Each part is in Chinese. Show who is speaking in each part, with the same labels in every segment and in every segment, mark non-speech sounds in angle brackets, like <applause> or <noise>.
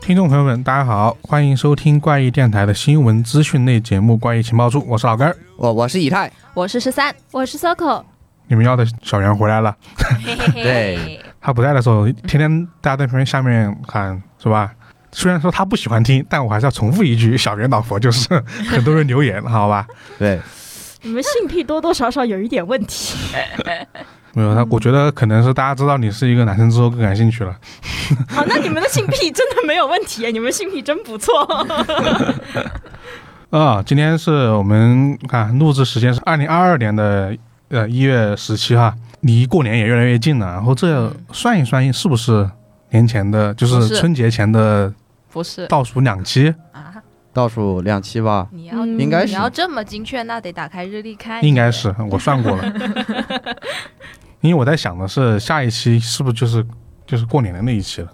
Speaker 1: 听众朋友们，大家好，欢迎收听怪异电台的新闻资讯类节目《怪异情报处》，我是老根儿。
Speaker 2: 我我是以太，
Speaker 3: 我是十三，
Speaker 4: 我是 Circle，
Speaker 1: 你们要的小圆回来了，
Speaker 3: 嘿嘿
Speaker 2: <laughs>
Speaker 3: 嘿
Speaker 2: 对，
Speaker 1: 他不在的时候，天天大家在旁边下面喊，是吧？虽然说他不喜欢听，但我还是要重复一句：小圆老佛就是很多人留言，好吧？
Speaker 2: 对，
Speaker 4: <laughs> 你们性癖多多少少有一点问题。
Speaker 1: 没有他，我觉得可能是大家知道你是一个男生之后更感兴趣了。
Speaker 4: 好，哦那你们的性癖真的没有问题，你们性癖真不错。
Speaker 1: 啊、今天是我们看录制时间是二零二二年的呃一月十七哈，离过年也越来越近了。然后这算一算，是不是年前的，就
Speaker 3: 不
Speaker 1: 是
Speaker 3: 是
Speaker 1: 春节前的
Speaker 3: 不是
Speaker 1: 倒数两期，
Speaker 3: 啊，
Speaker 2: 倒数两期吧，
Speaker 3: 你要、
Speaker 4: <laughs> 嗯
Speaker 2: 应该
Speaker 3: 你
Speaker 2: 是
Speaker 3: 要这么精确，那得打开日历看一下，
Speaker 1: 应该是我算过了。因为我在想的是，下一期是不是就是就是过年的那一期了？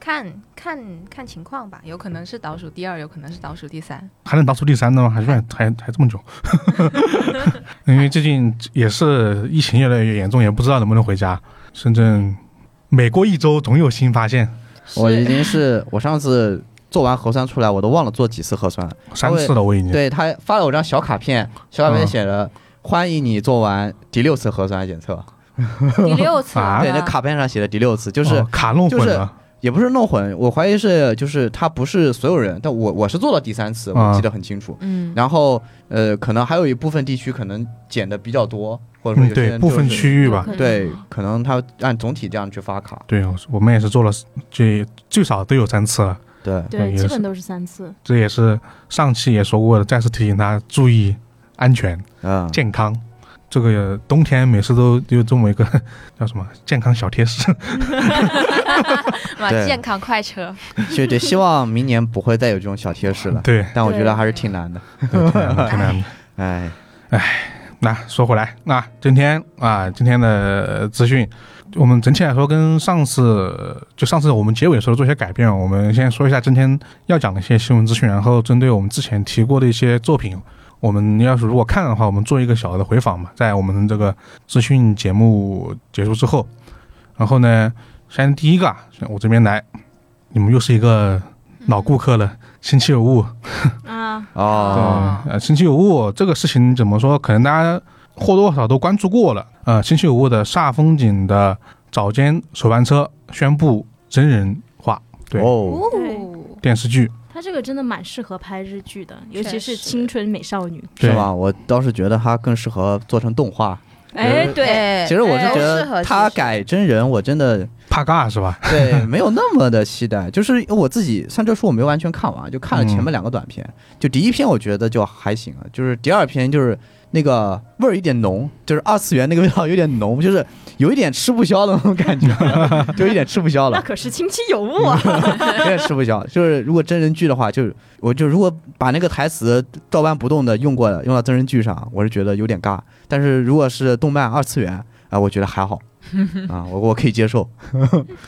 Speaker 3: 看看看情况吧，有可能是倒数第二，有可能是倒数
Speaker 2: <laughs>
Speaker 3: 第三。
Speaker 1: 还能倒数第三的吗？还是还还还这么久？ <laughs> 因为最近也是疫情越来越严重，也不知道能不能回家。深圳每过一周总有新发现，
Speaker 2: 我已经是我上次做完核酸出来，我都忘了做几次核酸了。
Speaker 1: 三次了我已经。
Speaker 2: 对他发了我张小卡片，小卡片
Speaker 1: 嗯
Speaker 2: 写着“欢迎你做完第六次核酸检测
Speaker 3: 第六次
Speaker 1: 啊”，
Speaker 2: <laughs> 对，那卡片上写的第六次，就是
Speaker 1: 哦卡弄混了，
Speaker 2: 也不是弄混，我怀疑是就是他不是所有人，但我我是做到第三次，
Speaker 1: 啊
Speaker 2: 我记得很清楚。
Speaker 3: 嗯，
Speaker 2: 然后呃，可能还有一部分地区可能减的比较多，或者说
Speaker 1: 嗯，
Speaker 2: 有些
Speaker 1: 对，
Speaker 2: 人
Speaker 1: 部
Speaker 2: 就是
Speaker 1: 分区域吧，
Speaker 3: 有可能
Speaker 2: 对，可能他按总体这样去发卡，
Speaker 1: 对，我们也是做了最最少都有三次了，
Speaker 2: 对。
Speaker 1: 对也是
Speaker 4: 都是三次。
Speaker 1: 这也是上期也说过的，再次提醒他注意安全
Speaker 2: 嗯，
Speaker 1: 健康。这个冬天每次都有这么一个 <laughs> 叫什么健康小贴士，。
Speaker 3: 嘛
Speaker 2: 对
Speaker 3: 健康快车，
Speaker 2: <laughs> 所以对，希望明年不会再有这种小贴士了
Speaker 1: <laughs>
Speaker 2: <laughs>
Speaker 1: 对，嗯
Speaker 2: 但我觉得还是挺难的。
Speaker 1: 对挺难的，挺难的。
Speaker 2: 哎，
Speaker 1: 那说回来，那今天啊，今天的资讯，我们整体来说跟上次就上次我们结尾的时候做一些改变。我们先说一下今天要讲的一些新闻资讯，然后针对我们之前提过的一些作品，我们要是如果看的话，我们做一个小的回访嘛，在我们这个资讯节目结束之后，然后呢，先第一个啊，我这边来，你们又是一个老顾客了，星期五。
Speaker 4: 啊，
Speaker 2: 哦，
Speaker 1: 对，呃，星期有物这个事情怎么说？可能大家或多或少都关注过了。呃，星期有物的煞风景的早间首班车宣布真人化，对
Speaker 2: 哦，
Speaker 3: 哦，
Speaker 1: 电视剧，
Speaker 4: 他这个真的蛮适合拍日剧的，尤其
Speaker 3: 确
Speaker 4: 是
Speaker 3: 实
Speaker 4: 青春美少女。
Speaker 2: 是
Speaker 1: 对
Speaker 2: 吧？我倒是觉得它更适合做成动画。嗯
Speaker 4: 哎，对，
Speaker 3: 对
Speaker 2: 其实我是
Speaker 3: 哎
Speaker 2: 觉
Speaker 3: 都适合
Speaker 2: 得
Speaker 3: 其
Speaker 2: 它
Speaker 3: 实
Speaker 2: 改真人，我
Speaker 1: <laughs>
Speaker 2: 真的
Speaker 1: 怕尬是吧？
Speaker 2: 对没有那么的期待。就是我自己，虽然这书我没有完全看完，就看了前面两个短片。就第一篇我觉得就还行啊，就是第二篇就是那个味儿有点浓，就是二次元那个味道有点浓，就是有一点吃不消的那种
Speaker 1: <laughs>
Speaker 2: 感觉，就有一点吃不消了
Speaker 4: <laughs> 那。可是亲戚有误啊！
Speaker 2: <laughs> 有点吃不消。就是如果真人剧的话，就是我就如果把那个台词照搬不动的用过了，用到真人剧上，我是觉得有点尬。但是如果是动漫二次元啊、我觉得还好啊，我我可以接受。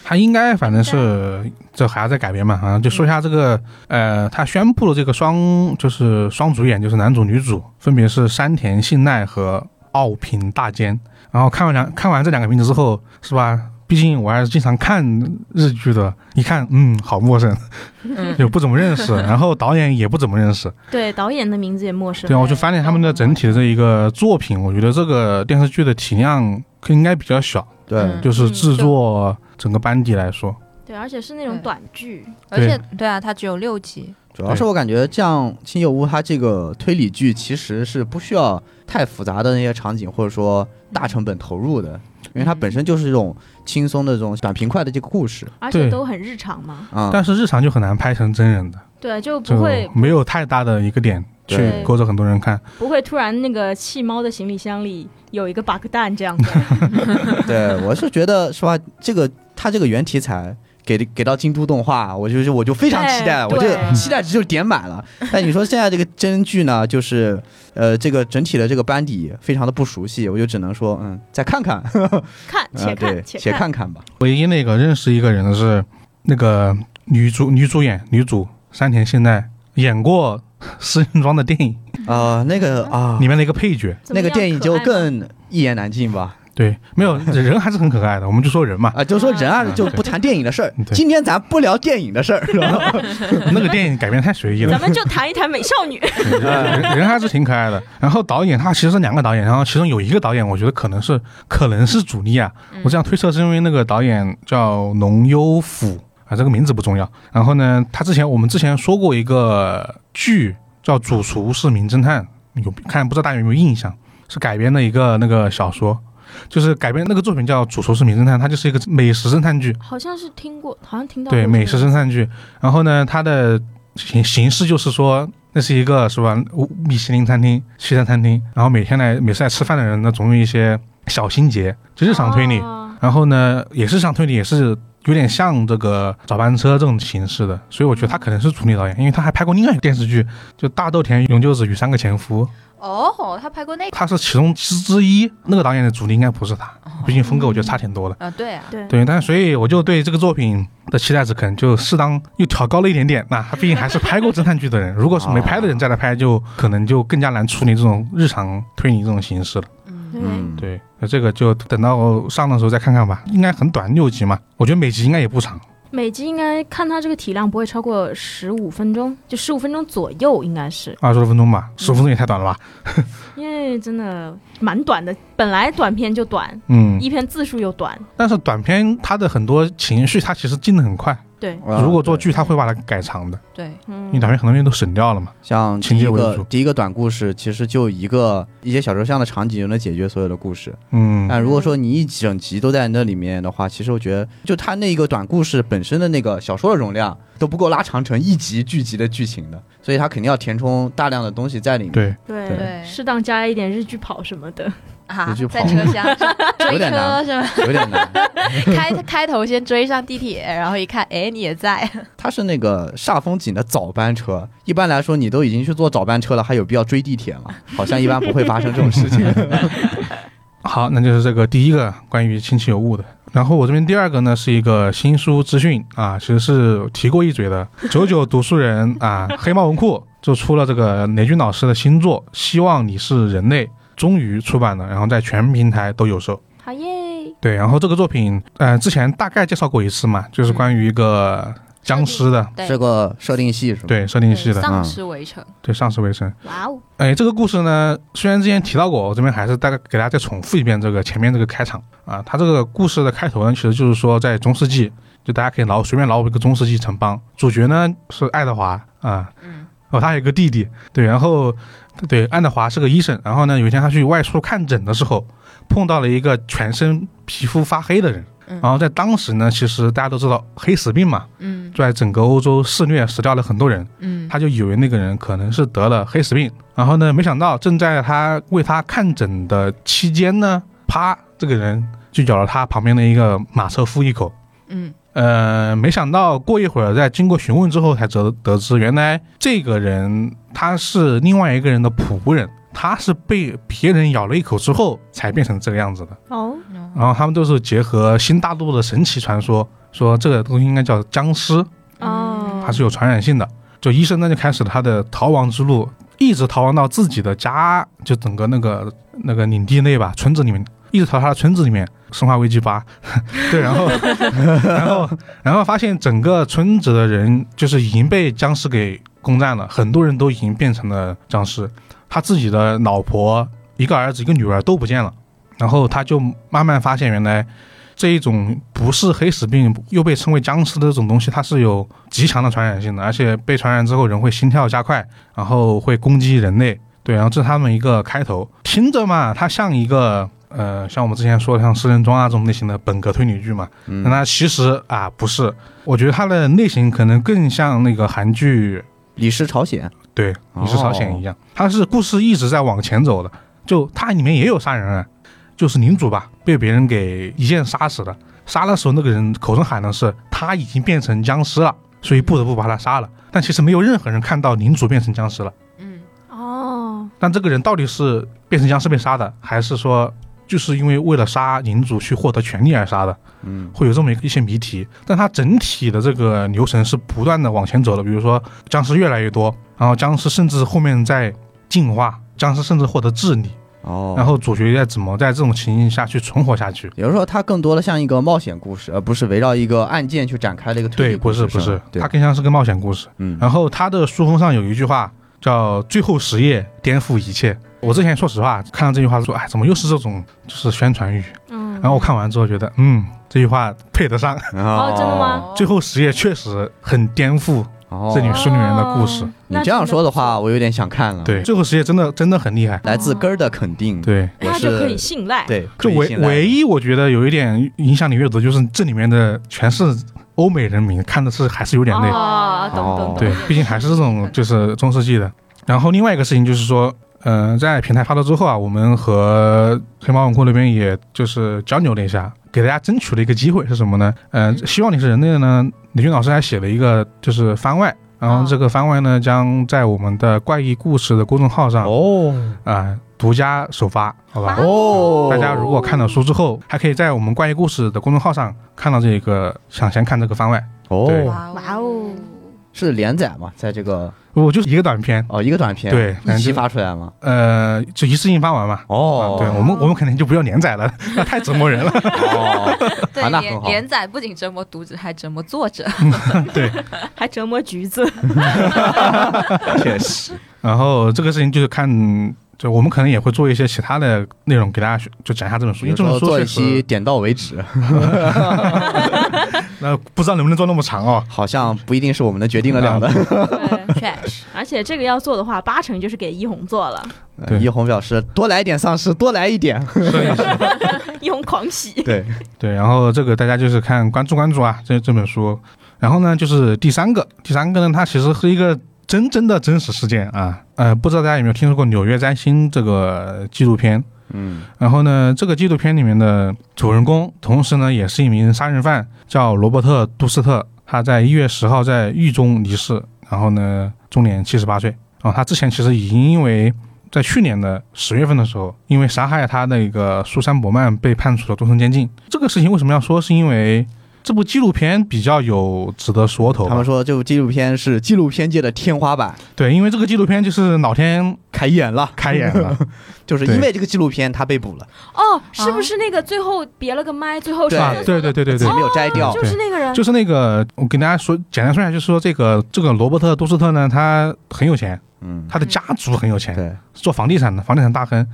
Speaker 1: 他应该反正是这还要再改编嘛，好像就说
Speaker 3: 嗯
Speaker 1: 一下这个呃，他宣布了这个双就是双主演，就是男主女主，分别是山田信奈和奥平大间。然后看完两看完这两个名字之后，是吧？毕竟我还是经常看日剧的，一看嗯，好陌生，<laughs>
Speaker 3: 嗯
Speaker 1: 就不怎么认
Speaker 3: <laughs>
Speaker 1: 识，然后导演也不怎么认识。
Speaker 4: <laughs> 对，导演的名字也陌生
Speaker 1: 对，。我就翻了他们的整体的这一个作品，我觉得这个电视剧的体量应该比较小，
Speaker 2: 对，
Speaker 3: 嗯
Speaker 1: 就是制作整个班底来说，
Speaker 4: 对，而且是那
Speaker 3: 种
Speaker 4: 种短剧。
Speaker 3: 而且对啊，它只有六集，
Speaker 2: 主要是我感觉像《新有屋》它这个推理剧其实是不需要太复杂的那些场景，或者说大成本投入的。因为它本身就是这种轻松的这种短平快的这个故事
Speaker 4: 而
Speaker 1: 对
Speaker 4: 且都很日常嘛，
Speaker 2: 啊，
Speaker 1: 但是日常就很难拍成真人的，
Speaker 4: 对，就
Speaker 1: 就
Speaker 4: 不会
Speaker 1: 没有太大的一个点去
Speaker 2: 对
Speaker 1: 勾着很多人看。
Speaker 4: 不会突然那个弃猫的行李箱里有一个 bug 蛋这样的，
Speaker 2: 对，我是觉得是吧？这个他这个原题材给给到京都动画，我就是我就非常期待，
Speaker 4: 哎
Speaker 2: 我这个期待值就点满了。但你说现在这个真剧呢，就是呃，这个整体的这个班底非常的不熟悉，我就只能说嗯，再看 <laughs> 看，
Speaker 4: <laughs> 看且
Speaker 2: 呃、对，
Speaker 4: 看
Speaker 2: 且
Speaker 4: 看。
Speaker 2: 看看吧。
Speaker 1: 唯一那个认识一个人的是那个女主女主演女主山田信奈演过试验装的电影
Speaker 2: 啊、那个啊
Speaker 1: 里，面的一个配角，
Speaker 4: 怎么
Speaker 2: 那
Speaker 4: 样
Speaker 2: 个电影
Speaker 4: 可
Speaker 2: 就
Speaker 4: 爱吗
Speaker 2: 更一言难尽吧。
Speaker 1: 对，没有人还是很可爱的，我们就说人
Speaker 4: <laughs>
Speaker 1: 嘛。
Speaker 2: 啊，就说人啊
Speaker 1: 嗯
Speaker 2: 就不谈电影的事儿
Speaker 1: 嗯，对
Speaker 2: 今天咱不聊电影的事儿，是吧？
Speaker 1: 那个电影改编太随意了
Speaker 4: 咱，们就谈一谈美少女。
Speaker 1: 对人人还是挺可爱的。然后导演他其实是两个导演，然后其中有一个导演我觉得可能是可能是主力啊，我这样推测是因为那个导演叫龙优辅啊，这个名字不重要。然后呢，他之前我们之前说过一个剧叫《主厨是名侦探》，有看不知道大家有没有印象？是改编的一个那个小说，就是改编那个作品叫《主厨是名侦探》，它就是一个美食侦探剧。
Speaker 4: <laughs> 好像是听过，好像听到
Speaker 1: 对，
Speaker 4: 过这
Speaker 1: 美
Speaker 4: 个
Speaker 1: 食侦探剧。然后呢，它的形形式就是说，那是一个是吧，米其林餐厅、西餐餐厅，然后每天来每次来吃饭的人呢，总有一些小心结，就日常推理。
Speaker 4: 哦
Speaker 1: 然后呢，也是日常推理，也是有点像这个早班车这种形式的，所以我觉得他可能是主力导演，因为他还拍过另外一个电视剧，就《大豆田永久子与三个前夫》，
Speaker 3: 哦，他拍过那个
Speaker 1: 他是其中之之一。那个导演的主力应该不是他，毕竟风格我觉得差挺多的。
Speaker 3: 啊，对啊，
Speaker 4: 对
Speaker 1: 对，但所以我就对这个作品的期待值可能就适当又调高了一点点。那他毕竟还是拍过侦探剧的人，如果是没拍的人再来拍，就可能就更加难处理这种日常推理这种形式了。
Speaker 3: 嗯，
Speaker 4: 对
Speaker 2: 嗯，
Speaker 1: 对，那这个就等到上的时候再看看吧，应该很短，六集嘛，我觉得每集应该也不长。
Speaker 4: 每集应该看它这个体量不会超过十五分钟，就十五分钟左右应该是，
Speaker 1: 二十多分钟吧，十五分钟也太短了吧？
Speaker 4: 因为真的蛮短的，本来短片就短，
Speaker 1: 嗯，
Speaker 4: 一篇字数又短，
Speaker 1: 但是短片它的很多情绪它其实进的很快，
Speaker 4: 对，
Speaker 2: 啊
Speaker 1: 如果做
Speaker 2: 对
Speaker 1: 剧它会把它改长的，
Speaker 3: 对，
Speaker 1: 因
Speaker 4: 嗯
Speaker 1: 为，短片很多东西都省掉了嘛。
Speaker 2: 像第
Speaker 1: 情
Speaker 2: 一
Speaker 1: 节为
Speaker 2: 个
Speaker 1: 主
Speaker 2: 第一个短故事，其实就一个一些小说像的场景就能解决所有的故事。
Speaker 1: 嗯
Speaker 2: 但如果说你一整集都在那里面的话，其实我觉得，就它那个短故事本身的那个小说的容量都不够拉长成一集剧集的剧情的，所以它肯定要填充大量的东西在里面。
Speaker 1: 对，
Speaker 4: 对
Speaker 3: 对
Speaker 4: 适当加一点日剧跑什么的， <laughs>
Speaker 3: 啊
Speaker 2: 回去，
Speaker 3: 在
Speaker 2: 跑
Speaker 3: 车厢上 <laughs>
Speaker 2: <laughs>
Speaker 3: 追
Speaker 2: 有点
Speaker 3: 啊
Speaker 2: 难
Speaker 3: 车是吧？
Speaker 2: 有点难。
Speaker 3: 开 <laughs> 开头先追上地铁，然后一看，哎，你也在，
Speaker 2: 它是那个煞风景的早班车，一般来说你都已经去坐早班车了，还有必要追地铁吗？好像一般不会发生这种事情。
Speaker 1: 好，那就是这个第一个关于亲戚有误的。然后我这边第二个呢是一个新书资讯啊，其实是提过一嘴的。九九读书人啊，黑猫文库就出了这个雷军老师的新作《希望你是人类》，终于出版了，然后在全平台都有售。
Speaker 4: 好耶，
Speaker 1: 对，然后这个作品呃之前大概介绍过一次嘛，就是关于一个僵尸的，
Speaker 3: 对
Speaker 2: <laughs> 是个设定系是吧？，
Speaker 1: 对设定系嗯的，
Speaker 3: 丧尸围城，
Speaker 1: 对丧尸围城。
Speaker 4: 哇哦，
Speaker 1: 哎，这个故事呢，虽然之前提到过，我这边还是大概给大家再重复一遍这个前面这个开场啊。它这个故事的开头呢，其实就是说在中世纪，就大家可以捞随便捞一个中世纪城邦，主角呢是爱德华啊，
Speaker 3: 嗯，
Speaker 1: 哦，他有个弟弟，对，然后对爱德华是个医生，然后呢有一天他去外出看诊的时候，碰到了一个全身皮肤发黑的人。
Speaker 3: 嗯
Speaker 1: 然后在当时呢，其实大家都知道黑死病嘛，
Speaker 3: 嗯
Speaker 1: 在整个欧洲肆虐，死掉了很多人。
Speaker 3: 嗯，
Speaker 1: 他就以为那个人可能是得了黑死病，然后呢，没想到正在他为他看诊的期间呢，啪，这个人就咬了他旁边的一个马车夫一口。
Speaker 3: 嗯
Speaker 1: 呃，没想到过一会儿，在经过询问之后，才得得知原来这个人他是另外一个人的仆人，他是被别人咬了一口之后才变成这个样子的。
Speaker 4: 哦，
Speaker 1: 然后他们都是结合新大陆的神奇传说，说这个东西应该叫僵尸，
Speaker 3: 嗯
Speaker 4: 哦，
Speaker 1: 它是有传染性的。就医生呢就开始了他的逃亡之路，一直逃亡到自己的家，就整个那个那个领地内吧，村子里面，一直逃到他的村子里面。生化危机八， <laughs> 对，然后 <laughs> 然后然后发现整个村子的人就是已经被僵尸给攻占了，很多人都已经变成了僵尸，他自己的老婆、一个儿子、一个女儿都不见了，然后他就慢慢发现原来。这一种不是黑死病，又被称为僵尸的这种东西，它是有极强的传染性的，而且被传染之后人会心跳加快，然后会攻击人类。对，然后这是他们一个开头，听着嘛，它像一个呃，像我们之前说的像《四人装》啊这种类型的本格推理剧嘛，
Speaker 2: 嗯
Speaker 1: 但它其实啊不是，我觉得它的类型可能更像那个韩剧
Speaker 2: 李氏朝鲜
Speaker 1: 对《你是朝鲜》
Speaker 2: 哦
Speaker 1: 一样，它是故事一直在往前走的，就它里面也有杀人案，就是领主吧被别人给一剑杀死的，杀的时候那个人口中喊的是他已经变成僵尸了，所以不得不把他杀了，但其实没有任何人看到领主变成僵尸了，
Speaker 3: 嗯
Speaker 4: 哦，
Speaker 1: 但这个人到底是变成僵尸被杀的，还是说？就是因为为了杀领主去获得权力而杀的，
Speaker 2: 嗯，
Speaker 1: 会有这么一个一些谜题，但它整体的这个流程是不断的往前走的。比如说僵尸越来越多，然后僵尸甚至后面在进化，僵尸甚至获得智力，
Speaker 2: 哦，
Speaker 1: 然后主角要怎么在这种情境下去存活下去。
Speaker 2: 有的时候它更多的像一个冒险故事，而不是围绕一个案件去展开的一个推理
Speaker 1: 对，不
Speaker 2: 故
Speaker 1: 是
Speaker 2: 事。
Speaker 1: 不是
Speaker 2: 吧，对
Speaker 1: 它，更像是个冒险故事。
Speaker 2: 嗯，
Speaker 1: 然后他的书封上有一句话叫“最后实业颠覆一切”。我之前说实话，看到这句话说，哎，怎么又是这种就是宣传语？
Speaker 4: 嗯，
Speaker 1: 然后我看完之后觉得，嗯，这句话配得上。
Speaker 2: 啊
Speaker 4: 哦真的吗？
Speaker 1: 最后实业确实很颠覆。
Speaker 2: 哦，
Speaker 1: 这里面书里面的故事
Speaker 4: 哦，
Speaker 2: 你这样说的话，，我有点想看了。
Speaker 1: 对，，最后实业真的真的很厉害。
Speaker 2: 来自根儿的肯定，
Speaker 1: 对，
Speaker 4: 那
Speaker 2: 我
Speaker 4: 就可
Speaker 2: 是
Speaker 4: 以信赖。
Speaker 2: 对，
Speaker 1: 就
Speaker 2: 可以
Speaker 1: 唯
Speaker 2: 信赖
Speaker 1: 唯一我觉得有一点影响你阅读，就是这里面的全是欧美人民，看的是还是有点累。
Speaker 4: 哦，懂懂懂。
Speaker 1: 对，毕竟还是这种就是中世纪的。然后另外一个事情就是说，嗯、在平台发售之后啊，我们和黑猫文库那边也就是交流了一下，给大家争取了一个机会是什么呢？嗯、希望你是人类呢，李军老师还写了一个就是番外。然后这个番外呢，将在我们的怪异故事的公众号上啊、
Speaker 2: 哦
Speaker 1: 独家首发，好吧？
Speaker 2: 哦，
Speaker 1: 大家如果看了书之后，还可以在我们怪异故事的公众号上看到这个，想先看这个番外，对
Speaker 2: 哦
Speaker 4: 哇哦，
Speaker 2: 是连载嘛，在这个
Speaker 1: 我就是一个短片，
Speaker 2: 哦一个短片
Speaker 1: 对反正
Speaker 2: 一期
Speaker 1: 就
Speaker 2: 发出来嘛。
Speaker 1: 呃，就一次性发完嘛。
Speaker 2: 哦
Speaker 1: 啊对我们我们肯定就不要连载了， <laughs> 那太折磨人 <laughs> 了。
Speaker 4: <laughs>
Speaker 2: 哦，
Speaker 3: 对
Speaker 2: 啊那很
Speaker 3: 连
Speaker 2: 好
Speaker 3: 连载不仅折磨读者，还折磨作者。
Speaker 1: 对，
Speaker 4: <laughs> 还折磨橘子。
Speaker 2: 确实，
Speaker 1: 然后这个事情就是看，就我们可能也会做一些其他的内容给大家学就讲一下这本书，因为这本书
Speaker 2: 做
Speaker 1: 确
Speaker 2: 一期
Speaker 1: 实，
Speaker 2: 点到为止，
Speaker 1: 那不知道能不能做那么长 <laughs> 哦。
Speaker 2: 好像不一定是我们能决定得了的。
Speaker 4: 对 <laughs> ，trash。而且这个要做的话，八成就是给一红做了，
Speaker 1: <laughs>
Speaker 2: <laughs>
Speaker 1: 对
Speaker 2: 一红表示多来一点丧尸，多来一点。
Speaker 4: <laughs> 一红狂喜。
Speaker 2: 对，
Speaker 1: 对，然后这个大家就是看关注关注啊，这这本书。然后呢，就是第三个，第三个呢，它其实是一个真真的真实事件啊。呃，不知道大家有没有听说过《纽约占星》这个纪录片？
Speaker 2: 嗯，
Speaker 1: 然后呢，这个纪录片里面的主人公，同时呢也是一名杀人犯，叫罗伯特·杜斯特。他在一月十号在狱中离世，然后呢，终年七十八岁。然后他之前其实已经因为在去年的十月份的时候，因为杀害他的一个苏珊·伯曼被判处了终身监禁。这个事情为什么要说？是因为这部纪录片比较有值得说头吧。
Speaker 2: 他们说这部纪录片是纪录片界的天花板，
Speaker 1: 对，因为这个纪录片就是老天
Speaker 2: 开眼了，
Speaker 1: 开眼 <laughs> 了，
Speaker 2: <laughs> 就是
Speaker 1: 对
Speaker 2: 因为这个纪录片他被捕了，
Speaker 4: 哦，是不是那个最后别了个麦，最后
Speaker 1: 是
Speaker 4: 是
Speaker 1: 吧
Speaker 2: 对？哦
Speaker 1: 对对对对
Speaker 2: 自
Speaker 1: 对哦
Speaker 2: 己。没有摘掉
Speaker 1: 对。
Speaker 4: 就是那个人。
Speaker 1: 就是那个，我给大家说，简单说一下，就是说这个这个罗伯特·杜斯特呢，他很有钱，
Speaker 2: 嗯，
Speaker 1: 他的家族很有钱，
Speaker 2: 对，
Speaker 1: 是做房地产的，房地产大亨。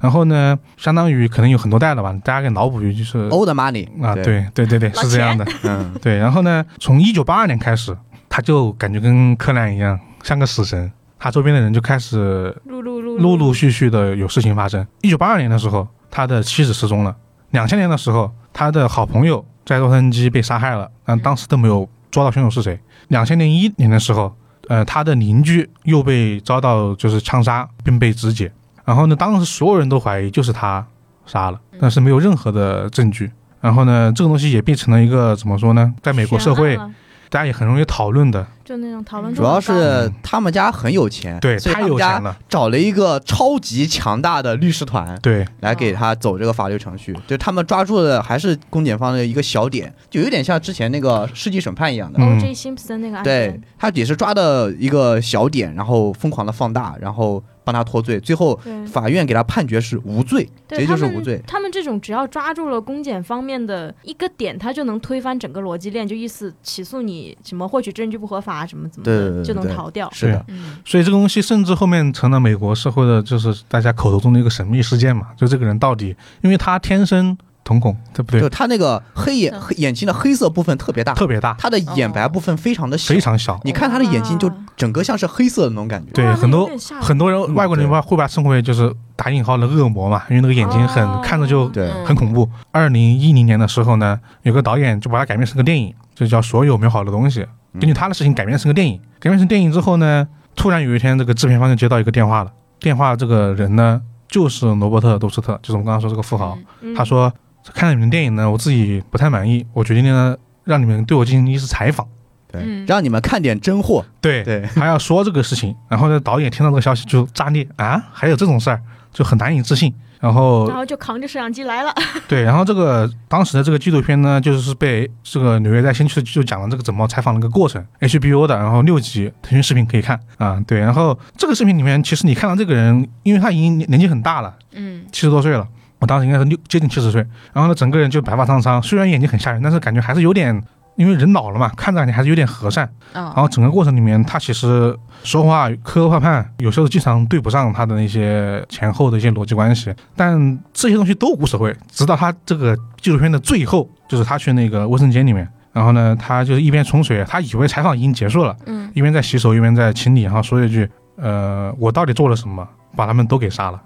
Speaker 1: 然后呢，相当于可能有很多代了吧，大家给脑补一句就是、
Speaker 2: old money
Speaker 1: 啊，，对对对对，
Speaker 4: 老
Speaker 1: 是这样
Speaker 2: <laughs>
Speaker 1: 的。
Speaker 2: 嗯，
Speaker 1: 对，然后呢，从一九八二年开始，他就感觉跟柯南一样，像个死神。他周边的人就开始
Speaker 4: 陆陆陆
Speaker 1: 陆陆续续的有事情发生。一九八二年的时候，他的妻子失踪了；两千年的时候，他的好朋友在洛杉矶被杀害了，但当时都没有抓到凶手是谁。两千零一年的时候，呃，他的邻居又被遭到就是枪杀，并被肢解。然后呢，当时所有人都怀疑就是他杀了，
Speaker 4: 嗯
Speaker 1: 但是没有任何的证据。然后呢，这个东西也变成了一个怎么说呢，在美国社会
Speaker 4: 悬案了
Speaker 1: 大家也很容易讨论的。
Speaker 4: 就那种讨论
Speaker 2: 嗯主
Speaker 4: 中
Speaker 2: 要
Speaker 4: 的高潮，
Speaker 2: 是他们家很有钱，
Speaker 1: 嗯对
Speaker 2: 所以
Speaker 1: 太
Speaker 2: 他们
Speaker 1: 有钱
Speaker 2: 家
Speaker 1: 了
Speaker 2: 找了一个超级强大的律师团
Speaker 1: 对，
Speaker 2: 来给他走这个法律程序，就他们抓住的还是公检方的一个小点，就有点像之前那个世纪审判一样的。
Speaker 1: 嗯
Speaker 4: O.J. Simpson 那个案
Speaker 2: 对
Speaker 4: 件，
Speaker 2: 他也是抓的一个小点，然后疯狂的放大，然后帮他脱罪，最后
Speaker 4: 对
Speaker 2: 法院给他判决是无罪，直
Speaker 4: 对
Speaker 2: 接
Speaker 4: 他
Speaker 2: 就是
Speaker 4: 们
Speaker 2: 无罪。
Speaker 4: 他们这种只要抓住了公检方面的一个点，他就能推翻整个逻辑链，就意思起诉你什么获取证据不合法，什么怎么
Speaker 2: 对对对
Speaker 4: 的，
Speaker 2: 对
Speaker 4: 就能
Speaker 2: 对
Speaker 4: 逃掉。
Speaker 2: 是的，
Speaker 3: 嗯，
Speaker 1: 所以这个东西甚至后面成了美国社会的，就是大家口头中的一个神秘事件嘛。就这个人到底，因为他天生瞳孔， <laughs> 对不对？
Speaker 2: 就他那个黑
Speaker 4: 嗯
Speaker 2: 眼黑眼睛的黑色部分特别大，
Speaker 1: 特别大，
Speaker 2: 他的眼白部分非常的小
Speaker 1: 非，常小。
Speaker 2: 你看他的眼睛就
Speaker 4: 哇
Speaker 2: 整个像是黑色的那种感觉。
Speaker 1: 对，
Speaker 4: 哇
Speaker 1: 很
Speaker 4: 那有
Speaker 1: 多
Speaker 4: 点吓人
Speaker 1: 很多人
Speaker 2: 嗯
Speaker 1: 外国人
Speaker 2: 对
Speaker 1: 把会把它称为就是打引号的恶魔嘛，因为那个眼睛很、
Speaker 4: 哦
Speaker 1: 看着就
Speaker 2: 对
Speaker 1: 很恐怖。二零一零年的时候呢，有个导演就把它改编成个电影，就叫《所有美好的东西》，根据他的事情改编成个电影。改编成电影之后呢，突然有一天，这个制片方就接到一个电话了，电话这个人呢就是罗伯特·杜斯特，就是我们刚刚说这个富豪。
Speaker 4: 嗯
Speaker 1: 他说看了你们的电影呢，我自己不太满意，我决定呢让你们对我进行一次采访。
Speaker 2: 对，
Speaker 3: 嗯
Speaker 2: 让你们看点真货。
Speaker 1: 对，
Speaker 2: 对，
Speaker 1: 他要说这个事情，然后呢，导演听到这个消息就炸裂啊，还有这种事儿，就很难以置信。然后
Speaker 4: 然后就扛着摄像机来了，
Speaker 1: 对，然后这个当时的这个纪录片呢，就是被这个纽约在先驱的就讲了这个怎么采访的一个过程，HBO 的，然后六集腾讯视频可以看啊，对，然后这个视频里面，其实你看到这个人，因为他已经年年纪很大了，
Speaker 3: 嗯，
Speaker 1: 七十多岁了。我当时应该是六接近七十岁，然后呢，整个人就白发苍苍，虽然眼睛很吓人，但是感觉还是有点，因为人老了嘛，看着你还是有点和善。然
Speaker 3: 啊，
Speaker 1: 后整个过程里面，他其实说话磕磕绊绊，有时候经常对不上他的那些前后的一些逻辑关系，但这些东西都无所谓。直到他这个纪录片的最后，就是他去那个卫生间里面，然后呢，他就是一边冲水，他以为采访已经结束了，
Speaker 3: 嗯，
Speaker 1: 一边在洗手，一边在清理，然后说一句：“呃，我到底做了什么？把他们都给杀了。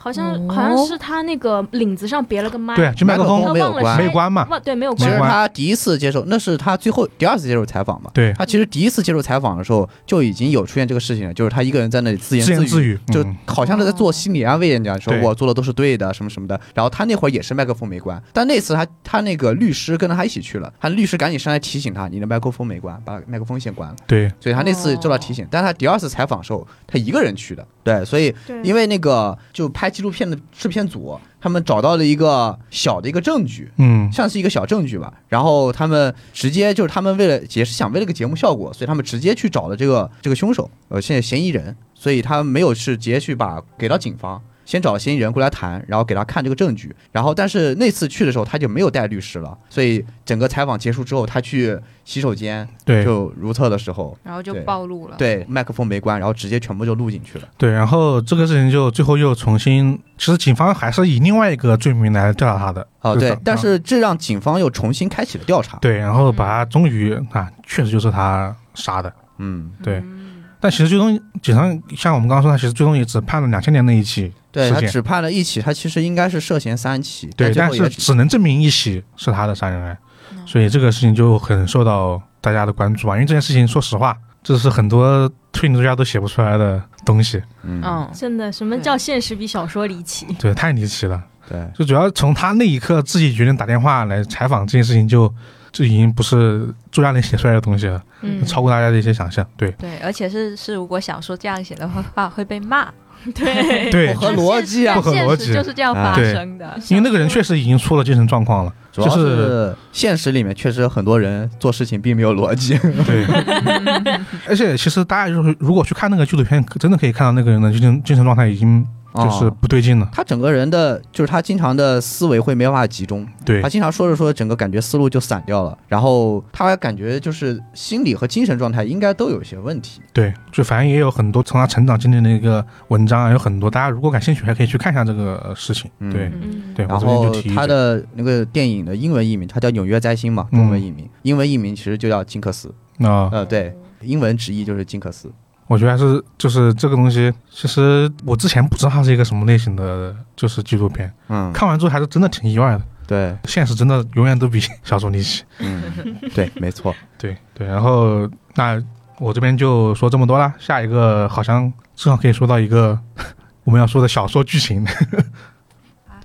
Speaker 4: 好像、
Speaker 3: 哦
Speaker 4: 好像是他那个领子上别了个
Speaker 3: 哎
Speaker 4: 麦，”
Speaker 1: 对，啊就麦克
Speaker 4: 他
Speaker 1: 风
Speaker 2: 风
Speaker 4: 忘
Speaker 2: 没有
Speaker 4: 了
Speaker 2: 关
Speaker 4: 摔
Speaker 1: 没关嘛，
Speaker 4: 忘对没有
Speaker 2: 其
Speaker 1: 没
Speaker 4: 关
Speaker 2: 实
Speaker 1: 关
Speaker 2: 他第一次接受，那是他最后第二次接受采访嘛。
Speaker 1: 对，
Speaker 2: 他其实第一次接受采访的时候，就已经有出现这个事情了，就是他一个人在那里自言
Speaker 1: 自言
Speaker 2: 语，
Speaker 1: 自语，
Speaker 2: 就
Speaker 1: 嗯
Speaker 2: 好像是在做心理安慰人家，说
Speaker 1: 对
Speaker 2: 我做的都是对的，什么什么的。然后他那会儿也是麦克风没关，但那次他他那个律师跟着他一起去了，他律师赶紧上来提醒他，你的麦克风没关，把麦克风先关了。
Speaker 1: 对，
Speaker 2: 所以他那次受到提醒，但是他第二次采访的时候，他一个人去的，对，所以
Speaker 4: 对
Speaker 2: 因为那个就拍纪录片的制片组，他们找到了一个小的一个证据，
Speaker 1: 嗯，
Speaker 2: 像是一个小证据吧。然后他们直接就是他们为了也是想为了个节目效果，所以他们直接去找了这个这个凶手，呃，现在嫌疑人，所以他没有是直接去把给到警方。先找嫌疑人过来谈，然后给他看这个证据，然后但是那次去的时候他就没有带律师
Speaker 1: 嗯
Speaker 2: 了，所以整个采访结束之后，他去洗手间
Speaker 1: 对，
Speaker 2: 就如厕的时候，
Speaker 3: 然后就
Speaker 2: 对
Speaker 3: 暴露了，，
Speaker 2: 对，麦克风没关，然后直接全部就录进去了。
Speaker 1: 对，然后这个事情就最后又重新，其实警方还是以另外一个罪名来调查他的。
Speaker 2: 哦，
Speaker 1: 就是啊
Speaker 2: 对，但是这让警方又重新开启了调查。，
Speaker 1: 对，然后把他终于啊，确实就是他杀的。
Speaker 2: 嗯，
Speaker 1: 对，但其实最终警方像我们刚刚说，他其实最终也只判了两千年那一起
Speaker 2: 对
Speaker 1: 事
Speaker 2: 他
Speaker 1: 件，
Speaker 2: 只判了一起，他其实应该是涉嫌三起，
Speaker 1: 对，
Speaker 2: 最
Speaker 1: 但
Speaker 2: 后也
Speaker 1: 是
Speaker 2: 只嗯
Speaker 1: 只能证明一起是他的杀人案，
Speaker 3: 嗯
Speaker 1: 所以这个事情就很受到大家的关注啊。因为这件事情，说实话，这是很多推理作家都写不出来的东西，
Speaker 2: 嗯，
Speaker 3: 嗯，
Speaker 4: 真的，什么
Speaker 3: 对
Speaker 4: 叫现实比小说离奇？
Speaker 1: 对，太离奇了。
Speaker 2: 对，
Speaker 1: 就主要从他那一刻自己决定打电话来采访这件事情就，就已经不是作家能写出来的东西了，
Speaker 4: 嗯，
Speaker 1: 超过大家的一些想象。对
Speaker 3: 对，而且是是，如果小说这样写的话，会被 <laughs> 骂，
Speaker 4: 对，
Speaker 1: 对
Speaker 2: 不，合逻辑啊
Speaker 3: 但
Speaker 1: 不合
Speaker 3: 现
Speaker 1: 逻
Speaker 3: 实
Speaker 1: 辑
Speaker 3: 就是这样发
Speaker 1: 对
Speaker 3: 生的，
Speaker 1: 因为那个人确实已经出了精神状况
Speaker 2: <laughs>
Speaker 1: 了，
Speaker 2: 主要
Speaker 1: 就是
Speaker 2: 是现实里面确实很多人做事情并没有逻辑。
Speaker 1: 对。而且其实大家就是如果去看那个纪录片，真的可以看到那个人的精神精神状态已经 <laughs> 就是
Speaker 2: 哦
Speaker 1: 不对劲了。
Speaker 2: 他整个人的，就是他经常的思维会没办法集中，
Speaker 1: 对
Speaker 2: 他经常说着说，整个感觉思路就散掉了，然后他感觉就是心理和精神状态应该都有一些问题。
Speaker 1: 对，就反正也有很多从他成长经历的一个文章啊，有很多大家如果感兴趣还可以去看一下这个呃事情。
Speaker 2: 嗯
Speaker 1: 对
Speaker 3: 嗯，
Speaker 1: 对，我
Speaker 2: 然
Speaker 1: 这边
Speaker 2: 后
Speaker 1: 就提一
Speaker 2: 他
Speaker 1: 嘴
Speaker 2: 的那个电影的英文译名，它叫《纽约灾星》嘛，中
Speaker 1: 嗯
Speaker 2: 文译名，英文译名其实就叫金克斯，
Speaker 1: 啊，
Speaker 2: 呃，对，英文直译就是金克斯。
Speaker 1: 我觉得还是就是这个东西，其实我之前不知道它是一个什么类型的，就是纪录片。
Speaker 2: 嗯，
Speaker 1: 看完之后还是真的挺意外的，
Speaker 2: 对，
Speaker 1: 现实真的永远都比小说离奇。 <laughs>
Speaker 2: 嗯，对，没错。
Speaker 1: 对对，然后那我这边就说这么多啦。下一个好像正好可以说到一个 <laughs> 我们要说的小说剧情。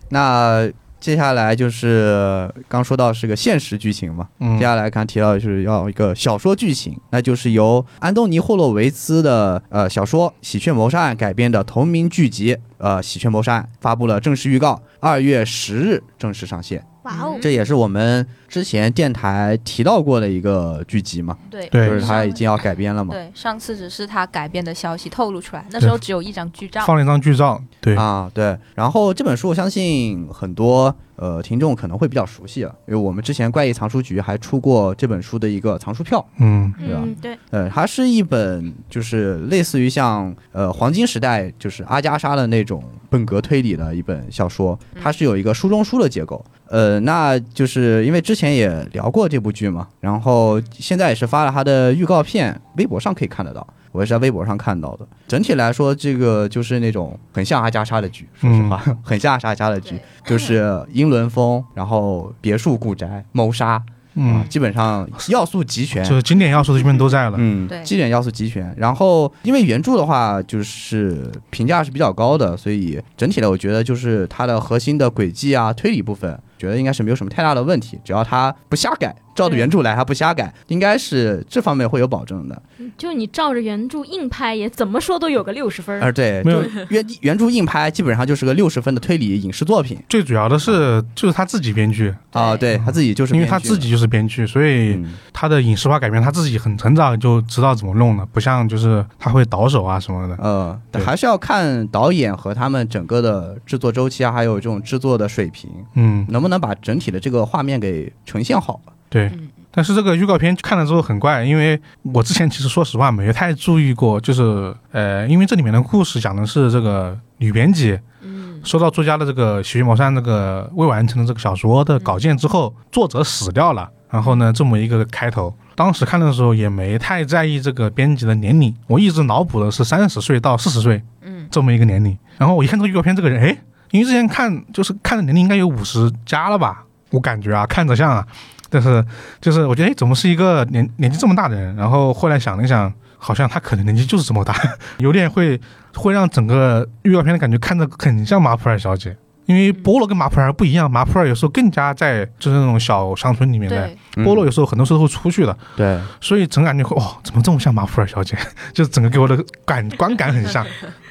Speaker 2: 那接下来就是刚说到是个现实剧情嘛，
Speaker 1: 嗯
Speaker 2: 接，下来刚提到的就是要一个小说剧情，那就是由安东尼·霍洛维兹的呃小说《喜鹊谋杀案》改编的同名剧集，呃，《喜鹊谋杀案》发布了正式预告，二月十日正式上线。
Speaker 4: 哇哦，
Speaker 2: 这也是我们之前电台提到过的一个剧集嘛，
Speaker 3: 对
Speaker 1: 对
Speaker 2: 就是它已经要改编了嘛。
Speaker 3: 对，上次只是他改编的消息透露出来，那时候只有一张剧照，
Speaker 1: 放了一张剧照，对，
Speaker 2: 啊，对。然后这本书，我相信很多呃听众可能会比较熟悉了，啊因为我们之前怪异藏书局还出过这本书的一个藏书票。
Speaker 1: 嗯
Speaker 2: 对吧
Speaker 4: 嗯，对，
Speaker 2: 呃，它是一本就是类似于像呃黄金时代就是阿加莎的那种本格推理的一本小说，它是有一个书中书的结构。呃，那就是因为之前也聊过这部剧嘛，然后现在也是发了它的预告片，微博上可以看得到。我也是在微博上看到的。整体来说，这个就是那种很像阿加莎的剧，说
Speaker 1: 嗯
Speaker 2: 实话，很像阿加莎的剧，就是英伦风，然后别墅、古宅、谋杀，啊
Speaker 1: 嗯，
Speaker 2: 基本上要素集全。
Speaker 1: 就是经典要素这边都在了。
Speaker 2: 啊嗯，
Speaker 3: 对
Speaker 2: 基点要素集全。然后因为原著的话，就是评价是比较高的，所以整体的我觉得就是它的核心的轨迹啊、推理部分，觉得应该是没有什么太大的问题，只要它不瞎改，照着原著来，还不瞎改，应该是这方面会有保证的。
Speaker 4: 就你照着原著硬拍，也怎么说都有个六十分儿。
Speaker 2: 而对，
Speaker 1: 没有
Speaker 2: 就原原著硬拍基本上就是个六十分的推理影视作品
Speaker 1: 最主要的是就是他自己编剧，
Speaker 2: 啊，对他自己嗯就是
Speaker 1: 因为
Speaker 2: 编
Speaker 1: 他
Speaker 2: 剧
Speaker 1: 自己就是编剧，所以
Speaker 2: 嗯
Speaker 1: 他的影视化改编他自己很很早就知道怎么弄了，不像就是他会倒手啊什么的。
Speaker 2: 呃，
Speaker 1: 对
Speaker 2: 还是要看导演和他们整个的制作周期啊，还有这种制作的水平，
Speaker 1: 嗯，
Speaker 2: 能不能把整体的这个画面给呈现好。
Speaker 1: 对
Speaker 3: 嗯。
Speaker 1: 但是这个预告片看了之后很怪，因为我之前其实说实话没太注意过，就是呃，因为这里面的故事讲的是这个女编辑
Speaker 3: 嗯
Speaker 1: 收到作家的这个《喜剧谋杀案》这个未完成的这个小说的稿件之后，作者死掉了，然后呢这么一个开头。当时看的时候也没太在意这个编辑的年龄，我一直脑补的是三十岁到四十岁
Speaker 3: 嗯
Speaker 1: 这么一个年龄。然后我一看这个预告片，这个人，哎，因为之前看就是看的年龄应该有五十加了吧，我感觉啊，看着像啊，但是就是我觉得，哎，怎么是一个年年纪这么大的人？然后后来想了一想，好像他可能年纪就是这么大，有点会会让整个预告片的感觉看着很像马普尔小姐。因为菠萝跟马普尔不一样，马普尔有时候更加在就是那种小乡村里面的，
Speaker 3: 对，
Speaker 2: 嗯
Speaker 1: 菠萝有时候很多时候会出去的，
Speaker 2: 对，
Speaker 1: 所以整个感觉会哦，怎么这么像马普尔小姐？ <laughs> 就是整个给我的感观感很像。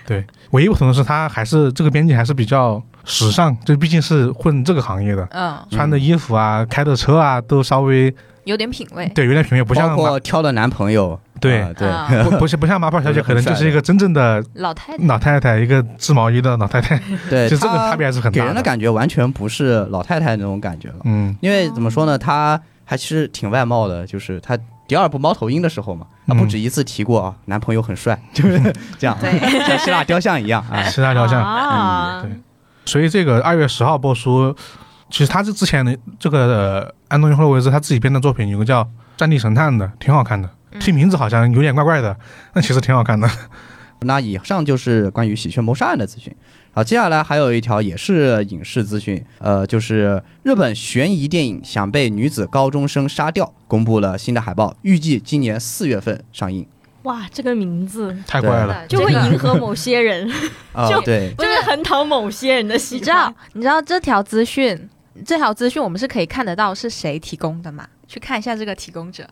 Speaker 1: 对，唯一不同的是，她还是这个编辑还是比较时尚，就毕竟是混这个行业的，
Speaker 3: 嗯，
Speaker 1: 穿的衣服啊、开的车啊，都稍微
Speaker 3: 有点品味，
Speaker 1: 对有点品味，不像
Speaker 2: 包
Speaker 1: 马
Speaker 2: 括挑了男朋友，
Speaker 1: 对
Speaker 2: 啊对，
Speaker 3: 啊
Speaker 1: 不不是不像马普尔小姐，
Speaker 2: 不是很
Speaker 1: 可能就是一个真正的
Speaker 3: 老太太，
Speaker 1: 老太太，一个织毛衣的老太太，
Speaker 2: <laughs>
Speaker 1: <laughs>
Speaker 2: 对，
Speaker 1: 就这个
Speaker 2: 她
Speaker 1: 差别还是很
Speaker 2: 给
Speaker 1: 大
Speaker 2: 人的感觉完全不是老太太那种感觉了。
Speaker 1: 嗯
Speaker 2: 因为怎么说呢，她还是挺外貌的，就是她第二部《猫头鹰》的时候嘛，她不
Speaker 1: 嗯
Speaker 2: 止一次提过啊，男朋友很帅，就是
Speaker 3: <laughs>
Speaker 2: 这样，
Speaker 3: 对
Speaker 2: 像希腊雕像一样啊。
Speaker 1: 其他雕像。
Speaker 4: 啊
Speaker 1: 嗯，所以这个二月十号播出，其实他是之前的这个、呃、安东尼·霍洛维兹他自己编的作品，有个叫《战地神探》的，挺好看的。
Speaker 3: 嗯
Speaker 1: 听名字好像有点怪怪的，但其实挺好看的。
Speaker 2: 那以上就是关于喜鹊谋杀案的资讯。好，接下来还有一条也是影视资讯，呃，就是日本悬疑电影《想被女子高中生杀掉》公布了新的海报，预计今年四月份上映。
Speaker 4: 哇，这个
Speaker 1: <laughs>
Speaker 4: 名字
Speaker 1: <laughs> 太怪了。
Speaker 4: 就
Speaker 3: 这
Speaker 4: 会
Speaker 3: 个
Speaker 4: 迎合某些人， <laughs>
Speaker 2: 啊、
Speaker 4: 就 <laughs>
Speaker 2: 对，
Speaker 3: 不
Speaker 4: 就是会很讨某些人的喜
Speaker 3: 你
Speaker 4: 欢。
Speaker 3: 知道，你知道这条资讯，这条资讯我们是可以看得到是谁提供的嘛？去看一下这个提供者，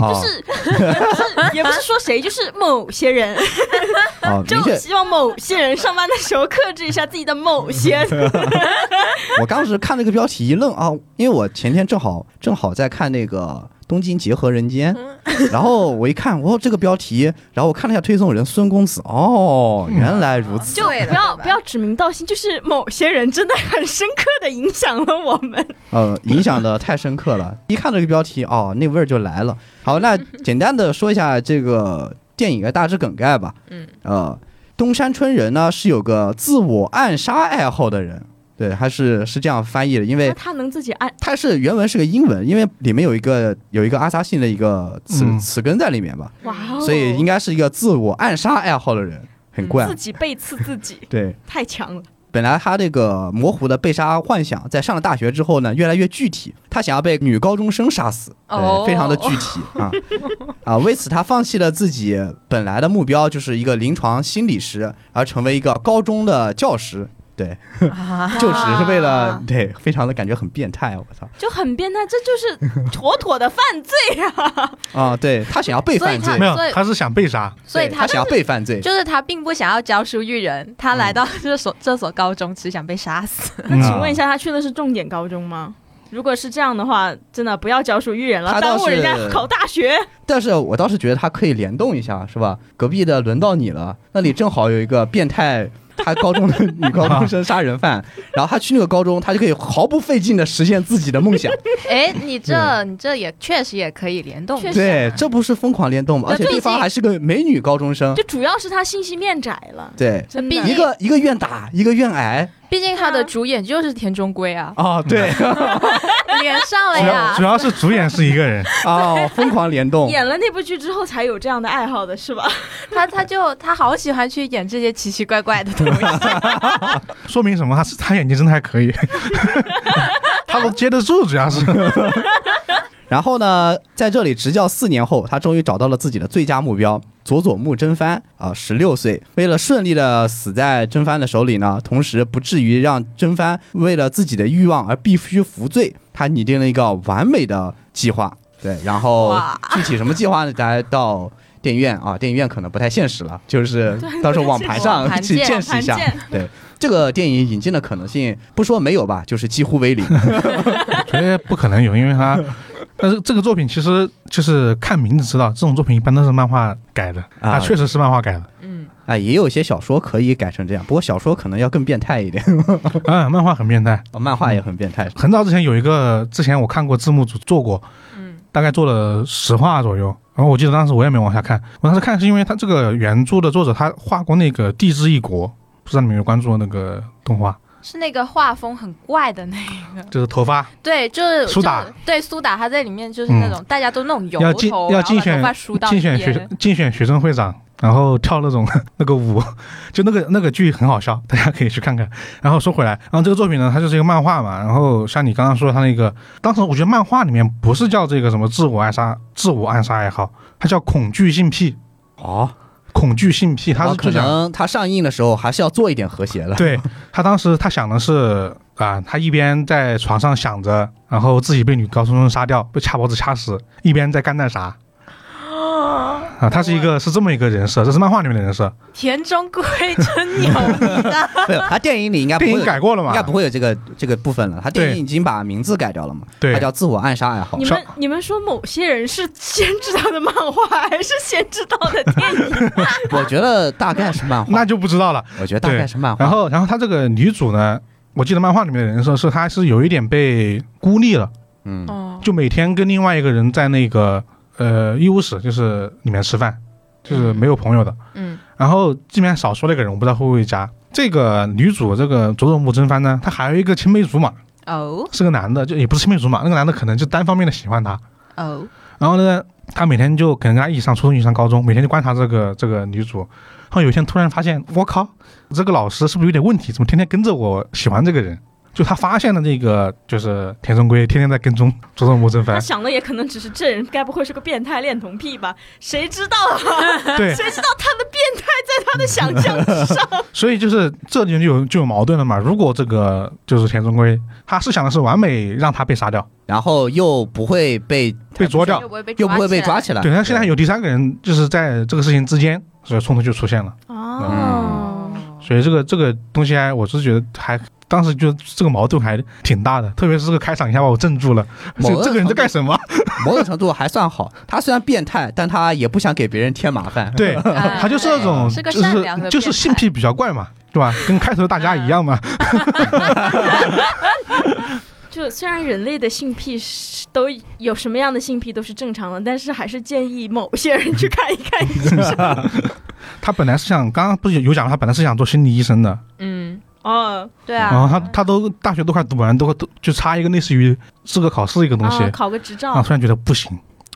Speaker 2: 啊
Speaker 4: <laughs> 就是，就是也不是说谁，就是某些人， <laughs>
Speaker 2: 啊，明
Speaker 4: 就
Speaker 2: 确，
Speaker 4: 希望某些人上班的时候克制一下自己的
Speaker 1: <laughs>
Speaker 4: 某些。
Speaker 2: 我当时看这个标题一愣啊，因为我前天正好正好在看那个《东京结合人间》，
Speaker 4: 嗯
Speaker 2: 然后我一看，我这个标题，然后我看了一下推送人孙公子，
Speaker 4: <laughs>
Speaker 2: 哦，原来如此。
Speaker 4: 就
Speaker 3: 对的
Speaker 4: 不要
Speaker 3: 对吧
Speaker 4: 不要指名道姓，就是某些人真的很深刻的影响了我们。
Speaker 2: 呃，影响的太深刻了。 <laughs> 一看这个标题，哦，那味儿就来了。好，
Speaker 4: <laughs>
Speaker 2: 那简单的说一下这个电影的大致梗概吧。
Speaker 3: 嗯，
Speaker 2: 呃，东山春人呢是有个自我暗杀爱好的人，对，还是是这样翻译的，因为
Speaker 4: 那他能自己按
Speaker 2: 它是原文是个英文，因为里面有一个有一个阿萨辛的一个词、
Speaker 1: 嗯
Speaker 2: 词根在里面吧，
Speaker 4: 哇哦，
Speaker 2: 所以应该是一个自我暗杀爱好的人，很怪。
Speaker 4: 嗯自己背刺自己，
Speaker 2: 对，
Speaker 4: 太强了。
Speaker 2: 本来他这个模糊的被杀幻想，在上了大学之后呢，越来越具体。他想要被女高中生杀死，对
Speaker 3: 哦
Speaker 2: 非常的具
Speaker 3: <laughs>
Speaker 2: 体啊啊！为此，他放弃了自己本来的目标，就是一个临床心理师，而成为一个高中的教师。对， <laughs> 就只是为
Speaker 3: 啊
Speaker 2: 了对，非常的感觉很变态，我操
Speaker 4: 就很变态，这
Speaker 2: <laughs>
Speaker 4: 就是妥妥的犯罪啊！
Speaker 2: 啊！对他想要被犯
Speaker 3: 所以
Speaker 2: 罪
Speaker 1: 没，有
Speaker 3: 所以，
Speaker 1: 他是想被杀。
Speaker 3: 所以
Speaker 2: 对
Speaker 3: 他
Speaker 2: 他想要被嗯犯罪，
Speaker 3: 就是他并不想要教书育人，他来到这所、这所高中只想被杀 <laughs> 死。
Speaker 4: 那 <laughs> 请
Speaker 2: 嗯
Speaker 4: 问一下，他去的是重点高中吗？如果是这样的话，真的不要教书育人了，
Speaker 2: 他倒
Speaker 4: 耽
Speaker 2: 是
Speaker 4: 误人家考大
Speaker 2: <laughs>
Speaker 4: 学。
Speaker 2: 但是我倒是觉得他可以联动一下，是吧？隔壁的轮到你了，那里正好有一个变态，他高中的女高中生杀人 <laughs> 犯，然后他去那个高中，他就可以毫不费劲的实现自己的梦想。
Speaker 3: 哎，你这
Speaker 2: 嗯
Speaker 3: 你这也确实也可以联动
Speaker 4: 确
Speaker 3: 一
Speaker 4: 实
Speaker 2: <laughs> <laughs>
Speaker 3: 下，
Speaker 2: 对，这不是疯狂联动吗？而且对方还是个美女高中生
Speaker 4: 就，主要是他信息面窄了，
Speaker 2: 对，
Speaker 4: 真
Speaker 3: 毕
Speaker 4: 的
Speaker 3: 竟
Speaker 2: 一个一个愿打，一个愿挨，
Speaker 3: 毕竟他的主演就是田中圭啊
Speaker 2: 啊， <laughs> 对
Speaker 3: <laughs> 连
Speaker 2: <laughs>
Speaker 3: 上
Speaker 1: 嗯
Speaker 3: 了
Speaker 1: 主要
Speaker 3: 呀
Speaker 1: 主。要是主演是一个人， <laughs>
Speaker 2: 啊，疯狂联
Speaker 4: <laughs>
Speaker 2: 动。
Speaker 4: 演了那部剧之后才有这样的爱好的是吧？ <laughs>
Speaker 3: 他他就他好喜欢去演这些奇奇怪怪的东
Speaker 2: <laughs>
Speaker 3: 西。
Speaker 1: 说明什么？他
Speaker 4: <laughs>
Speaker 1: 是他演技真的还可以，他都接得住，主要是。
Speaker 2: 然后呢，在这里执教四年后，他终于找到了自己的最佳目标——佐佐木真帆啊，十、六岁。为了顺利的死在真帆的手里呢，同时不至于让真帆为了自己的欲望而必须服罪，他拟定了一个完美的计划。对，然后
Speaker 3: 哇
Speaker 2: 具体什么计划呢？大家到电影院啊，电影院可能不太现实了，就是到时候网盘上
Speaker 3: 网
Speaker 2: <laughs>
Speaker 3: 盘
Speaker 2: 去
Speaker 3: 见
Speaker 2: 见识一下
Speaker 4: 网盘见。
Speaker 2: 对，这个电影引进的可能性不说没有吧，就是几乎为零。
Speaker 1: 绝对不可能有，因为它，但是这个作品其实就是看名字知道，这种作品一般都是漫画改的，
Speaker 2: 啊
Speaker 1: 它确实是漫画改的。
Speaker 3: 嗯，
Speaker 2: 啊，也有一些小说可以改成这样，不过小说可能要更变态一点， <laughs>
Speaker 1: 嗯，漫画很变态。
Speaker 2: 漫画也很变态。
Speaker 1: 很早之前有一个，之前我看过字幕组做过，
Speaker 3: 嗯，
Speaker 1: 大概做了十话左右。然后我记得当时我也没往下看，我当时看是因为他这个原著的作者他画过那个《地之一国》，不知道你们有没有关注那个动画，
Speaker 3: 是那个画风很怪的那个，
Speaker 1: 就是头发
Speaker 3: 对，就是
Speaker 1: 苏打嗯
Speaker 3: 就是对苏打，他在里面就是那种、大家都那种油头，
Speaker 1: 要竞要竞选
Speaker 3: 然后把头发梳到
Speaker 1: 竞
Speaker 3: 一
Speaker 1: 选
Speaker 3: 边，
Speaker 1: 学生竞选学生会长，然后跳那种那个舞，就那个那个剧很好笑，大家可以去看看。然后说回来，然后这个作品呢，它就是一个漫画嘛。然后像你刚刚说它那个，当时我觉得漫画里面不是叫这个什么自我暗杀、自我暗杀爱好，它叫恐惧性癖，
Speaker 2: 哦，
Speaker 1: 恐惧性癖，它
Speaker 2: 然后
Speaker 1: 是
Speaker 2: 哦可
Speaker 1: 就想。
Speaker 2: 能它上映的时候还是要做一点和谐的。
Speaker 1: <laughs> 对他当时他想的是啊、他一边在床上想着，然后自己被女高中生杀掉，被掐脖子掐死，一边在干那啥。啊，他是一个是这么一个人设，这是漫画里面的人设，
Speaker 3: 田中圭真牛逼啊！
Speaker 2: 没有， <laughs> 它电影里应该不
Speaker 1: 电
Speaker 2: 会有
Speaker 1: 影改过了
Speaker 2: 应
Speaker 1: 嘛
Speaker 2: 该？不会有这个这个部分了。它电
Speaker 1: 对
Speaker 2: 影已经把名字改掉了嘛，它
Speaker 1: 对，
Speaker 2: 叫自我暗杀爱好
Speaker 4: 你。
Speaker 1: 上
Speaker 4: 们你们说某些人是先知道的漫画，还是先知道的电影？ <laughs>
Speaker 2: 我觉得大概是漫
Speaker 1: 那
Speaker 2: 画，
Speaker 1: 就不知道了。
Speaker 2: 我觉得大概
Speaker 1: 对
Speaker 2: 是
Speaker 3: 啊
Speaker 2: 漫画。
Speaker 1: 然后，然后他这个女主呢，我记得漫画里面的人设是她是有一点被孤立了，
Speaker 2: 嗯，
Speaker 3: 哦，
Speaker 1: 就每天跟另外一个人在那个呃医务室，就是里面吃饭，就是没有朋友的。
Speaker 3: 嗯
Speaker 1: 然后这边少说了一个人，我不知道会不会加。这个女主这个佐佐木真帆呢，她还有一个青梅竹马，
Speaker 3: 哦
Speaker 1: 是个男的，就也不是青梅竹马，那个男的可能就单方面的喜欢她。
Speaker 3: 哦，
Speaker 1: 然后呢，他每天就可能跟她一起上初中，一起上高中，每天就观察这个这个女主。然后有一天突然发现，我靠，这个老师是不是有点问题？怎么天天跟着我喜欢这个人？就他发现了这个，就是田中圭天天在跟踪佐佐木真
Speaker 4: <laughs> 他
Speaker 1: 帆，
Speaker 4: 想的也可能只是这人该不会是个变态恋童癖吧？谁知道啊？
Speaker 1: 对，
Speaker 4: <laughs> 谁知道他的变态在他的想象之上？
Speaker 1: 所以就是这里就有就有矛盾了嘛。如果这个就是田中圭，他是想的是完美让他被杀掉，
Speaker 2: 然后又不会被，
Speaker 1: 被捉掉
Speaker 3: 又，不会被
Speaker 2: 又不会被抓
Speaker 3: 抓来
Speaker 2: 起来。
Speaker 1: 对，但现在有第三个人，就是在这个事情之间，所以冲突就出现了。
Speaker 4: 哦，
Speaker 1: 所以这个这个东西还，我是觉得还当时就这个矛盾还挺大的，特别是这个开场一下把我镇住了。
Speaker 2: 某
Speaker 1: 这
Speaker 2: 个
Speaker 1: 这个人在干什么？ <laughs>
Speaker 2: 某种程度还算好。他虽然变态，但他也不想给别人添麻烦。
Speaker 1: 对，
Speaker 3: 啊
Speaker 1: <laughs> 他就是那种
Speaker 3: 对是个
Speaker 1: 就
Speaker 3: 善良
Speaker 1: 是
Speaker 3: 的
Speaker 1: 就是性癖比较怪嘛，对吧？跟开头大家一样嘛。
Speaker 3: 嗯
Speaker 4: 就虽然人类的性癖是都有什么样的性癖都是正常的，但是还是建议某些人去看一看医生。
Speaker 1: <laughs> 他本来是想，刚刚不是有讲吗，他本来是想做心理医生的，
Speaker 3: 嗯，
Speaker 4: 哦，
Speaker 3: 对啊，
Speaker 1: 然后他他都大学都快读完，都快都就差一个类似于资格考试一个东西，
Speaker 4: 啊，考个执
Speaker 1: 啊，
Speaker 4: 照，
Speaker 1: 突然觉得不行，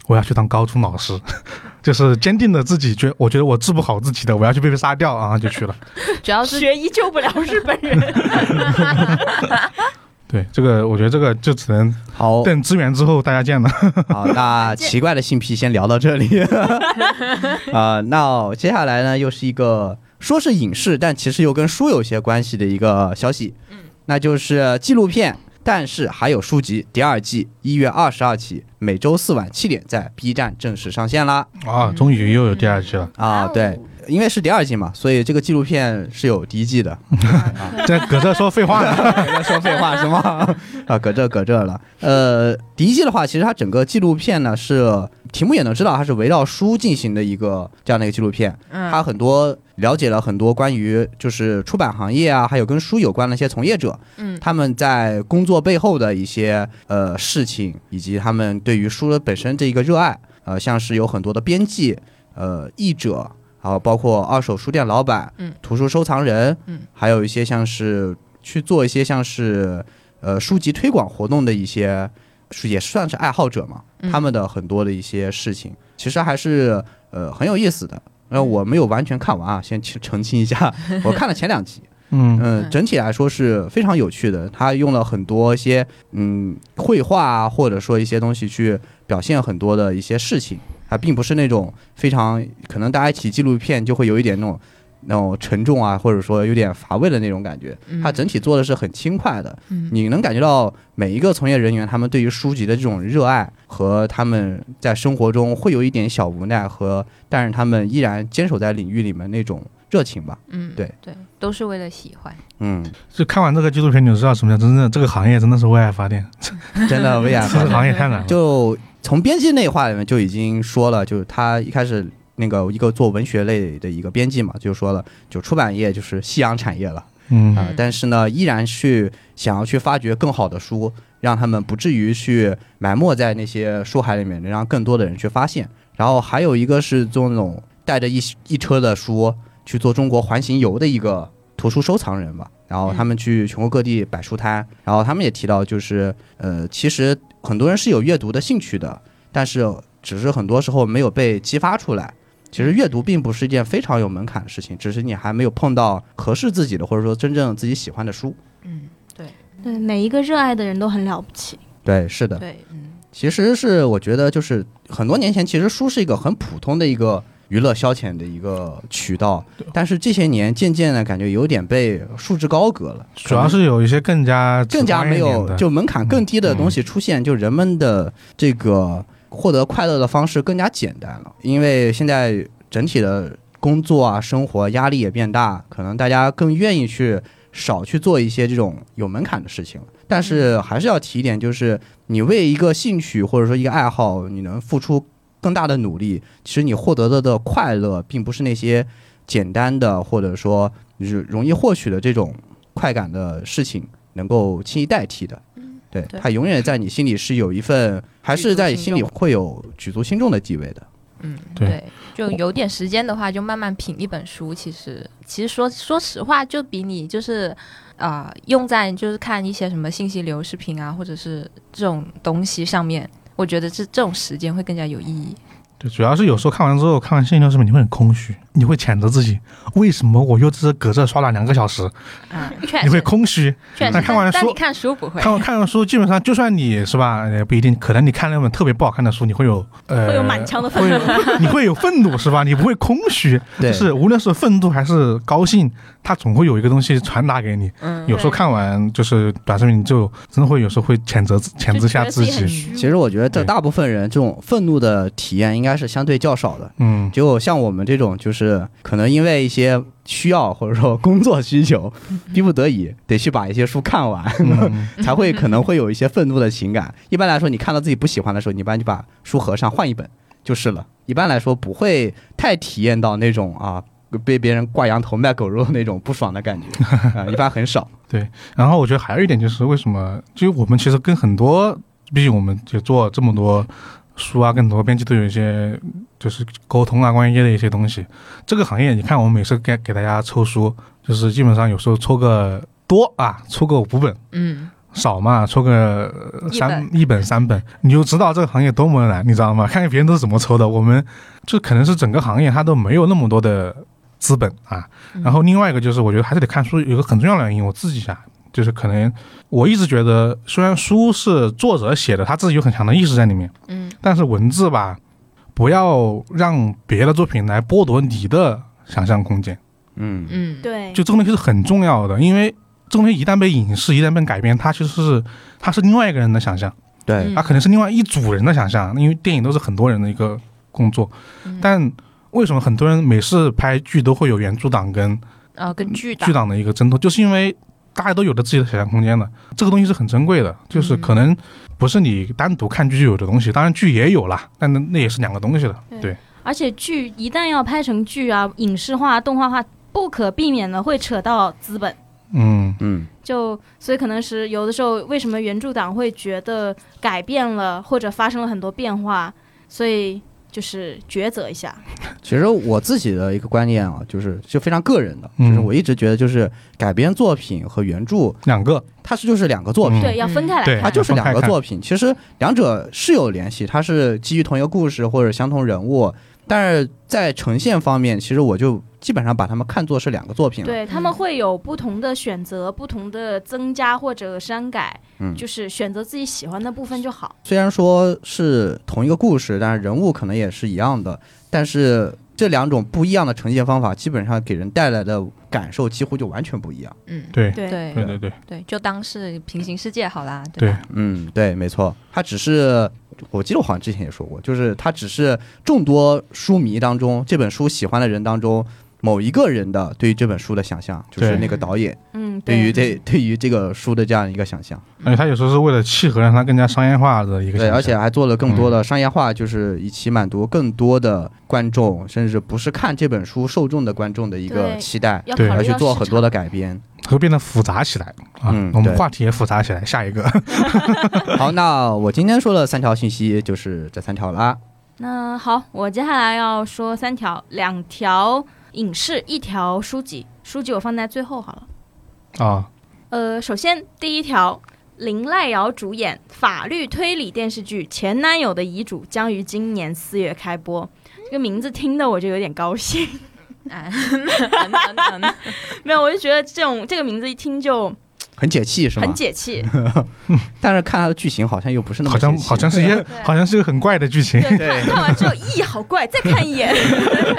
Speaker 1: 我要去当高中老师， <laughs> 就是坚定的自己觉，我觉得我治不好自己的，我要去被杀掉啊，就去了。 <laughs>
Speaker 3: 主要是
Speaker 4: 学医救不了日本人。
Speaker 1: 对，这个我觉得这个就只能
Speaker 2: 好，
Speaker 1: 等资源之后大家见了。
Speaker 2: <laughs> 好，那奇怪的性癖先聊到这里。 <laughs> 啊、那接下来呢，又是一个说是影视，但其实又跟书有些关系的一个消息。嗯，那就是纪录片，但是还有书籍第二季，一月二十二期，每周四晚七点在 B 站正式上线啦。
Speaker 1: 啊，终于又有第二季了，
Speaker 2: 啊、对，因为是第二季嘛，所以这个纪录片是有第一季的。
Speaker 4: 嗯
Speaker 1: 这搁这说废话呢。 <laughs>
Speaker 2: 在说废话是吗？ <laughs> 啊，搁这搁这了。呃，第一季的话，其实它整个纪录片呢是呃题目也能知道，它是围绕书进行的一个这样的一个纪录片。它
Speaker 3: 嗯
Speaker 2: 很多了解了很多关于就是出版行业啊，还有跟书有关的一些从业者，
Speaker 3: 嗯
Speaker 2: 他们在工作背后的一些呃事情，以及他们对于书的本身这一个热爱。呃，像是有很多的编辑、呃译者，然后包括二手书店老板、
Speaker 3: 嗯、
Speaker 2: 图书收藏人，
Speaker 3: 嗯，
Speaker 2: 还有一些像是去做一些像是呃书籍推广活动的一些，是也算是爱好者嘛，
Speaker 3: 嗯
Speaker 2: 他们的很多的一些事情，其实还是呃很有意思的。那
Speaker 3: 嗯
Speaker 2: 我没有完全看完啊，先去澄清一
Speaker 3: <laughs>
Speaker 2: 下，我看了前两集，
Speaker 1: 嗯，
Speaker 2: 嗯，
Speaker 3: 嗯
Speaker 2: 整体来说是非常有趣的。他用了很多一些嗯绘画啊，或者说一些东西去表现很多的一些事情，啊，并不是那种非常可能大家提纪录片就会有一点那种那种沉重啊，或者说有点乏味的那种感觉。
Speaker 3: 嗯
Speaker 2: 它整体做的是很轻快的，
Speaker 3: 嗯
Speaker 2: 你能感觉到每一个从业人员他们对于书籍的这种热爱和他们在生活中会有一点小无奈和，但是他们依然坚守在领域里面那种热情吧。
Speaker 3: 嗯，
Speaker 2: 对
Speaker 3: <laughs>
Speaker 1: <laughs>
Speaker 3: 对，都是为了喜欢。
Speaker 2: 嗯，
Speaker 1: 就看完这个纪录片，你就知道什么叫真正这个行业真的是为爱发电，
Speaker 2: 真
Speaker 1: <laughs>
Speaker 2: 的为爱
Speaker 1: 这
Speaker 2: 发
Speaker 1: 个
Speaker 2: 电。
Speaker 1: 行业太难了。
Speaker 2: 就从编辑那话里面就已经说了，就是他一开始那个一个做文学类的一个编辑嘛，就说了，就出版业就是夕阳产业了。
Speaker 1: 嗯
Speaker 2: 啊、
Speaker 3: 嗯
Speaker 2: 但是呢，依然去想要去发掘更好的书，让他们不至于去埋没在那些书海里面，能让更多的人去发现。然后还有一个是做那种带着一一车的书去做中国环形游的一个图书收藏人吧。然后他们去全国各地摆书摊，然后他们也提到，就是呃，其实很多人是有阅读的兴趣的，但是只是很多时候没有被激发出来。其实阅读并不是一件非常有门槛的事情，只是你还没有碰到合适自己的，或者说真正自己喜欢的书。
Speaker 3: 嗯，
Speaker 4: <laughs> 对，每一个热爱的人都很了不起。
Speaker 2: 对，是的，
Speaker 3: 对，嗯
Speaker 2: 其实是我觉得就是很多年前，其实书是一个很普通的一个娱乐消遣的一个渠道，但是这些年渐渐的感觉有点被束之高阁了，
Speaker 1: 主要是有一些更加
Speaker 2: 更加没
Speaker 1: 直观一点
Speaker 2: 有
Speaker 1: 的嗯
Speaker 2: 就门槛更低的东西出现，就人们的这个获得快乐的方式更加简单了。因为现在整体的工作啊、生活压力也变大，可能大家更愿意去少去做一些这种有门槛的事情了。但是还是要提一点，就是你为一个兴趣或者说一个爱好，你能付出更大的努力，其实你获得的的快乐，并不是那些简单的或者说容容易获取的这种快感的事情能够轻易代替的。对，
Speaker 3: 对
Speaker 2: 它永远在你心里是有一份，还是在你心里会有举足轻重的地位的。
Speaker 3: 嗯，
Speaker 1: 对
Speaker 3: 对，就有点时间的话，就慢慢品一本书。其实，其实说说实话，就比你就是呃用在就是看一些什么信息流视频啊，或者是这种东西上面，我觉得这这种时间会更加有意义。
Speaker 1: 对，主要是有时候看完之后，看完信息流视频，你会很空虚，你会谴责自己，为什么我又在这搁这刷了两个小时？
Speaker 3: 啊，确
Speaker 1: <laughs> 你会
Speaker 3: 实，
Speaker 1: 空虚。
Speaker 3: 确实
Speaker 1: 那，看完
Speaker 3: 但
Speaker 1: 书
Speaker 3: 你看书不会，
Speaker 1: 看完看完书，基本上就算你是吧，也不一定，可能你看那本特别不好看的书，你会有呃，
Speaker 4: 会有满腔的愤
Speaker 1: 怒，你会有愤怒是吧？你不会空虚，
Speaker 2: 对，
Speaker 1: 就是无论是愤怒还是高兴，它总会有一个东西传达给你。
Speaker 3: 嗯，
Speaker 1: 有时候看完就是短视频，你就真的会有时候会谴责自谴责
Speaker 4: 就
Speaker 1: 一下
Speaker 4: 觉得自己
Speaker 1: 己。
Speaker 4: 很虚无
Speaker 2: 其实我觉得，这
Speaker 1: 对
Speaker 2: 大部分人这种愤怒的体验应该是相对较少的。
Speaker 1: 嗯，
Speaker 2: 就像我们这种，就是可能因为一些需要或者说工作需求，逼不得已得去把一些书看完，
Speaker 1: 嗯
Speaker 2: 才 <laughs> 会可能会有一些愤怒的情感。一般来说，你看到自己不喜欢的时候，你一般就把书合上换一本就是了。一般来说不会太体验到那种啊被别人挂羊头卖狗肉那种不爽的感 <laughs> 觉啊、一般很少。
Speaker 1: <laughs> 然后我觉得还有一点就是，为什么就我们其实跟很多，毕竟我们也做这么多书啊，跟很多编辑都有一些就是沟通啊，关于业的一些东西。这个行业，你看我们每次给给大家抽书，就是基本上有时候抽个多啊，抽个五本。
Speaker 3: 嗯，
Speaker 1: 少嘛，抽个呃
Speaker 3: 一
Speaker 1: 三一本三本，你就知道这个行业多么难，你知道吗？ <laughs> 看看别人都是怎么抽的，我们就可能是整个行业它都没有那么多的资本啊。然后另外一个就是，我觉得还是得看书，有一个很重要的原因，我自己啊，就是可能我一直觉得，虽然书是作者写的，他自己有很强的意识在里面，
Speaker 3: 嗯，
Speaker 1: 但是文字吧，不要让别的作品来剥夺你的想象空间。
Speaker 2: 嗯
Speaker 3: 嗯，
Speaker 4: 对，
Speaker 1: 就这个东西是很重要的，因为这个东西一旦被影视，一旦被改编，它其实是它是另外一个人的想象，
Speaker 2: 对
Speaker 3: 嗯
Speaker 1: 它可能是另外一组人的想象，因为电影都是很多人的一个工作。
Speaker 3: 嗯
Speaker 1: 但为什么很多人每次拍剧都会有原著党跟
Speaker 3: 呃，跟剧
Speaker 1: 剧党的一个争斗，就是因为大家都有了自己的想象空间了，这个东西是很珍贵的，就是可能不是你单独看剧就有的东西，当然剧也有啦，但那那也是两个东西了。对，
Speaker 4: 而且剧一旦要拍成剧啊、影视化、动画化，不可避免的会扯到资本。
Speaker 1: 嗯
Speaker 2: 嗯，
Speaker 4: 就所以可能是有的时候，为什么原著党会觉得改变了或者发生了很多变化，所以就是抉择一下。
Speaker 2: 其实我自己的一个观念啊，就是就非常个人的，
Speaker 1: 嗯
Speaker 2: 就是我一直觉得就是改编作品和原著，
Speaker 1: 两个，
Speaker 2: 它是就是两个作品。
Speaker 1: 嗯
Speaker 4: 对，要分开来
Speaker 1: 对
Speaker 4: 看。
Speaker 2: 它就是两
Speaker 1: 分开
Speaker 2: 个
Speaker 1: 看
Speaker 2: 作品，其实两者是有联系，它是基于同一个故事或者相同人物，但是在呈现方面，其实我就基本上把它们看作是两个作品了。
Speaker 4: 对他们会有不同的选择、不同的增加或者删改，
Speaker 2: 嗯
Speaker 4: 就是选择自己喜欢的部分就好。
Speaker 2: 虽然说是同一个故事，但是人物可能也是一样的，但是这两种不一样的呈现方法，基本上给人带来的感受几乎就完全不一样。
Speaker 3: 嗯，
Speaker 1: 对
Speaker 4: 对
Speaker 3: 对
Speaker 1: 对对对，
Speaker 3: 对，就当是平行世界好啦，
Speaker 1: 对
Speaker 3: 吧？
Speaker 2: 嗯，对，没错，它只是。我记得我好像之前也说过，就是它只是众多书迷当中这本书喜欢的人当中某一个人的对于这本书的想象，就是
Speaker 1: 对
Speaker 2: 那个导演
Speaker 4: 嗯，
Speaker 2: 对于这对于这个书的这样一个想象。
Speaker 1: 而且他有时候是为了契合，让它更加商业化的一个形
Speaker 2: 对，
Speaker 1: 象。
Speaker 2: 而且还做了更多的商业化，就是以期满足更多的观众，甚至不是看这本书受众的观众的一个
Speaker 4: 对
Speaker 2: 期待，
Speaker 4: 要
Speaker 1: 对
Speaker 4: 考
Speaker 2: 而
Speaker 4: 虑
Speaker 2: 去
Speaker 4: 到
Speaker 2: 做
Speaker 4: 市
Speaker 2: 很多的
Speaker 4: 场
Speaker 2: 改编。
Speaker 1: 会变得复杂起来啊。
Speaker 2: 嗯
Speaker 1: 我们
Speaker 2: 对
Speaker 1: 话题也复杂起来。下
Speaker 2: <laughs>
Speaker 1: 一个，
Speaker 2: 好，那我今天说了三条信息，就是这三条啊啦。
Speaker 4: 那好，我接下来要说三条，两条影视，一条书籍。书籍我放在最后好了。
Speaker 1: 啊，
Speaker 4: 呃，首先第一条，林濑瑶主演法律推理电视剧《前男友的遗嘱》将于今年四月开播。这个名字听的我就有点高兴， <laughs>
Speaker 3: 哎，嗯嗯嗯嗯
Speaker 4: 没有，我就觉得这种这个名字一听就
Speaker 2: 很解气是
Speaker 4: 很
Speaker 2: 吗？
Speaker 4: 解气，
Speaker 2: 但是看它的剧情好像又不是
Speaker 1: <laughs>
Speaker 2: 那么
Speaker 1: 好像
Speaker 2: 解气
Speaker 1: 好像是一些
Speaker 4: 对
Speaker 1: 好像是一个很怪的剧情。
Speaker 4: 对，看看完之后，咦，好怪，再看一眼。 <laughs>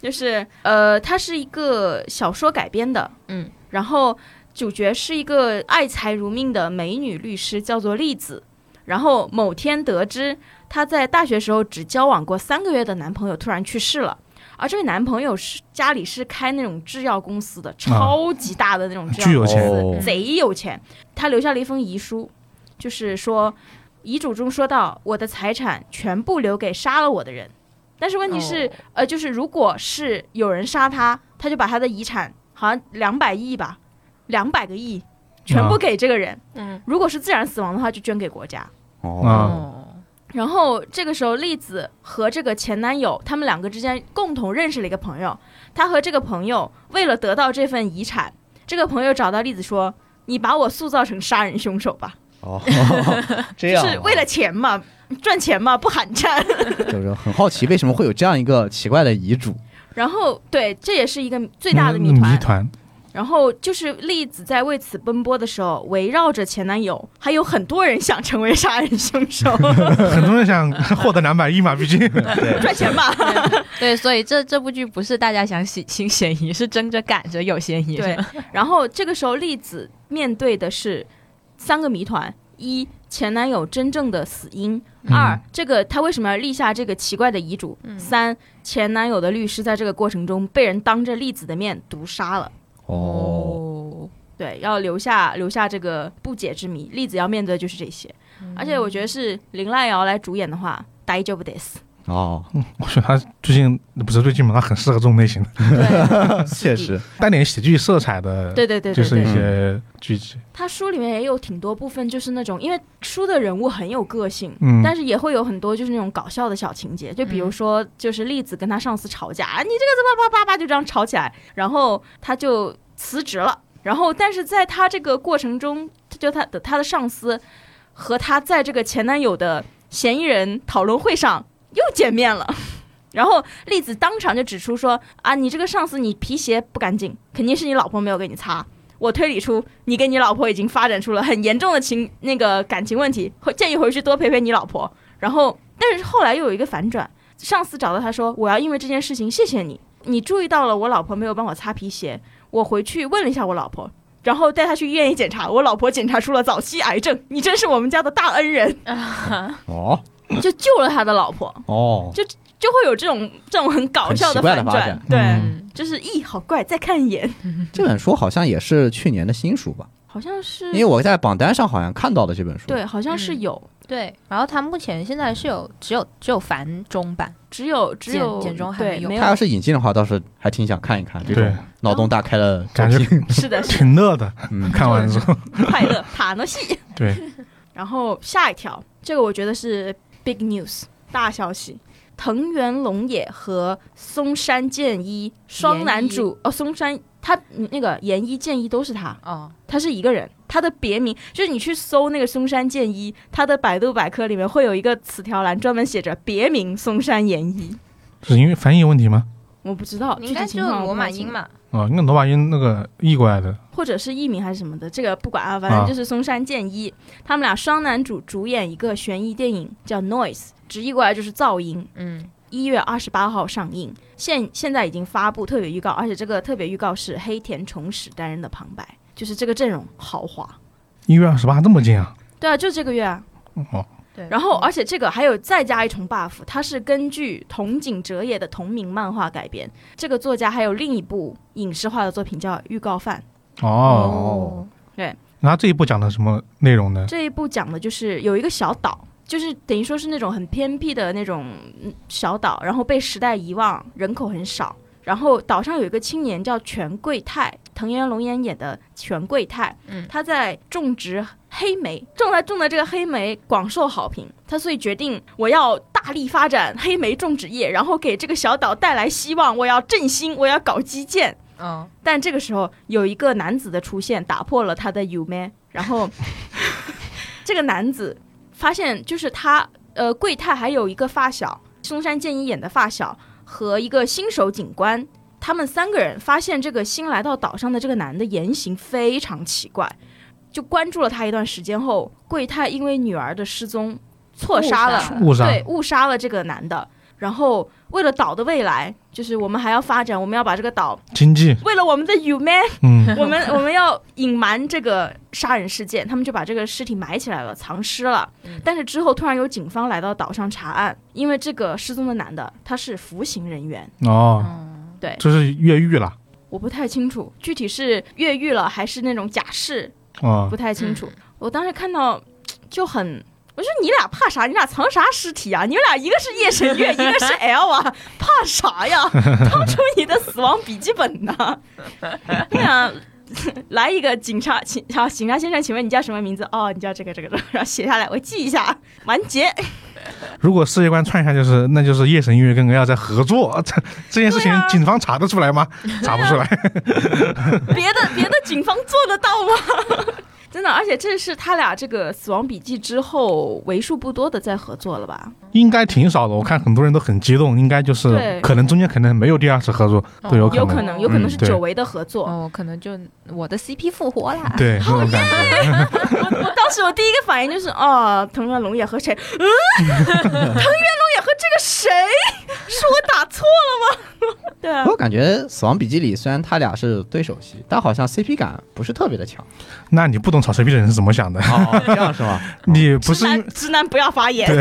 Speaker 4: 就是呃，它是一个小说改编的，
Speaker 3: 嗯，
Speaker 4: 然后主角是一个爱财如命的美女律师，叫做栗子。然后某天得知她在大学时候只交往过三个月的男朋友突然去世了，而这位男朋友是家里是开那种制药公司的，超级大的那种制
Speaker 1: 啊
Speaker 4: 药
Speaker 1: 巨有
Speaker 4: 公司，
Speaker 1: 钱
Speaker 2: 哦
Speaker 4: 贼有钱。他留下了一封遗书，就是说遗嘱中说到我的财产全部留给杀了我的人，但是问题是，
Speaker 3: 哦
Speaker 4: 呃，就是如果是有人杀他，他就把他的遗产好像两百亿吧，两百个亿全部给这个人。
Speaker 3: 啊嗯
Speaker 4: 如果是自然死亡的话，就捐给国家。
Speaker 1: <laughs> 啊
Speaker 2: 哦，
Speaker 3: 哦，
Speaker 4: 然后这个时候，栗子和这个前男友他们两个之间共同认识了一个朋友。他和这个朋友为了得到这份遗产，这个朋友找到栗子说：“你把我塑造成杀人凶手吧，
Speaker 2: 哦，这
Speaker 4: 就
Speaker 2: 样啊
Speaker 4: 是为了钱嘛，赚钱嘛，不寒碜。”
Speaker 2: 就是很好奇为什么会有这样一个奇怪的遗嘱。
Speaker 4: 然后，对，这也是一个最大的谜
Speaker 1: 嗯
Speaker 4: 团。
Speaker 1: 谜
Speaker 2: <laughs>
Speaker 1: 团，
Speaker 4: 然后就是栗子在为此奔波的时候，围绕着前男友，还有很多人想成为杀人凶手，
Speaker 1: 很多人
Speaker 2: <laughs>
Speaker 1: 想获得两百亿嘛，毕竟
Speaker 2: 对，
Speaker 4: 赚钱吧。
Speaker 3: 对， <laughs> 所以这这部剧不是大家想喜新嫌疑，是争着赶着有嫌疑。 <laughs>
Speaker 4: 对，然后这个时候栗子面对的是三个谜团：一、前男友真正的死因；
Speaker 1: 嗯
Speaker 4: 二、这个他为什么要立下这个奇怪的遗嘱；三、前男友的律师在这个过程中被人当着栗子的面毒杀了。
Speaker 2: 哦，
Speaker 3: 哦，
Speaker 4: 对，要留下留下这个不解之谜。栗子要面对的就是这些，而且我觉得是林濑瑶来主演的话，大丈
Speaker 1: <laughs>
Speaker 4: 夫です。
Speaker 2: 哦，
Speaker 1: <laughs> 我觉得他最近不是最近嘛，他很适合这种类型的，
Speaker 4: 对
Speaker 2: 确实，
Speaker 1: 带点喜剧色彩的，
Speaker 4: 对对对
Speaker 1: 就
Speaker 4: 对
Speaker 1: 是一
Speaker 4: 对，
Speaker 1: 些剧集。
Speaker 4: 他书里面也有挺多部分，就是那种因为书的人物很有个性，
Speaker 1: 嗯，
Speaker 4: 但是也会有很多就是那种搞笑的小情节，就比如说就是栗子跟他上司吵架，啊，你这个怎么叭叭叭就这样吵起来，然后他就辞职了。然后，但是在他这个过程中，就他的他的上司和他在这个前男友的嫌疑人讨论会上又见面了。 <laughs> 然后栗子当场就指出说：“啊，你这个上司，你皮鞋不干净，肯定是你老婆没有给你擦。我推理出你跟你老婆已经发展出了很严重的情那个感情问题，会建议回去多陪陪你老婆。”然后，但是后来又有一个反转，上司找到他说：“我要因为这件事情谢谢你，你注意到了我老婆没有帮我擦皮鞋，我回去问了一下我老婆。”然后带她去医院一检查，我老婆检查出了早期癌症，你真是我们家的大恩人，
Speaker 2: <laughs> 哦
Speaker 4: 就救了他的老婆。
Speaker 2: 哦，
Speaker 4: 就会有这种这种很搞笑
Speaker 2: 很奇怪
Speaker 4: 反
Speaker 2: 的发
Speaker 4: 转
Speaker 2: 展，
Speaker 4: 对，
Speaker 3: 嗯
Speaker 4: 就是咦，好怪，再看一眼，
Speaker 2: 这本书好像也是去年的新书吧？
Speaker 4: 好像是
Speaker 2: 因为我在榜单上好像看到了这本书。
Speaker 4: 嗯对，好像是
Speaker 3: 嗯
Speaker 4: 有，
Speaker 3: 对，然后它目前现在是有只有只有繁中版，
Speaker 4: 只有只
Speaker 3: 简
Speaker 4: 有
Speaker 3: 简中还
Speaker 4: 对
Speaker 3: 没有
Speaker 4: 没 <laughs>
Speaker 2: 他要是引进的话，倒是还挺想看一看这
Speaker 1: 对
Speaker 2: 种脑洞大开的
Speaker 1: 感觉
Speaker 2: 作品
Speaker 4: 是的，是
Speaker 1: 挺乐的，
Speaker 2: 嗯，
Speaker 1: 看完之后，
Speaker 4: 快
Speaker 3: <laughs>
Speaker 4: 乐塔诺西。
Speaker 1: <laughs> 对，
Speaker 4: 然后下一条，这个我觉得是 big news 大消息。藤原龙也和松山健一双男主哦，松山他那个岩一健一都是他，
Speaker 3: 哦，
Speaker 4: 他是一个人，他的别名就是你去搜那个松山健一，他的百度百科里面会有一个词条栏专门写着别名松山研一。
Speaker 1: 是因为翻译问题吗？
Speaker 4: 我不知道
Speaker 3: 你
Speaker 4: 具
Speaker 3: 应
Speaker 4: 体
Speaker 3: 该就
Speaker 4: 情况，
Speaker 3: 罗马音，嘛，
Speaker 1: 啊，那罗马音那个译过来的，
Speaker 4: 或者是艺名还是什么的，这个不管啊，反正就是松山健一，他们俩双男主主演一个悬疑电影叫《Noise》，直译过来就是噪音。
Speaker 3: 嗯，
Speaker 4: 一月二十八号上映，现现在已经发布特别预告，而且这个特别预告是黑田崇史担任的旁白，就是这个阵容豪华。
Speaker 1: 一月二十八这么近啊？
Speaker 4: 对啊，就这个月啊。
Speaker 1: 哦，
Speaker 3: 对。
Speaker 4: 然后，而且这个还有再加一重 buff，它是根据筒井哲也的同名漫画改编。这个作家还有另一部影视化的作品叫《预告犯
Speaker 1: 哦，
Speaker 2: 哦，
Speaker 1: 那他这一部讲的什么内容呢》，？
Speaker 4: 这一部讲的就是有一个小岛，就是等于说是那种很偏僻的那种嗯小岛，然后被时代遗忘，人口很少。然后岛上有一个青年叫全贵泰，藤原龙彦演的全贵泰，
Speaker 3: 嗯
Speaker 4: 他在种植黑莓，种在种的这个黑莓广受好评，他所以决定我要大力发展黑莓种植业，然后给这个小岛带来希望，我要振兴，我要搞基建。
Speaker 3: 嗯，
Speaker 4: 但这个时候有一个男子的出现打破了他的 u m a 然后这个男子发现就是他呃贵太还有一个发小松山健一演的发小和一个新手警官，他们三个人发现这个新来到岛上的这个男的言行非常奇怪，就关注了他一段时间后，贵太因为女儿的失踪错杀了
Speaker 3: 误杀
Speaker 1: 误杀
Speaker 4: 对，误杀了这个男的。然后为了岛的未来，就是我们还要发展，我们要把这个岛
Speaker 1: 经济，
Speaker 4: 为了我们的 u m a
Speaker 1: 嗯
Speaker 4: 我们我们要隐瞒这个杀人事件，他们就把这个尸体埋起来了，藏尸了。但是之后突然有警方来到岛上查案，因为这个失踪的男的他是服刑人员，
Speaker 1: 哦，
Speaker 4: 嗯对，
Speaker 1: 这是越狱了
Speaker 4: 我不太清楚具体是越狱了还是那种假释，
Speaker 1: 哦
Speaker 4: 不太清楚。我当时看到就很。我说你俩怕啥？你俩藏啥尸体啊？你们俩一个是夜神月，一个是 L 啊，怕啥呀？掏出你的死亡笔记本呐、对啊，来一个警察，警察警察先生，请问你叫什么名字？哦，你叫这个这个这个，然后写下来，我记一下。完结。
Speaker 1: 如果世界观串一下，就是那就是夜神月跟 L 在合作，这这件事情
Speaker 4: 对啊
Speaker 1: 警方查得出来吗？查不出来。 <laughs>
Speaker 4: 别的别的警方做得到吗？真的，而且这是他俩这个死亡笔记之后为数不多的在合作了吧？
Speaker 1: 应该挺少的，我看很多人都很激动，应该就是
Speaker 4: 对
Speaker 1: 可能中间可能没有第二次合作
Speaker 3: 哦
Speaker 1: 都有
Speaker 4: 有
Speaker 1: 可
Speaker 4: 可能，有可能是
Speaker 1: 嗯对
Speaker 4: 久违的合作。
Speaker 3: 哦，可能就我的 CP 复活啦。
Speaker 1: 对那种感觉，
Speaker 4: 我 <laughs> 当时我第一个反应就是，哦，藤原龙也和谁？ <laughs> 嗯，藤原龙也和这个谁？ <laughs> 是我打错了吗？对啊
Speaker 2: 不，过感觉《死亡笔记》里虽然他俩是对手戏，但好像 CP 感不是特别的强。
Speaker 1: <laughs> 那你不懂炒 CP 的人是怎么想的？
Speaker 2: 哦，这样是吗？
Speaker 1: 你不是
Speaker 4: 直
Speaker 1: 因为
Speaker 4: 男，直男不要发言。 <laughs>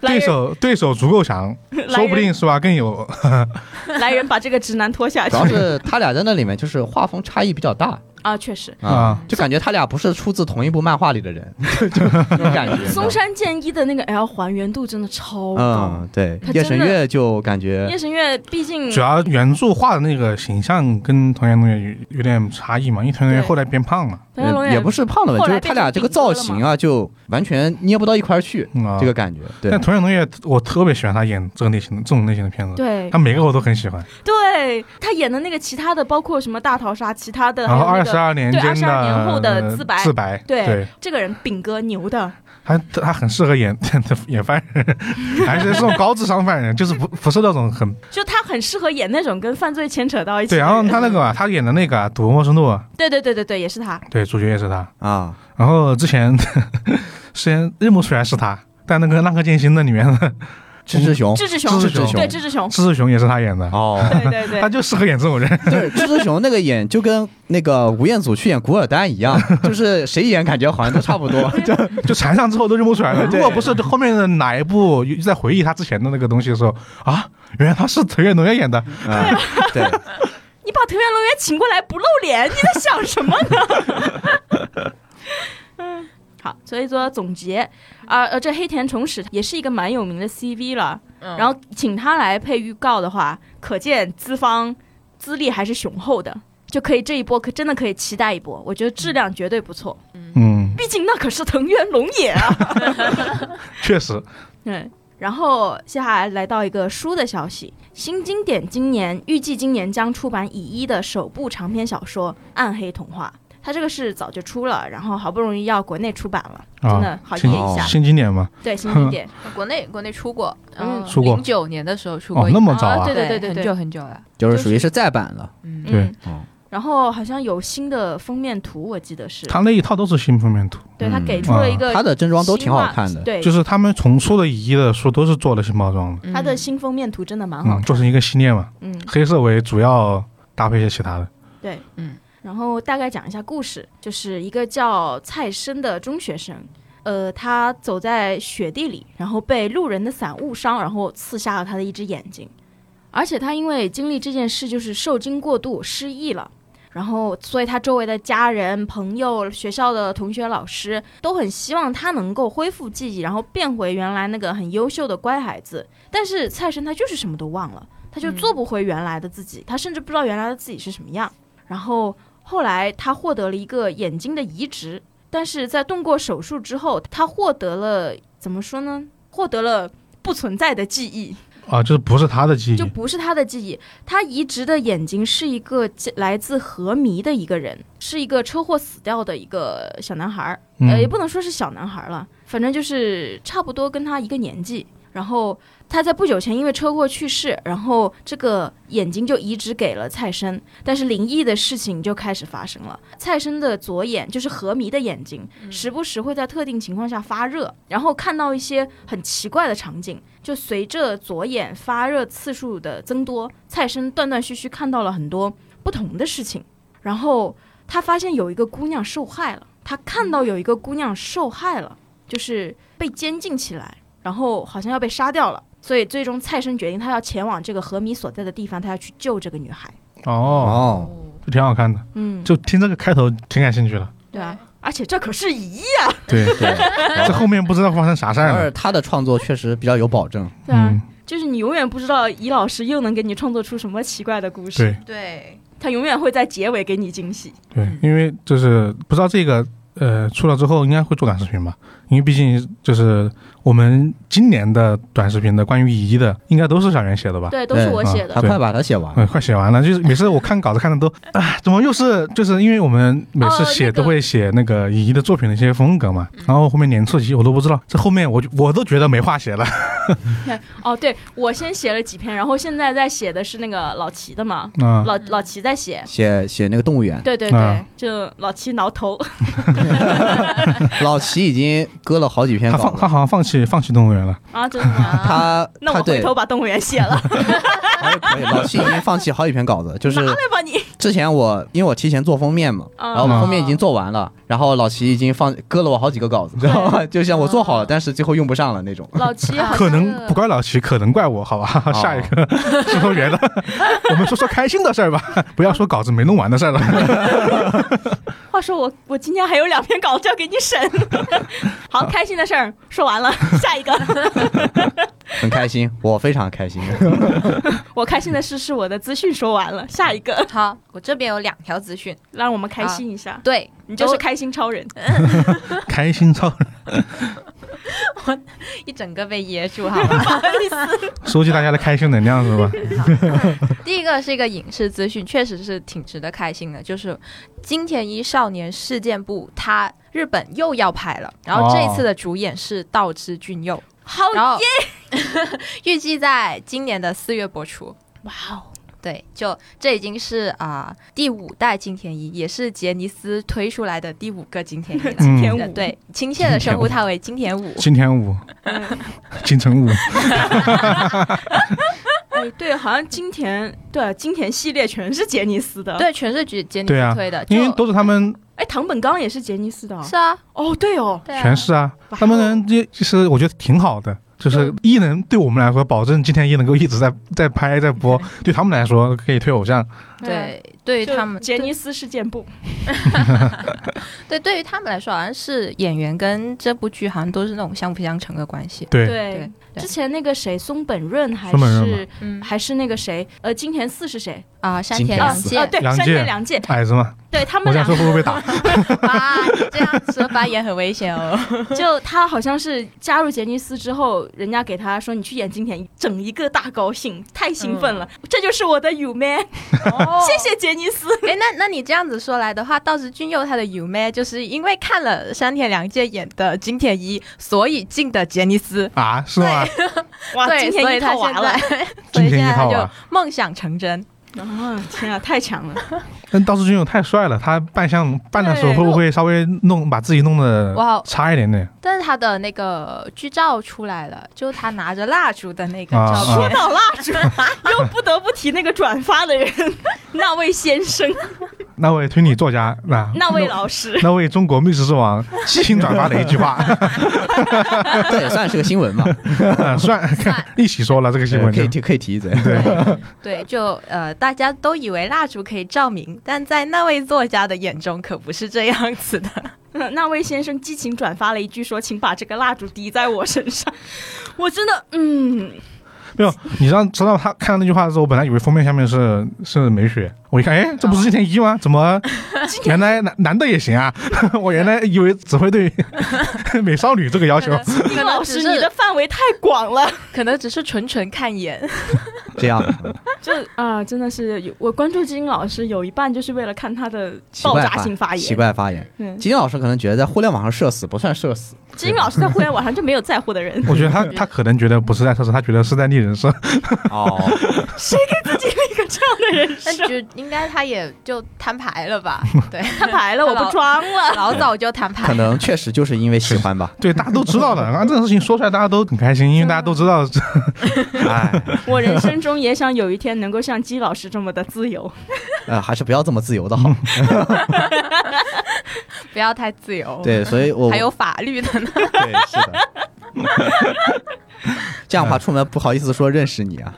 Speaker 4: 来
Speaker 1: 对
Speaker 4: 人，
Speaker 1: 手对手足够强，
Speaker 4: 人
Speaker 1: 说不定是吧？更有
Speaker 4: <laughs> 来人把这个直男拖下去
Speaker 2: 主要是他俩在那里面就是画风差异比较大
Speaker 4: 啊！确实，
Speaker 1: 啊，
Speaker 2: 就感觉他俩不是出自同一部漫画里的人， <laughs> 就就那种感觉。
Speaker 4: <laughs> 松山健一的那个 L 还原度真的超高。
Speaker 2: 嗯，对
Speaker 4: 他，
Speaker 2: 夜
Speaker 4: 真的
Speaker 2: 神月就感觉
Speaker 4: 夜神月毕竟
Speaker 1: 主要原著画的那个形象跟藤原龙也有有点差异嘛，因为藤原龙也
Speaker 4: 对
Speaker 1: 后来变胖了，
Speaker 4: 藤原龙
Speaker 2: 呃也不
Speaker 4: 是
Speaker 2: 是胖的问题，
Speaker 4: 后
Speaker 2: 就
Speaker 4: 来
Speaker 2: 是他俩这个
Speaker 4: 变
Speaker 2: 造
Speaker 4: 成顶哥了
Speaker 2: 型啊，就完全捏不到一块儿去，
Speaker 1: 嗯啊
Speaker 2: 这个感觉。对
Speaker 1: 但，藤原龙也我特别喜欢他演这个类型的这种类型的片子，
Speaker 4: 对
Speaker 1: 他每个我都很喜欢。
Speaker 4: 对，他演的那个其他的，包括什么大逃杀，其他的，还
Speaker 1: 然后
Speaker 4: 有那
Speaker 1: 二
Speaker 4: 个
Speaker 1: 十二年间
Speaker 4: 对22年后的
Speaker 1: 呃
Speaker 4: 自白
Speaker 1: 自白
Speaker 4: 对
Speaker 1: 对，
Speaker 4: 这个人饼哥牛的，
Speaker 1: 他他很适合演 <laughs> 演犯人， <laughs> 还是这种高智商犯人，就是不不是那种很
Speaker 4: 就他很适合演那种跟犯罪牵扯到一起
Speaker 1: 对。
Speaker 4: 的人。
Speaker 1: 然后他那个啊，他演的那个啊《赌博陌生录》，
Speaker 4: 对对对对对，也是他。
Speaker 1: 对，主角也是他。
Speaker 2: 啊，
Speaker 1: 然后之前虽然认不出来是他，但那个《浪客剑心》那里面的
Speaker 2: 志志
Speaker 1: 哦
Speaker 2: 雄，
Speaker 4: 志志雄，
Speaker 1: 志志雄
Speaker 4: 对志志雄，
Speaker 1: 志志雄也是他演的，
Speaker 2: <laughs> 哦，
Speaker 4: 对对哦对
Speaker 1: 他，就适合演这种人。
Speaker 2: 就是志志雄那个演就跟那个吴彦祖去演古尔丹一
Speaker 1: <laughs>
Speaker 2: 样，就是谁演感觉好像都差不
Speaker 4: <laughs>
Speaker 2: 多。就
Speaker 1: 就缠上之后都认不出来了。如
Speaker 2: 对
Speaker 1: 果不是后面的哪一部在回忆他之前的那个东西的时候啊，原来他是藤原龙也演的，
Speaker 2: 啊，对，
Speaker 4: 你把藤原龙也请过来不露脸， <laughs> 你在想什么呢？ <laughs> 嗯，好，所以说总结啊，呃，这黑田崇史也是一个蛮有名的 CV 了，
Speaker 3: 嗯
Speaker 4: 然后请他来配预告的话，可见资方资历还是雄厚的。就可以这一波可真的可以期待一波，我觉得质量绝对不错，
Speaker 1: 嗯，
Speaker 4: 毕竟那可是藤原龙也啊。
Speaker 1: 确实，
Speaker 4: 嗯，然后接下来来到一个书的消息，新经典今年预计今年将出版乙一的首部长篇小说《暗黑童话》。它这个是早就出了，然后好不容易要国内出版了，
Speaker 1: 啊
Speaker 4: 真的好
Speaker 1: 新
Speaker 4: 念一下。
Speaker 1: 新经典嘛，
Speaker 4: 对，新经典，
Speaker 3: 国内国内出过，
Speaker 4: 嗯
Speaker 3: 嗯，
Speaker 1: 出过
Speaker 3: 零九年的时候出过
Speaker 1: 哦
Speaker 3: 一，
Speaker 1: 那么早啊
Speaker 4: 对对对对
Speaker 3: 很
Speaker 4: 对
Speaker 3: 久很久了，
Speaker 2: 就是属于是再版了。
Speaker 3: 嗯，
Speaker 1: 对
Speaker 4: 嗯
Speaker 2: 哦，
Speaker 4: 然后好像有新的封面图，我记得是，
Speaker 1: 他那一套都是新封面图，
Speaker 4: 对他
Speaker 2: 嗯
Speaker 4: 给出了一个
Speaker 2: 它的正装都挺好
Speaker 4: 新画
Speaker 2: 看的，
Speaker 4: 对，
Speaker 1: 就是他们从出的一的书都是做的新包装的，
Speaker 3: 嗯
Speaker 4: 他的新封面图真的蛮好
Speaker 1: 嗯，做
Speaker 4: 看
Speaker 1: 成
Speaker 4: 的，
Speaker 1: 一个系列嘛，
Speaker 4: 嗯，
Speaker 1: 黑色为主要搭配一些其他的，
Speaker 4: 对，
Speaker 3: 嗯。
Speaker 4: 然后大概讲一下故事，就是一个叫蔡生的中学生，呃，他走在雪地里，然后被路人的伞误伤，然后刺瞎了他的一只眼睛，而且他因为经历这件事就是受惊过度失忆了。然后，所以他周围的家人、朋友、学校的同学、老师都很希望他能够恢复记忆，然后变回原来那个很优秀的乖孩子。但是蔡生他就是什么都忘了，他就
Speaker 3: 嗯
Speaker 4: 做不回原来的自己，他甚至不知道原来的自己是什么样。然后后来他获得了一个眼睛的移植，但是在动过手术之后，他获得了怎么说呢？获得了不存在的记忆，
Speaker 1: 啊，就是不是他的记
Speaker 4: 就
Speaker 1: 忆，
Speaker 4: 不是他的记忆。他移植的眼睛是一个来自河迷的一个人，是一个车祸死掉的一个小男孩儿，呃，也
Speaker 1: 嗯
Speaker 4: 不能说是小男孩儿了，反正就是差不多跟他一个年纪。然后他在不久前因为车祸去世，然后这个眼睛就移植给了蔡生，但是灵异的事情就开始发生了。蔡生的左眼就是河迷的眼睛，时不时会在特定情况下发热，然后看到一些很奇怪的场景。就随着左眼发热次数的增多，蔡生断断续续看到了很多不同的事情。然后他发现有一个姑娘受害了，他看到有一个姑娘受害了，就是被监禁起来，然后好像要被杀掉了。所以最终蔡生决定，他要前往这个河迷所在的地方，他要去救这个女孩。
Speaker 1: 哦，
Speaker 2: 哦，
Speaker 1: 就挺好看的，
Speaker 4: 嗯，
Speaker 1: 就听这个开头挺感兴趣
Speaker 4: <laughs>
Speaker 1: 的，
Speaker 4: 对啊，而且这可是一
Speaker 1: 对，
Speaker 2: 对，
Speaker 1: 这后面不知道发生啥事儿
Speaker 2: 而
Speaker 1: 了，
Speaker 2: 他的创作确实比较有保证，
Speaker 4: 对啊，
Speaker 1: 嗯，
Speaker 4: 就是你永远不知道尹老师又能给你创作出什么奇怪的故事，
Speaker 1: 对
Speaker 3: <laughs> 对，
Speaker 4: 他永远会在结尾给你惊喜。
Speaker 1: 对，因为就是不知道这个呃出了之后应该会做短视频吧，因为毕竟就是我们今年的短视频的关于乙一的应该都是小袁写的吧，
Speaker 4: 对，都是我写的。
Speaker 2: 啊他
Speaker 1: 对
Speaker 2: 快把它写完了。
Speaker 1: 嗯，快写完了，就是每次我看稿子看的都， <laughs> 啊，怎么又是就是因为我们每次
Speaker 4: 哦
Speaker 1: 写
Speaker 4: 那个嗯
Speaker 1: 都会写那个乙一的作品的一些风格嘛，然后后面连错集我都不知道，这后面我就我都觉得没话写了，
Speaker 4: 哦，对，我先写了几篇，然后现在在写的是那个老齐的嘛，
Speaker 1: 啊，
Speaker 4: 老老齐在写。
Speaker 2: 写写那个动物
Speaker 4: <laughs>
Speaker 2: 园，
Speaker 4: 对对对，
Speaker 1: 啊
Speaker 4: 就老齐挠头。
Speaker 2: 老齐已经割了好几篇
Speaker 1: 他
Speaker 2: 稿
Speaker 1: 放
Speaker 2: 子
Speaker 1: 他
Speaker 2: 了，
Speaker 1: 好像放弃放弃动物园了，
Speaker 4: 啊，真
Speaker 1: <laughs>
Speaker 4: 的吗？
Speaker 2: 他
Speaker 4: 那
Speaker 2: 他
Speaker 4: 我回
Speaker 2: 对，
Speaker 4: 头把动物园写了， <laughs>
Speaker 2: 还是可以。老齐已经放弃好几篇稿子，就是
Speaker 4: 拿来吧你。
Speaker 2: 之前我因为我提前做封面嘛，
Speaker 4: 啊
Speaker 2: 然后我封面已经做完了，然后老齐已经放割了我好几个稿子，知道吗？ <laughs> 就像我做
Speaker 4: 啊
Speaker 2: 好了，但是最后用不上了那种。
Speaker 4: <laughs> 老齐 <laughs> 好像
Speaker 1: 可能
Speaker 4: 是
Speaker 1: 不怪老齐，可能怪我，好 <laughs> 吧，下一个是动物园的， <laughs> 我们说说开心的事儿吧， <laughs> 不要说稿子没弄完的事儿了。
Speaker 4: 话说我我今天还有两篇稿子要给你 <laughs> 审。好，开心的事儿说完 <laughs> 了，下一个。
Speaker 2: 很开心，我非常
Speaker 4: <laughs>
Speaker 2: 开心。
Speaker 4: 我开心的事是我的资讯说完了，下一 <laughs> 个
Speaker 3: 好，我这边有两条资讯，
Speaker 4: 让我们开心一下。
Speaker 3: <laughs> 对
Speaker 4: 你就是
Speaker 3: 都
Speaker 4: 开心超人，
Speaker 1: 开心超人，
Speaker 3: 一整个被噎住，好吧？ <laughs>
Speaker 1: 收集大家的开心能量是吧？
Speaker 3: 第一个是一个影视资讯，确实是挺值得开心的，就是金田一少年事件簿，它日本又要拍了，然后这一
Speaker 1: 哦
Speaker 3: 次的主演是道枝骏佑，
Speaker 4: 好
Speaker 3: 然后 <laughs> 预计在今年的四月播出。
Speaker 4: 哇 <laughs> 哦，
Speaker 3: 对，就这已经是啊、第五代金田一，也是杰尼斯推出来的第五个金田一了。
Speaker 4: 天
Speaker 1: 嗯，
Speaker 4: 舞
Speaker 3: 呃对，亲切的称呼他为金田五。
Speaker 1: <laughs> 金田五，金城武，
Speaker 4: 哎，对，好像金田对啊金田系列全是杰尼斯的，，
Speaker 3: 对，全是杰杰尼
Speaker 1: 对啊
Speaker 3: 斯推的，
Speaker 1: 因为
Speaker 3: 就
Speaker 1: 都是他们
Speaker 4: 哎，唐本刚也是杰尼斯的啊，
Speaker 3: 是啊，
Speaker 4: 哦，对哦，
Speaker 3: 对啊，
Speaker 1: 全是啊，
Speaker 4: 哇
Speaker 1: 他们人这其实我觉得挺好的，就是艺能对我们来说，保证金田一能够一直在在拍在播，对他们来说可以推偶像，
Speaker 3: 对，对于
Speaker 4: 就
Speaker 3: 他们，
Speaker 4: 杰尼斯事件簿，
Speaker 3: 对，对于他们来说，好像是演员跟这部剧好像都是那种相辅相成的关系。
Speaker 1: 对，
Speaker 4: 对
Speaker 3: 对，，对
Speaker 4: 之前那个谁松本润还
Speaker 1: 松本润
Speaker 4: 是
Speaker 3: 嗯
Speaker 4: 还是那个谁，呃，金田四是谁
Speaker 3: 啊，山
Speaker 2: 金
Speaker 3: 田
Speaker 2: 田
Speaker 3: 洋
Speaker 2: 四
Speaker 3: 介 <laughs>
Speaker 4: 啊？，对，
Speaker 1: 良
Speaker 4: 山
Speaker 1: 介
Speaker 4: 田凉介，
Speaker 1: 矮子嘛，
Speaker 4: 对他
Speaker 1: 我
Speaker 4: 们
Speaker 1: 这样
Speaker 4: 两
Speaker 1: 说会不会被打？
Speaker 3: 哇，你啊这样子发言很危险哦。
Speaker 4: 就他好像是加入杰尼斯之后，人家给他说你去演经典，整一个大高兴，太兴奋了，这就是我的 you <laughs> man，、谢谢杰尼
Speaker 3: <laughs>
Speaker 4: 斯。
Speaker 3: 哎，那那你这样子说来的话，道枝俊佑他的有妹就是因为看了山田凉介演的《金田一》，所以进的杰尼斯。
Speaker 1: 啊，是吗？
Speaker 4: 哇，
Speaker 3: 对，
Speaker 4: 今
Speaker 3: 所
Speaker 4: 天
Speaker 3: 以
Speaker 4: 一
Speaker 3: 他
Speaker 4: 套完
Speaker 3: 现
Speaker 4: 了
Speaker 3: 在，，
Speaker 1: <laughs>
Speaker 3: 所
Speaker 1: 今
Speaker 3: 以
Speaker 1: 天一
Speaker 3: 现在
Speaker 1: 套
Speaker 3: 他
Speaker 1: 啊
Speaker 3: 就梦想成真。
Speaker 4: 啊天啊，太强了！
Speaker 1: 但道士君勇太帅了，他扮相扮的时候
Speaker 3: 对
Speaker 1: 会不会稍微弄把自己弄得
Speaker 3: 哇
Speaker 1: 差一点点？
Speaker 3: 但是他的那个剧照出来了，就他拿着蜡烛的那个
Speaker 1: 啊
Speaker 3: 照
Speaker 4: 说
Speaker 3: 片，
Speaker 4: 到蜡 <laughs> 烛，又不得不提那个转发的人， <laughs> 那位先生，
Speaker 1: 那位推理作家啊，
Speaker 4: 那位老师， <laughs>
Speaker 1: 那位中国密室之王激情转发的一句话，
Speaker 2: 这也算是个新闻嘛，
Speaker 1: 算看一起说了这个 <laughs> 新闻
Speaker 2: 可
Speaker 1: 就
Speaker 2: 以。提可以提一嘴。
Speaker 3: 对，就呃，大家都以为蜡烛可以照明，但在那位作家的眼中可不是这样
Speaker 1: <laughs>
Speaker 3: 子的。
Speaker 4: 嗯那位先生激情转发了一句说：“请把这个蜡烛滴在我身上。”我真的，嗯，
Speaker 1: 没有，你知道知道他看到那句话的时候，我本来以为封面下面是是美雪，我一看，哎，这不是金田一吗？怎么原来男男的也行啊？ <laughs> 我原来以为只会对 <laughs> 美少女这个要求。，
Speaker 4: 丁老师，
Speaker 3: <laughs> 可能只是
Speaker 4: 你 <laughs> 的范围太广了。
Speaker 3: 可能只是纯纯看一眼。
Speaker 2: 这样
Speaker 4: <laughs> 就啊、真的是有我关注金老师有一半就是为了看他的
Speaker 2: 奇
Speaker 4: 爆
Speaker 2: 怪
Speaker 4: 炸性发
Speaker 2: 奇
Speaker 4: 言。
Speaker 2: 怪发言。
Speaker 4: 嗯，
Speaker 2: 金老师可能觉得在互联网上社死不算社死，
Speaker 4: 金老师在互联网上就没有在乎的人
Speaker 1: 我
Speaker 4: <laughs>
Speaker 1: 觉得他他可能觉得不是在测试，他觉得是在立人设。
Speaker 2: 哦，
Speaker 4: 一个这样的人
Speaker 3: 但
Speaker 4: 设，
Speaker 3: 就应该他也就摊牌
Speaker 1: <laughs>
Speaker 3: 了吧？对，
Speaker 4: 摊牌了，我不装了。
Speaker 3: <laughs> 老早就摊牌
Speaker 2: 可
Speaker 3: 了。
Speaker 2: 能确实就是因为喜欢吧。
Speaker 1: 对，大家都知道的。然啊后这个事情说出来，大家都很开心，因为大家都知道。
Speaker 2: 哎，
Speaker 4: 我人生中也想有一天能够像金老师这么的自由。
Speaker 2: 呃，还是不要这么自由的好。
Speaker 3: 不要太自由。，
Speaker 2: <laughs> 对，所以我
Speaker 3: <laughs> 还有法律的呢。
Speaker 2: 对是的。这样的话，出门不好意思说认识你啊。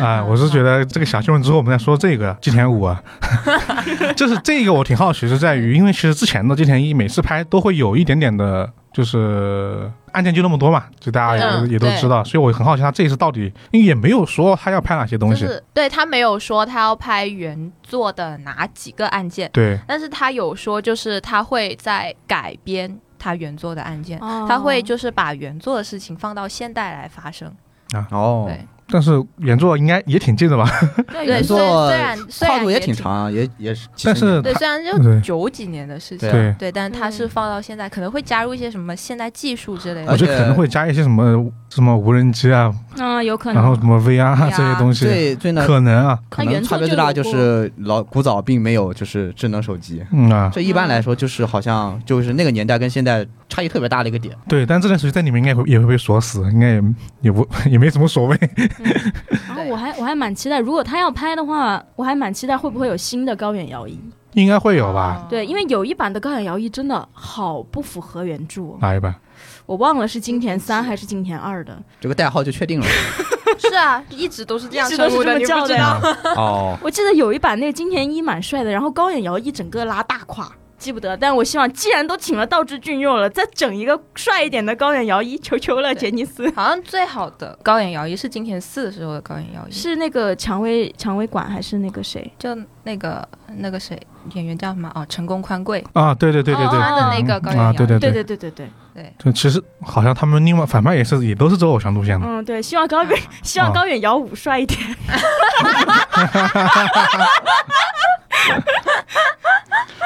Speaker 1: 啊、我是觉得这个小新闻之后，我们再说这个金田五啊，就是这个我挺好奇，是在于因为其实之前的金田一每次拍都会有一点点的，就是案件就那么多嘛，就大家也、
Speaker 3: 嗯
Speaker 1: 也都知道，所以我很好奇他这一次到底，因为也没有说他要拍哪些东
Speaker 3: 就
Speaker 1: 西，
Speaker 3: 是对他没有说他要拍原作的哪几个案件，
Speaker 1: 对，
Speaker 3: 但是他有说就是他会在改编他原作的案件，
Speaker 4: 哦
Speaker 3: 他会就是把原作的事情放到现代来发生。
Speaker 2: 哦，
Speaker 3: 对
Speaker 1: 但是原作应该也挺近的吧？
Speaker 3: 对，
Speaker 2: 原
Speaker 3: 虽
Speaker 2: 作
Speaker 3: 虽然虽然
Speaker 2: 跨度也挺，长啊，也也是。
Speaker 1: 但是
Speaker 3: 对，
Speaker 1: 他
Speaker 3: 虽然
Speaker 1: 对
Speaker 3: 就九几年的事
Speaker 2: 对
Speaker 3: 情。
Speaker 1: 对。
Speaker 3: 对，啊但他是放到现在，可能会加入一些什么现代技术之类的
Speaker 1: 我觉得
Speaker 2: 而且
Speaker 1: 可能会加一些什么什么无人机啊，
Speaker 4: 嗯，有可
Speaker 1: 然后什么 VR 啊
Speaker 3: VR
Speaker 1: <laughs> 这些东西，
Speaker 2: 最最呢，
Speaker 1: 可能啊，
Speaker 2: 可
Speaker 4: 它原
Speaker 2: 能差
Speaker 4: 作
Speaker 2: 别
Speaker 4: 就
Speaker 2: 最大
Speaker 4: 有
Speaker 2: 就是老古早并没有就是智能手机。
Speaker 1: 嗯啊，
Speaker 2: 这一般来说就是好像就是那个年代跟现在差异特别大的一个点。
Speaker 1: 对，但这段时间在里面应该会也会被锁死，应该也也不也没什么所谓。
Speaker 4: 然啊后我还我还蛮期待，如果他要拍的话，我还蛮期待会不会有新的高远遥一。
Speaker 1: 应该会有吧？
Speaker 4: 对，因为有一版的高远遥一真的好不符合原著哦，
Speaker 1: 哪一版？
Speaker 4: 我忘了是金田三还是金田二的，
Speaker 2: 这个代号就确定了。
Speaker 3: 是啊，一直都是这样
Speaker 4: 一直都
Speaker 3: 称
Speaker 4: 是
Speaker 3: 呼的，
Speaker 4: 这么
Speaker 3: 你
Speaker 4: 叫
Speaker 3: 不知
Speaker 4: 的呀
Speaker 3: 道
Speaker 1: 啊
Speaker 2: <laughs> <laughs> 哦，
Speaker 4: <laughs> 我记得有一版那个金田一蛮帅的，然后高远遥一整个拉大胯，记不得。但我希望，既然都请了道枝俊佑了，再整一个帅一点的高远遥一，求求了，杰尼斯。
Speaker 3: <laughs> 好像最好的高原摇一是金田四时候的高原摇一，
Speaker 4: 是那个蔷薇蔷薇馆还是那个谁？
Speaker 3: 就那个那个谁演员叫什么？哦，成功宽贵。
Speaker 1: 啊，对对对对对，
Speaker 4: 哦
Speaker 3: 他的那个高原
Speaker 1: 啊，
Speaker 3: 摇
Speaker 1: 对对
Speaker 4: 对对对对对，
Speaker 3: 对，
Speaker 1: 就其实好像他们另外反派也是也都是走偶像路线的。
Speaker 4: 嗯对，希望高远、 <laughs> 希望高远遥五帅一点。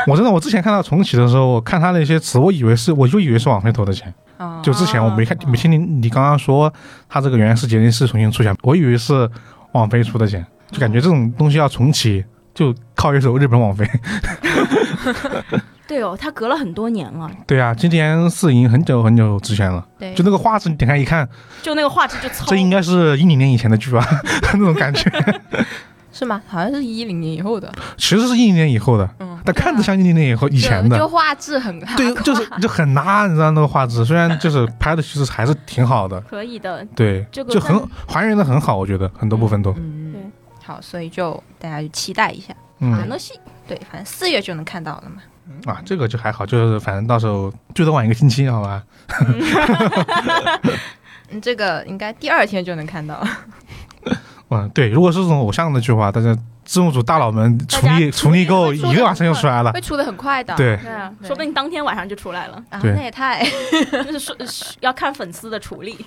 Speaker 1: 我真的我之前看到重启的时候，我看他的一些词，我以为是我就以为是往回投的钱，
Speaker 3: 哦，
Speaker 1: 就之前我没看没听你你刚刚说他这个原来是杰尼斯重新出钱，我以为是网飞出的钱，就感觉这种东西要重启就靠一手日本网飞。
Speaker 4: <laughs> 对哦，他隔了很多年了，
Speaker 1: 对啊，今年四营很久很久之前了，
Speaker 3: 对
Speaker 1: 就那个画质你点开一看，
Speaker 4: 就那个画质就糙
Speaker 1: 这。应该是一零年以前的剧吧， <laughs> 那种感
Speaker 4: <laughs>
Speaker 1: 觉。
Speaker 3: 是吗？好像是一零年以后的，
Speaker 1: 其实是一零年以后的，
Speaker 3: 嗯，
Speaker 1: 但
Speaker 4: 啊
Speaker 1: 看着像一零年以后以前
Speaker 3: 就
Speaker 1: 的
Speaker 3: 就，画质很好，
Speaker 1: 对，就是就很拉，你知道那个画质，虽然就是拍的其实还是挺好的，
Speaker 4: 可以的，
Speaker 1: 对，
Speaker 4: 这个
Speaker 1: 就很还原的很好，我觉得很多部分都，
Speaker 3: 嗯，
Speaker 4: 对
Speaker 3: 嗯好，所以就大家就期待一下，
Speaker 4: 马
Speaker 1: 嗯
Speaker 4: 诺西
Speaker 3: 对，反正四月就能看到了嘛。
Speaker 1: 啊，这个就还好，就是反正到时候最多晚一个星期，啊好吧？
Speaker 3: 嗯，这个应该第二天就能看到。
Speaker 1: 啊嗯，对，如果是这种偶像的剧的话，大家字幕组大佬们
Speaker 4: 大
Speaker 1: 处
Speaker 4: 家
Speaker 1: 理
Speaker 4: 处
Speaker 1: 处理
Speaker 4: 理
Speaker 1: 够
Speaker 4: 会做
Speaker 1: 一个
Speaker 4: 得
Speaker 1: 晚
Speaker 4: 很
Speaker 1: 上就
Speaker 4: 快
Speaker 1: 出来了，
Speaker 3: 会出的很快的。
Speaker 1: 对
Speaker 4: 对啊，
Speaker 3: 对
Speaker 4: 说不定当天晚上就出来 <laughs> 了，
Speaker 3: 啊，
Speaker 1: 对
Speaker 3: 那也太
Speaker 4: 就是说是要看粉丝的处理。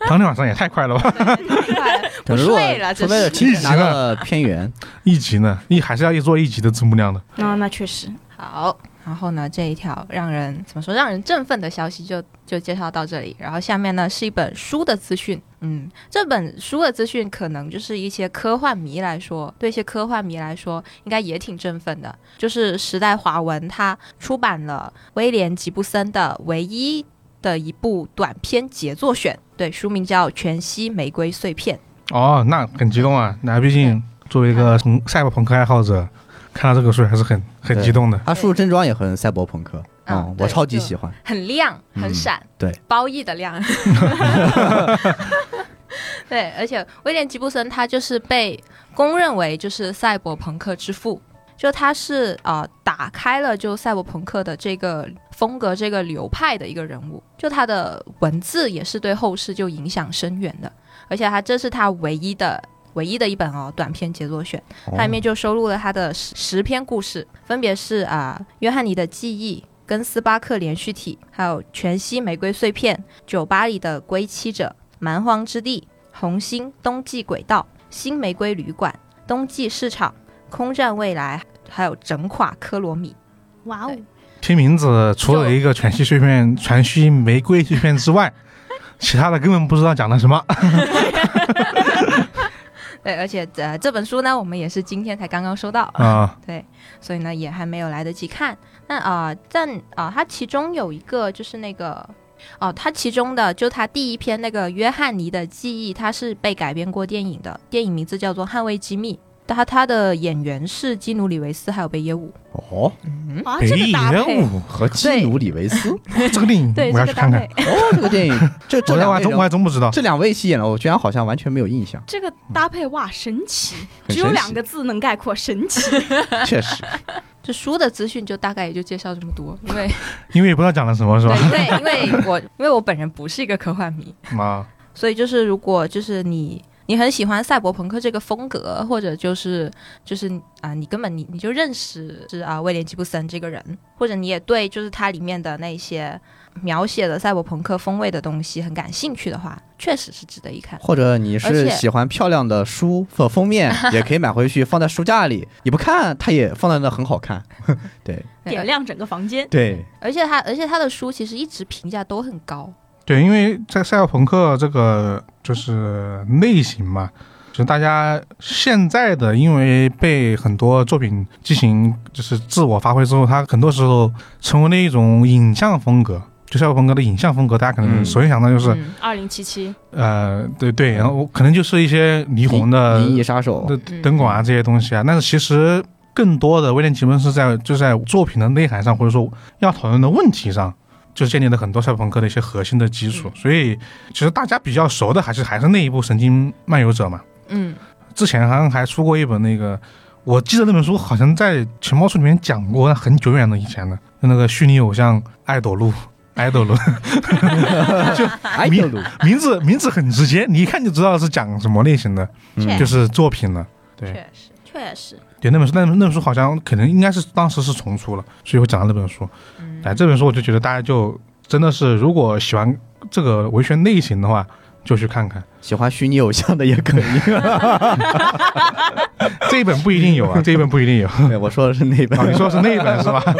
Speaker 1: 当天晚上也太快了吧？
Speaker 3: 太快了，不
Speaker 2: 可是如果
Speaker 3: 睡了，
Speaker 2: 除
Speaker 3: 真
Speaker 2: 非
Speaker 3: 是
Speaker 2: 是啊提前拿到了 <laughs> 片源，
Speaker 1: 一集呢，一还是要一做一集的字幕量的。
Speaker 4: 那嗯那确实，
Speaker 3: 好。然后呢，这一条让人怎么说，让人振奋的消息就就介绍到这里。然后下面呢是一本书的资讯，嗯，这本书的资讯可能就是一些科幻迷来说，对一些科幻迷来说，应该也挺振奋的。就是时代华文他出版了威廉吉布森的唯一的一部短篇杰作选，对，书名叫《全息玫瑰碎片》。
Speaker 1: 哦，那很激动啊！那毕竟作为一个朋赛博朋克爱好者，看到这个书还是很很
Speaker 2: 对
Speaker 1: 激动的。
Speaker 2: 他输入真装也很赛博朋克，
Speaker 3: 嗯
Speaker 2: 嗯，
Speaker 3: 对
Speaker 2: 我超级
Speaker 3: 就
Speaker 2: 喜欢。
Speaker 3: 很亮，很闪，
Speaker 2: 对，
Speaker 3: 褒义的亮。 <laughs> 对，而且威廉吉布森他就是被公认为就是赛博朋克之父，就他是呃打开了就赛博朋克的这个风格这个流派的一个人物，就他的文字也是对后世就影响深远的，而且他这是他唯一的。唯一的一本哦短篇杰作选，它里面就收录了他的十十篇故事，分别是啊、约翰尼的记忆、跟斯巴克连续体，还有全息玫瑰碎片、酒吧里的归期者、蛮荒之地、红星、冬季轨道、新玫瑰旅馆、冬季市场、空战未来，还有整垮科罗米。
Speaker 4: 哇
Speaker 3: 哦
Speaker 4: 哦，
Speaker 1: 听名字，除了一个全息碎片、 <laughs> 全息玫瑰碎片之外，其他的根本不知道讲的什么。
Speaker 3: 对，而且呃这本书呢，我们也是今天才刚刚收到，
Speaker 1: 啊、
Speaker 3: 对，所以呢也还没有来得及看。那啊、呃但啊、呃它其中有一个就是那个哦、它其中的就它第一篇那个约翰尼的记忆，它是被改编过电影的，电影名字叫做《捍卫机密》。它它的演员是基努里维斯还有贝耶伍，
Speaker 2: 哦，
Speaker 4: 啊，
Speaker 1: 北
Speaker 4: 这个
Speaker 1: 野
Speaker 4: 搭配，，
Speaker 1: 武
Speaker 2: 和基努里维斯，哦，
Speaker 1: 这个电影
Speaker 3: 对
Speaker 1: 嗯我
Speaker 3: 这
Speaker 1: 要
Speaker 3: 个
Speaker 1: 去
Speaker 3: 搭
Speaker 1: 看看
Speaker 3: 配。，
Speaker 2: 这个电影，
Speaker 1: <laughs>
Speaker 2: 这这
Speaker 1: 我
Speaker 2: 两
Speaker 1: 还
Speaker 2: 位
Speaker 1: 真我还
Speaker 2: 人，
Speaker 1: 真不知道。
Speaker 2: 这两位一起演了，我居然好像完全没有
Speaker 1: <laughs>
Speaker 2: 印象
Speaker 4: 这个
Speaker 1: 嗯
Speaker 4: 搭配哇，神奇！
Speaker 2: 很
Speaker 4: 只有
Speaker 2: 神
Speaker 4: 两
Speaker 2: 奇
Speaker 4: 个字能概括，神
Speaker 1: <laughs>
Speaker 4: 奇。
Speaker 2: 确实，
Speaker 3: 这书的资讯就大概也就介绍这么多，因为
Speaker 1: 因为也不知道讲了什么，是吧？
Speaker 3: 对，因为因为我因为我本人不是一个科幻迷，
Speaker 1: 啊，
Speaker 3: 所以就是如果就是你你很喜欢赛博朋克这个风格，或者就是就是啊、你根本你你就认识是啊威廉吉布森这个人，或者你也对就是它里面的那些描写的赛博朋克风味的东西很感兴趣的话，确实是值得一看。
Speaker 2: 或者你
Speaker 3: 而
Speaker 2: 是
Speaker 3: 且
Speaker 2: 喜欢漂亮的书和封
Speaker 1: <laughs>
Speaker 2: 面，也可以买回去放在书架里，你不看它也放在那很好看，对
Speaker 3: 对
Speaker 4: 点亮整个房间。
Speaker 2: 对，
Speaker 3: 而且他而且他的书其实一直评价都很高，
Speaker 1: 对，因为在赛博朋克这个就是类型嘛，就是大家现在的，因为被很多作品进行就是自我发挥之后，它很多时候成为了一种影像风格。就赛博朋克的影像风格，大家可能
Speaker 2: 嗯
Speaker 1: 首先想到就是，
Speaker 3: 嗯
Speaker 4: 二零七七，
Speaker 1: 呃，对对，然后可能就是一些霓虹的
Speaker 2: 银翼杀手，
Speaker 1: 的
Speaker 3: 嗯
Speaker 1: 灯管啊这些东西啊，但是其实更多的威廉·吉文是在就在作品的内涵上，或者说要讨论的问题上，就建立了很多赛博朋克的一些核心的基础。所以其实大家比较熟的还是还是那一部《神经漫游者》嘛，
Speaker 3: 嗯，
Speaker 1: 之前好像还出过一本那个，我记得那本书好像在情报处里面讲过，很久远的以前的，就那个虚拟偶像爱朵露。爱朵露
Speaker 2: 艾德
Speaker 1: <laughs>
Speaker 2: 鲁，
Speaker 1: 名字名字很直接，你一看就知道是讲什么类型的，
Speaker 2: 嗯
Speaker 1: 就是作品了。对，
Speaker 3: 确实。
Speaker 4: 确实，
Speaker 1: 对，那本书，那本那本书好像可能应该是当时是重出了，所以我讲了那本书。哎，这本书我就觉得大家就真的是，如果喜欢这个文学类型的话，就去看看。
Speaker 2: 喜欢虚拟偶像的也可
Speaker 1: <laughs>
Speaker 2: 以，
Speaker 1: 这一本不一定有啊，这一本不一定有。
Speaker 2: 对我说的是那
Speaker 1: 哦，
Speaker 2: 本，
Speaker 1: 你说是那一本是吧？ <laughs>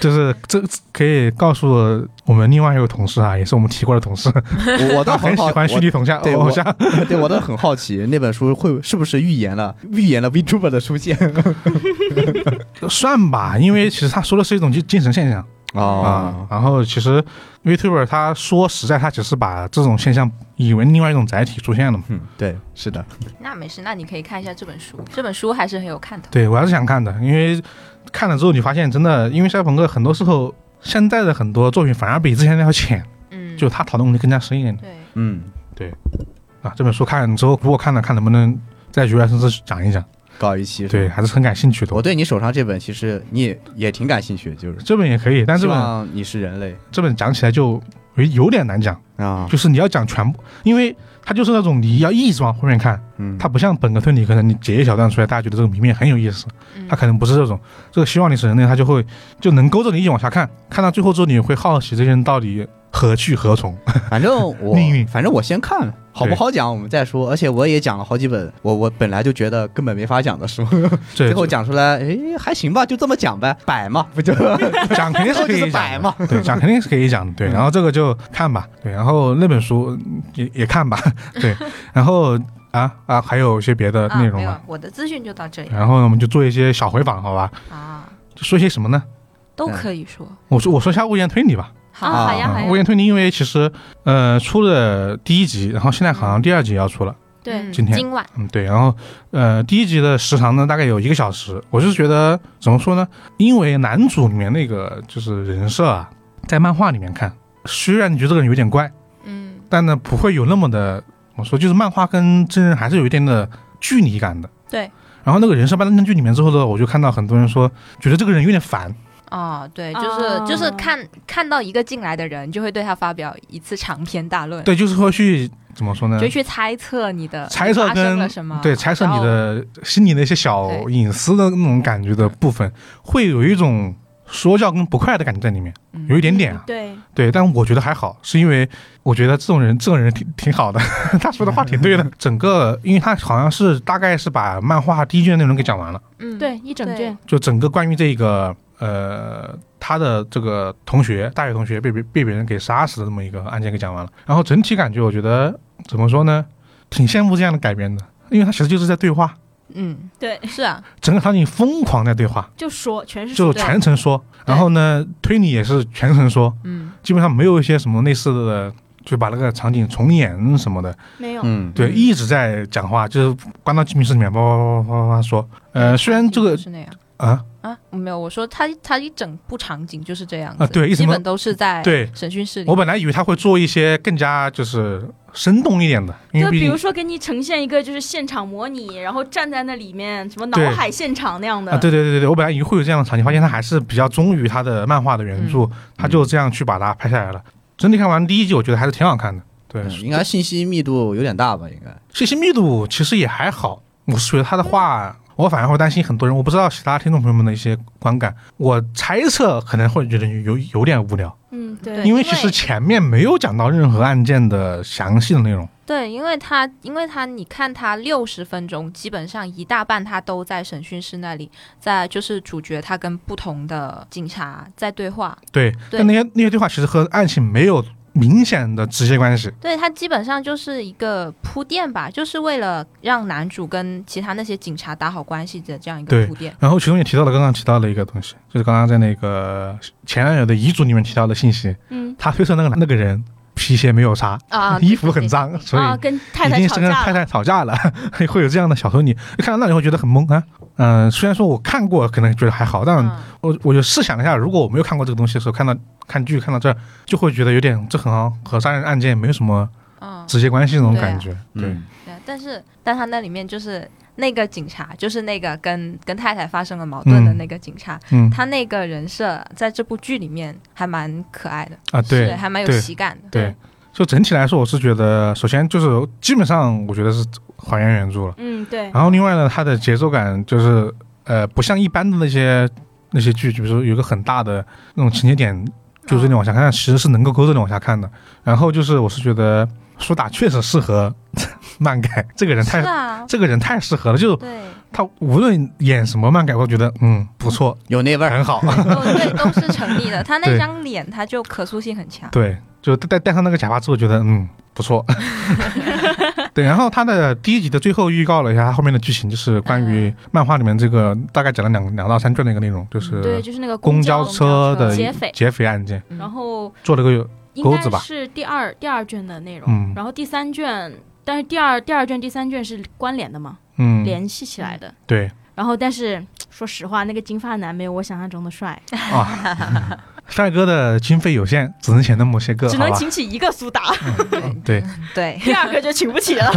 Speaker 1: 就是这可以告诉我们另外一个同事啊，也是我们提过的同事，
Speaker 2: 我哦我倒
Speaker 1: 他很喜
Speaker 2: 好，
Speaker 1: 欢虚
Speaker 2: 我
Speaker 1: 拟偶像，
Speaker 2: 对
Speaker 1: 偶
Speaker 2: 我
Speaker 1: 像。
Speaker 2: 对我倒很好奇，那本书会是不是预言了预言了 VTuber 的出现？
Speaker 1: 算吧，因为其实他说的是一种精精神现象 <laughs> 啊
Speaker 2: 哦。，
Speaker 1: 然后其实 VTuber 他说实在，他只是把这种现象以为另外一种载体出现了嘛。
Speaker 2: 嗯，对，是的，
Speaker 3: 那没事，那你可以看一下这本书，这本书还是很有看头。
Speaker 1: 对我还是想看的，因为看了之后你发现真的，因为赛博朋克很多时候现在的很多作品反而比之前的要浅，
Speaker 3: 嗯，
Speaker 1: 就他讨论问题更加深一点
Speaker 3: 对，
Speaker 2: 嗯，
Speaker 1: 啊。这本书看了之后，如果看了看能不能在局外生枝讲一讲，
Speaker 2: 搞一期是吧
Speaker 1: 对，，还是很感兴趣的
Speaker 2: 我。对你手上这本其实你也也挺感兴趣，就是
Speaker 1: 这本也可以，但
Speaker 2: 希
Speaker 1: 这本
Speaker 2: 望你是人类，
Speaker 1: 这本讲起来就有有点难讲， <laughs>
Speaker 2: 啊，
Speaker 1: 就是你要讲全部，因为它就是那种你要一直往后面看，
Speaker 2: 嗯，
Speaker 1: 它不像本科推理，可能你截一小段出来，大家觉得这个谜面很有意思，
Speaker 3: 嗯
Speaker 1: 它可能不是这种。这个希望你是人类，它就会就能勾着你一起往下看，看到最后之后，你会好奇这些人到底何去何从。
Speaker 2: 反正我
Speaker 1: 命运
Speaker 2: 反正我先看了，好不好讲我们再说。而且我也讲了好几本，我我本来就觉得根本没法讲的 <laughs> 书，
Speaker 1: 对
Speaker 2: 最，后讲出来，哎，还行吧，就这么讲呗，摆嘛， <laughs> 不
Speaker 1: <laughs>
Speaker 2: 就
Speaker 1: 讲肯定
Speaker 2: <laughs>
Speaker 1: 是可以
Speaker 2: 最后就是摆
Speaker 1: 讲
Speaker 2: 嘛
Speaker 1: 的，对，讲肯定是可以讲的，对。
Speaker 2: 嗯
Speaker 1: 然后这个就看吧，对。然后那本书嗯也也看吧， <laughs> 对。然后啊啊，还有一些别的
Speaker 3: 啊，
Speaker 1: 内
Speaker 3: 没
Speaker 1: 容
Speaker 3: 有
Speaker 1: 吗？，
Speaker 3: 我的资讯就到这里
Speaker 1: 然后呢，我们就做一些小回访，好吧？
Speaker 3: 啊，
Speaker 1: 就说些什么呢？
Speaker 3: 都可以说。
Speaker 1: 我说我说一下《物言推理》吧。
Speaker 3: 好
Speaker 4: 啊
Speaker 3: 好呀
Speaker 1: 啊
Speaker 3: 好呀，
Speaker 1: 物言推理》因为其实呃出了第一集，然后现在好像第二集也要出了。
Speaker 4: 对，
Speaker 1: 今天
Speaker 3: 今晚
Speaker 1: 嗯，对，然后呃，第一集的时长呢，大概有一个小时。我是觉得怎么说呢？因为男主里面那个就是人设啊，在漫画里面看，虽然你觉得这个人有点怪，
Speaker 3: 嗯
Speaker 1: 但呢不会有那么的，我说就是漫画跟真人还是有一点的距离感的。
Speaker 3: 对。
Speaker 1: 然后那个人设搬到那剧里面之后呢，我就看到很多人说，觉得这个人有点烦。
Speaker 3: 哦对，
Speaker 4: 啊
Speaker 3: 就是就是看看到一个进来的人，就会对他发表一次长篇大论，
Speaker 1: 对，就是会去怎么说呢
Speaker 3: 就？去猜测你的
Speaker 1: 猜测
Speaker 3: 发生了
Speaker 1: 跟
Speaker 3: 什么，
Speaker 1: 对猜测
Speaker 3: 然
Speaker 1: 你
Speaker 3: 后
Speaker 1: 的心里的一些小
Speaker 3: 啊对
Speaker 1: 隐私的那种感觉的部分，会有一种说教跟不快的感觉在里面，
Speaker 3: 嗯
Speaker 1: 有一点点啊。
Speaker 4: 对，
Speaker 1: 对，但我觉得还好，是因为我觉得这种人，这种人挺挺好的， <laughs> 他说的话挺对
Speaker 3: 嗯
Speaker 1: 的。 <laughs> 整个，因为他好像是大概是把漫画第一卷内容给讲完了，
Speaker 3: 嗯
Speaker 4: 对，一整卷，
Speaker 1: 就整个关于这个呃他的这个同学，大学同学被别被别人给杀死的这么一个案件给讲完了。然后整体感觉，我觉得怎么说呢，挺羡慕这样的改编的，因为他其实就是在对话。
Speaker 3: 嗯
Speaker 4: 对，
Speaker 3: 是啊，
Speaker 1: 整个场景疯狂在对话，
Speaker 4: 就说全是
Speaker 1: 就
Speaker 4: 说
Speaker 1: 全程说，然后呢，推理也是全程说，
Speaker 3: 嗯
Speaker 1: 基本上没有一些什么类似的，就把那个场景重演什么的，
Speaker 4: 没有，
Speaker 2: 嗯，
Speaker 1: 对，
Speaker 3: 嗯
Speaker 1: 一直在讲话，就是关到机密室里面叭叭叭叭叭叭说，呃，虽然这
Speaker 3: 就
Speaker 1: 个
Speaker 3: 是那样
Speaker 1: 啊，
Speaker 3: 啊，没有，我说他他一整部场景就是这样子，
Speaker 1: 啊对一直
Speaker 3: 基
Speaker 1: 没
Speaker 3: 本都是在
Speaker 1: 对
Speaker 3: 审讯室里
Speaker 1: 我，本来以为他会做一些更加就是生动一点的，因
Speaker 4: 就
Speaker 1: 为毕
Speaker 4: 比如
Speaker 1: 竟
Speaker 4: 说给你呈现一个就是现场模拟，然后站在那里面什么脑
Speaker 1: 对
Speaker 4: 海现场那样的，
Speaker 1: 啊，对对对对，我本来以为会有这样的场景，发现他还是比较忠于他的漫画的原著，他就这样去把它拍下来了。整体看完第一集，我觉得还是挺好看的，对，
Speaker 2: 嗯应该信息密度有点大吧，应该。
Speaker 1: 信息密度其实也还好，我是觉得他的话，我反而会担心很多人，我不知道其他听众朋友们的一些观感，我猜测可能会觉得有有点无聊，
Speaker 4: 嗯，对，
Speaker 3: 对
Speaker 1: 因为其实前面没有讲到任何案件的详细的内容，
Speaker 3: 对，因为他，因为他，你看他六十分钟，基本上一大半他都在审讯室那里，在就是主角他跟不同的警察在对话，
Speaker 1: 对，
Speaker 3: 对
Speaker 1: 但那些那些对话其实和案情没有明显的直接关系，
Speaker 3: 对他基本上就是一个铺垫吧，就是为了让男主跟其他那些警察打好关系的这样一
Speaker 1: 对
Speaker 3: 个铺垫。
Speaker 1: 然后其中也提到了刚刚提到的一个东西，就是刚刚在那个前男友的遗嘱里面提到的信息，
Speaker 4: 嗯
Speaker 1: 他推测那个那个人皮鞋没有擦， <laughs>
Speaker 3: 啊，
Speaker 1: 衣服很
Speaker 3: 对，
Speaker 1: 脏，所以
Speaker 4: 啊，跟太
Speaker 1: 一
Speaker 4: 太
Speaker 1: 定
Speaker 4: 吵
Speaker 1: 是跟
Speaker 4: 架
Speaker 1: 太
Speaker 4: 了，
Speaker 1: 太吵架了， <laughs> 会有这样的小说你，你看到那里会觉得很懵啊。嗯、虽然说我看过，可能觉得还好，但
Speaker 3: 对
Speaker 1: 我我就试想一下，如果我没有看过这个东西的时候，看到看剧看到这儿，就会觉得有点这很像和杀人案件没有什么
Speaker 3: 嗯嗯，
Speaker 1: 直接关系那种
Speaker 3: 对啊
Speaker 1: 感觉。对，
Speaker 2: 嗯，
Speaker 3: 对。但是，但他那里面就是那个警察，就是那个跟跟太太发生了矛盾的
Speaker 1: 嗯
Speaker 3: 那个警察，
Speaker 1: 嗯
Speaker 3: 他那个人设在这部剧里面还蛮可爱的，
Speaker 1: 啊，
Speaker 3: 是
Speaker 1: 对
Speaker 3: 还蛮有
Speaker 1: 对
Speaker 3: 喜感的。
Speaker 1: 对，就整体来说，我是觉得，首先就是基本上我觉得是还原原著了。
Speaker 4: 嗯，对，
Speaker 1: 然后另外呢，它的节奏感就是呃，不像一般的那些那些剧，比如说有一个很大的那种情节点，就是你往下看，其实是能够勾着你往下看的。然后就是我是觉得苏打确实适合漫改，这个人
Speaker 3: 是 <laughs>
Speaker 1: 太。
Speaker 3: 啊，
Speaker 1: 这个人太适合了，就
Speaker 3: 对，
Speaker 1: 他无论演什么漫改，我都觉得嗯不错，
Speaker 2: 有那味儿。
Speaker 1: 很好。
Speaker 3: 哦对，都是成立的。他那
Speaker 1: 对
Speaker 3: 张脸，他就可塑性很强。
Speaker 1: 对，就戴戴上那个假发之后，觉得嗯不错。对，然后他的第一集的最后预告了一下他后面的剧情，就是关于漫画里面这个大概讲了两两到三卷的一个内容，就
Speaker 4: 对，
Speaker 1: 是
Speaker 4: 就是那个
Speaker 1: 呃公
Speaker 4: 交
Speaker 1: 交车的
Speaker 4: 劫匪，
Speaker 1: 劫匪案件，
Speaker 3: 嗯
Speaker 4: 然后
Speaker 1: 做了个
Speaker 4: 应
Speaker 1: 钩
Speaker 4: 该
Speaker 1: 子吧
Speaker 4: 是第二第二卷的内容，
Speaker 1: 嗯
Speaker 4: 然后第三卷，但是第二第二卷、第三卷是关联的嘛，
Speaker 1: 嗯，
Speaker 4: 联系起来的。
Speaker 1: 对
Speaker 4: 然后，但是说实话，那个金发男没有我想象中的帅，
Speaker 1: 啊，帅哥的经费有限，只能请那么些个，
Speaker 4: 只
Speaker 1: 好
Speaker 4: 能
Speaker 1: 吧？
Speaker 4: 请起一个苏打，
Speaker 1: 对，
Speaker 3: 对，
Speaker 4: 第二个就请不起 <laughs> 了。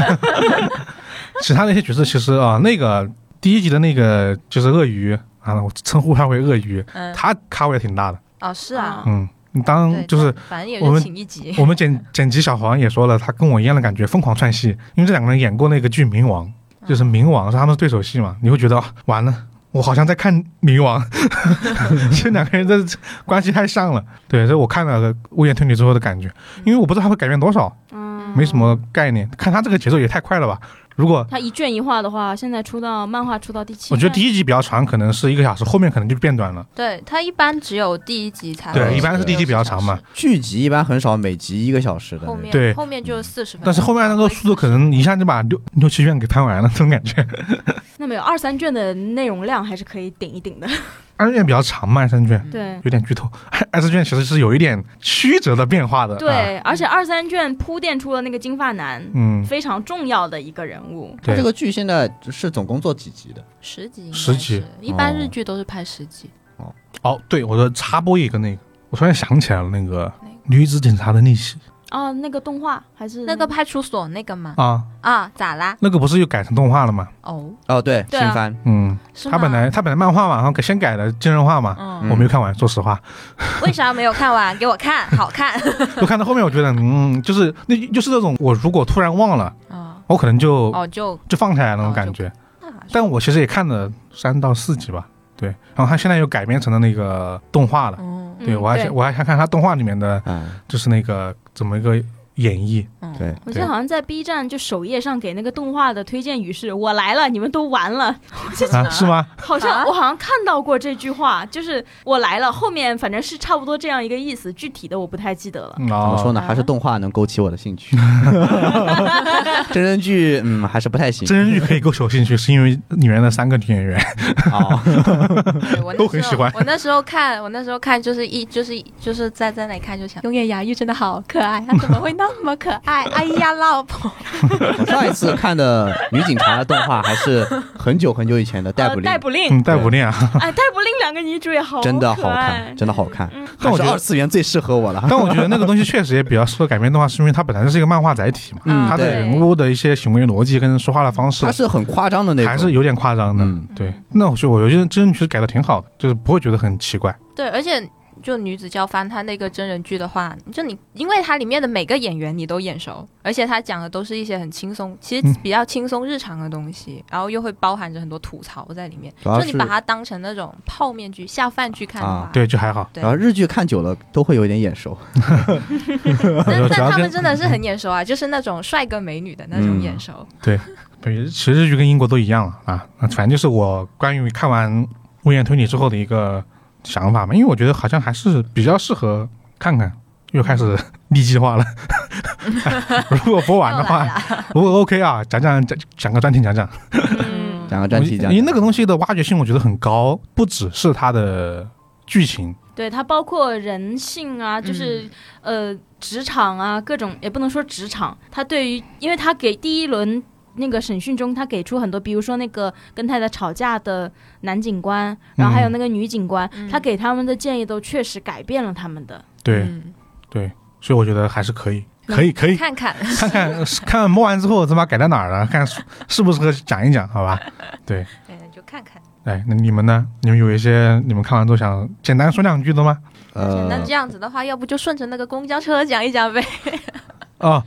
Speaker 1: <laughs> 其他那些角色其实啊，那个第一集的那个就是鳄鱼啊，我称呼他为鳄鱼，
Speaker 3: 嗯，
Speaker 1: 他咖位挺大的，
Speaker 3: 哦，是啊，
Speaker 4: 嗯
Speaker 1: 嗯，你当
Speaker 3: 对
Speaker 1: 就是
Speaker 3: 反正也
Speaker 1: 我
Speaker 3: 就
Speaker 1: 们
Speaker 3: 请一集。
Speaker 1: 我们剪剪辑小黄也说了，他跟我一样的感觉，疯狂串戏，因为这两个人演过那个剧《冥王》，就是《冥王》是他们的对手戏嘛，你会觉得啊完了。我好像在看《冥王》，这两个人的关系太像了。对，这我看了《物业推理》之后的感觉，因为我不知道他会改变多少，
Speaker 4: 嗯，
Speaker 1: 没什。么概念。看他这个节奏也太快了吧！如果
Speaker 4: 他一卷一画的话，现在出到漫画出到第七卷，
Speaker 1: 我觉得第一集比较长，可能是一个小时，后面可能就变短了。
Speaker 3: 对他一般只有第一集才
Speaker 1: 对
Speaker 3: 会
Speaker 2: 一般是
Speaker 1: 第一集比较长嘛，
Speaker 2: <laughs> 剧集一般很少每集一个小时的那
Speaker 3: 后
Speaker 2: 种，
Speaker 3: 面
Speaker 1: 对
Speaker 3: 后面就四十分钟。
Speaker 1: 但是后面那个速度可能一下就把六六七卷给拍完了，这种感觉。
Speaker 4: 那么有二三卷的内容量还是可以顶一顶的。
Speaker 1: 二卷比较长嘛，三卷 <laughs>
Speaker 4: 对
Speaker 1: 有点剧透。二二四卷其实是有一点曲折的变化的。啊，
Speaker 4: 对，而且二三卷铺垫出了那个金发男
Speaker 1: 嗯，
Speaker 4: 非常重要的一个人物。
Speaker 2: 它
Speaker 1: 对
Speaker 2: 这个剧现在是总共做几集的？
Speaker 3: 十集应该是，
Speaker 1: 十集
Speaker 3: 一般
Speaker 2: 哦
Speaker 3: 日剧都是拍十集。
Speaker 1: 哦，对，我说插播一个那个，我突然想起来了，那个《女子警察的逆袭
Speaker 4: 哦，那个动画还是
Speaker 3: 那个派出所那个嘛》
Speaker 1: 啊，
Speaker 3: 啊，咋啦？
Speaker 1: 那个不是又改成动画了吗？
Speaker 3: 哦，
Speaker 2: 哦，对，新
Speaker 4: 对啊
Speaker 2: 番，
Speaker 1: 嗯，
Speaker 3: 是
Speaker 1: 他
Speaker 3: 吗
Speaker 1: 本来他本来漫画嘛，然后给先改了真人化嘛，
Speaker 3: 嗯，
Speaker 2: 嗯
Speaker 1: 我没有看完，说实话，
Speaker 3: 为啥没有看完？给我看，
Speaker 1: <laughs>
Speaker 3: 好看
Speaker 1: 我看到后面我觉得，嗯，就是那就是那种我如果突然忘了，
Speaker 3: 啊！
Speaker 1: 我可能就
Speaker 3: 哦，就
Speaker 1: 就放下来那种
Speaker 3: 哦
Speaker 1: 感
Speaker 3: 就
Speaker 1: 觉。
Speaker 3: 那
Speaker 1: 但我其实也看了三到四集吧，对，然后他现在又改编成了那个动画了。
Speaker 3: 嗯
Speaker 1: 对，
Speaker 4: 嗯
Speaker 1: 我还想我还想看他动画里面的，
Speaker 2: 嗯，
Speaker 1: 就是那个怎么一个演绎。
Speaker 3: 嗯
Speaker 2: 对，
Speaker 4: 我记得好像在 B 站就首页上给那个动画的推荐语是“我来了，你们都完 <laughs> 了
Speaker 1: 啊，是吗？”，
Speaker 4: 好像、
Speaker 3: 啊
Speaker 4: 我好像看到过这句话，就是“我来了”，后面反正是差不多这样一个意思，具体的我不太记得了。
Speaker 1: 嗯
Speaker 2: 怎么说
Speaker 1: 哦，
Speaker 2: 呢？还是动画能勾起我的
Speaker 1: <laughs>
Speaker 2: 兴趣，真人剧嗯还是不太行。
Speaker 1: 真人剧可以够有兴趣，是因为 <laughs> 里面的三个女演员。
Speaker 2: 哦，
Speaker 3: 对我那
Speaker 1: 都很
Speaker 3: 时候
Speaker 1: 喜欢
Speaker 3: 我那时候看，我那时候看就是一就是就是在在那里看就想，永远雅玉真的好可爱，
Speaker 4: 啊
Speaker 3: 她怎么会那么可爱？哎呀，老婆，
Speaker 2: 我上一次看的女警察的动画还是很久很久以前的逮
Speaker 4: 呃
Speaker 2: 捕，令
Speaker 4: 逮，捕令，
Speaker 1: 嗯，逮捕令啊，
Speaker 4: <laughs> 哎，逮捕令两个女主也好，
Speaker 2: 真的好看，。真的好看，
Speaker 1: 但
Speaker 2: 还
Speaker 1: 我
Speaker 2: 是
Speaker 1: 觉
Speaker 2: 二
Speaker 1: 得。
Speaker 2: 次元最适合我了。
Speaker 1: 但我觉得那个东西确实也比较适合改编动画，是因为它本来就是一个漫画载体嘛，
Speaker 2: 嗯
Speaker 1: 它的
Speaker 4: 对
Speaker 1: 人物的一些行为逻辑跟说话的方式
Speaker 2: 它是很夸张的那种，
Speaker 1: 还是有点夸张的。
Speaker 2: 嗯
Speaker 1: 对，那我觉得我觉得真人剧改的挺好的，就是不会觉得很奇怪。
Speaker 3: 对，而且就女子教番她那个真人剧的话，就你因为它里面的每个演员你都眼熟，而且他讲的都是一些很轻松，其
Speaker 1: 嗯
Speaker 3: 实比较轻松日常的东西，然后又会包含着很多吐槽在里面，
Speaker 2: 主要
Speaker 3: 就你
Speaker 2: 是
Speaker 3: 把它当成那种泡面剧、下饭剧看的
Speaker 2: 啊
Speaker 3: 话，
Speaker 1: 对，就还好。
Speaker 3: 对
Speaker 2: 然后日剧看久了都会有点眼熟，
Speaker 1: 主要
Speaker 3: 但但他
Speaker 1: 跟
Speaker 3: 们真的是很眼熟啊，就是那种帅哥美女的那种
Speaker 2: 嗯
Speaker 3: 眼熟。
Speaker 1: 对，其实日剧跟英国都一样了啊。那反正就是我关于看完《无言推理》之后的一个想法嘛，因为我觉得好像还是比较适合看看。又开始立计划了， <laughs> 如果播完的
Speaker 3: 又来
Speaker 1: 话，
Speaker 3: 了
Speaker 1: 如果 OK 啊，讲讲讲讲个专题，讲讲。
Speaker 4: 嗯，
Speaker 2: 讲个专题讲
Speaker 1: 因为那个东西的挖掘性我觉得很高，不只是它的剧情，
Speaker 4: 对，它包括人性啊，就是、呃职场啊，各种也不能说职场，他对于，因为他给第一轮那个审讯中，他给出很多，比如说那个跟太太吵架的男警官，然后还有那个女警官，
Speaker 3: 嗯
Speaker 4: 他给他们的建议都确实改变了他们的。
Speaker 1: 对、
Speaker 3: 嗯
Speaker 1: 对，所以我觉得还是可以，可以可以
Speaker 3: 看看，
Speaker 1: 看看看看摸完之后，他妈改在哪儿了，看适不适合讲一讲，好吧？对。
Speaker 3: 哎，就看看。
Speaker 1: 哎，那你们呢？你们有一些你们看完之后想简单说两句的吗？
Speaker 3: 那
Speaker 2: 呃
Speaker 3: 这，样子的话，要不就顺着那个公交车讲一讲呗。 <laughs>
Speaker 1: 哦，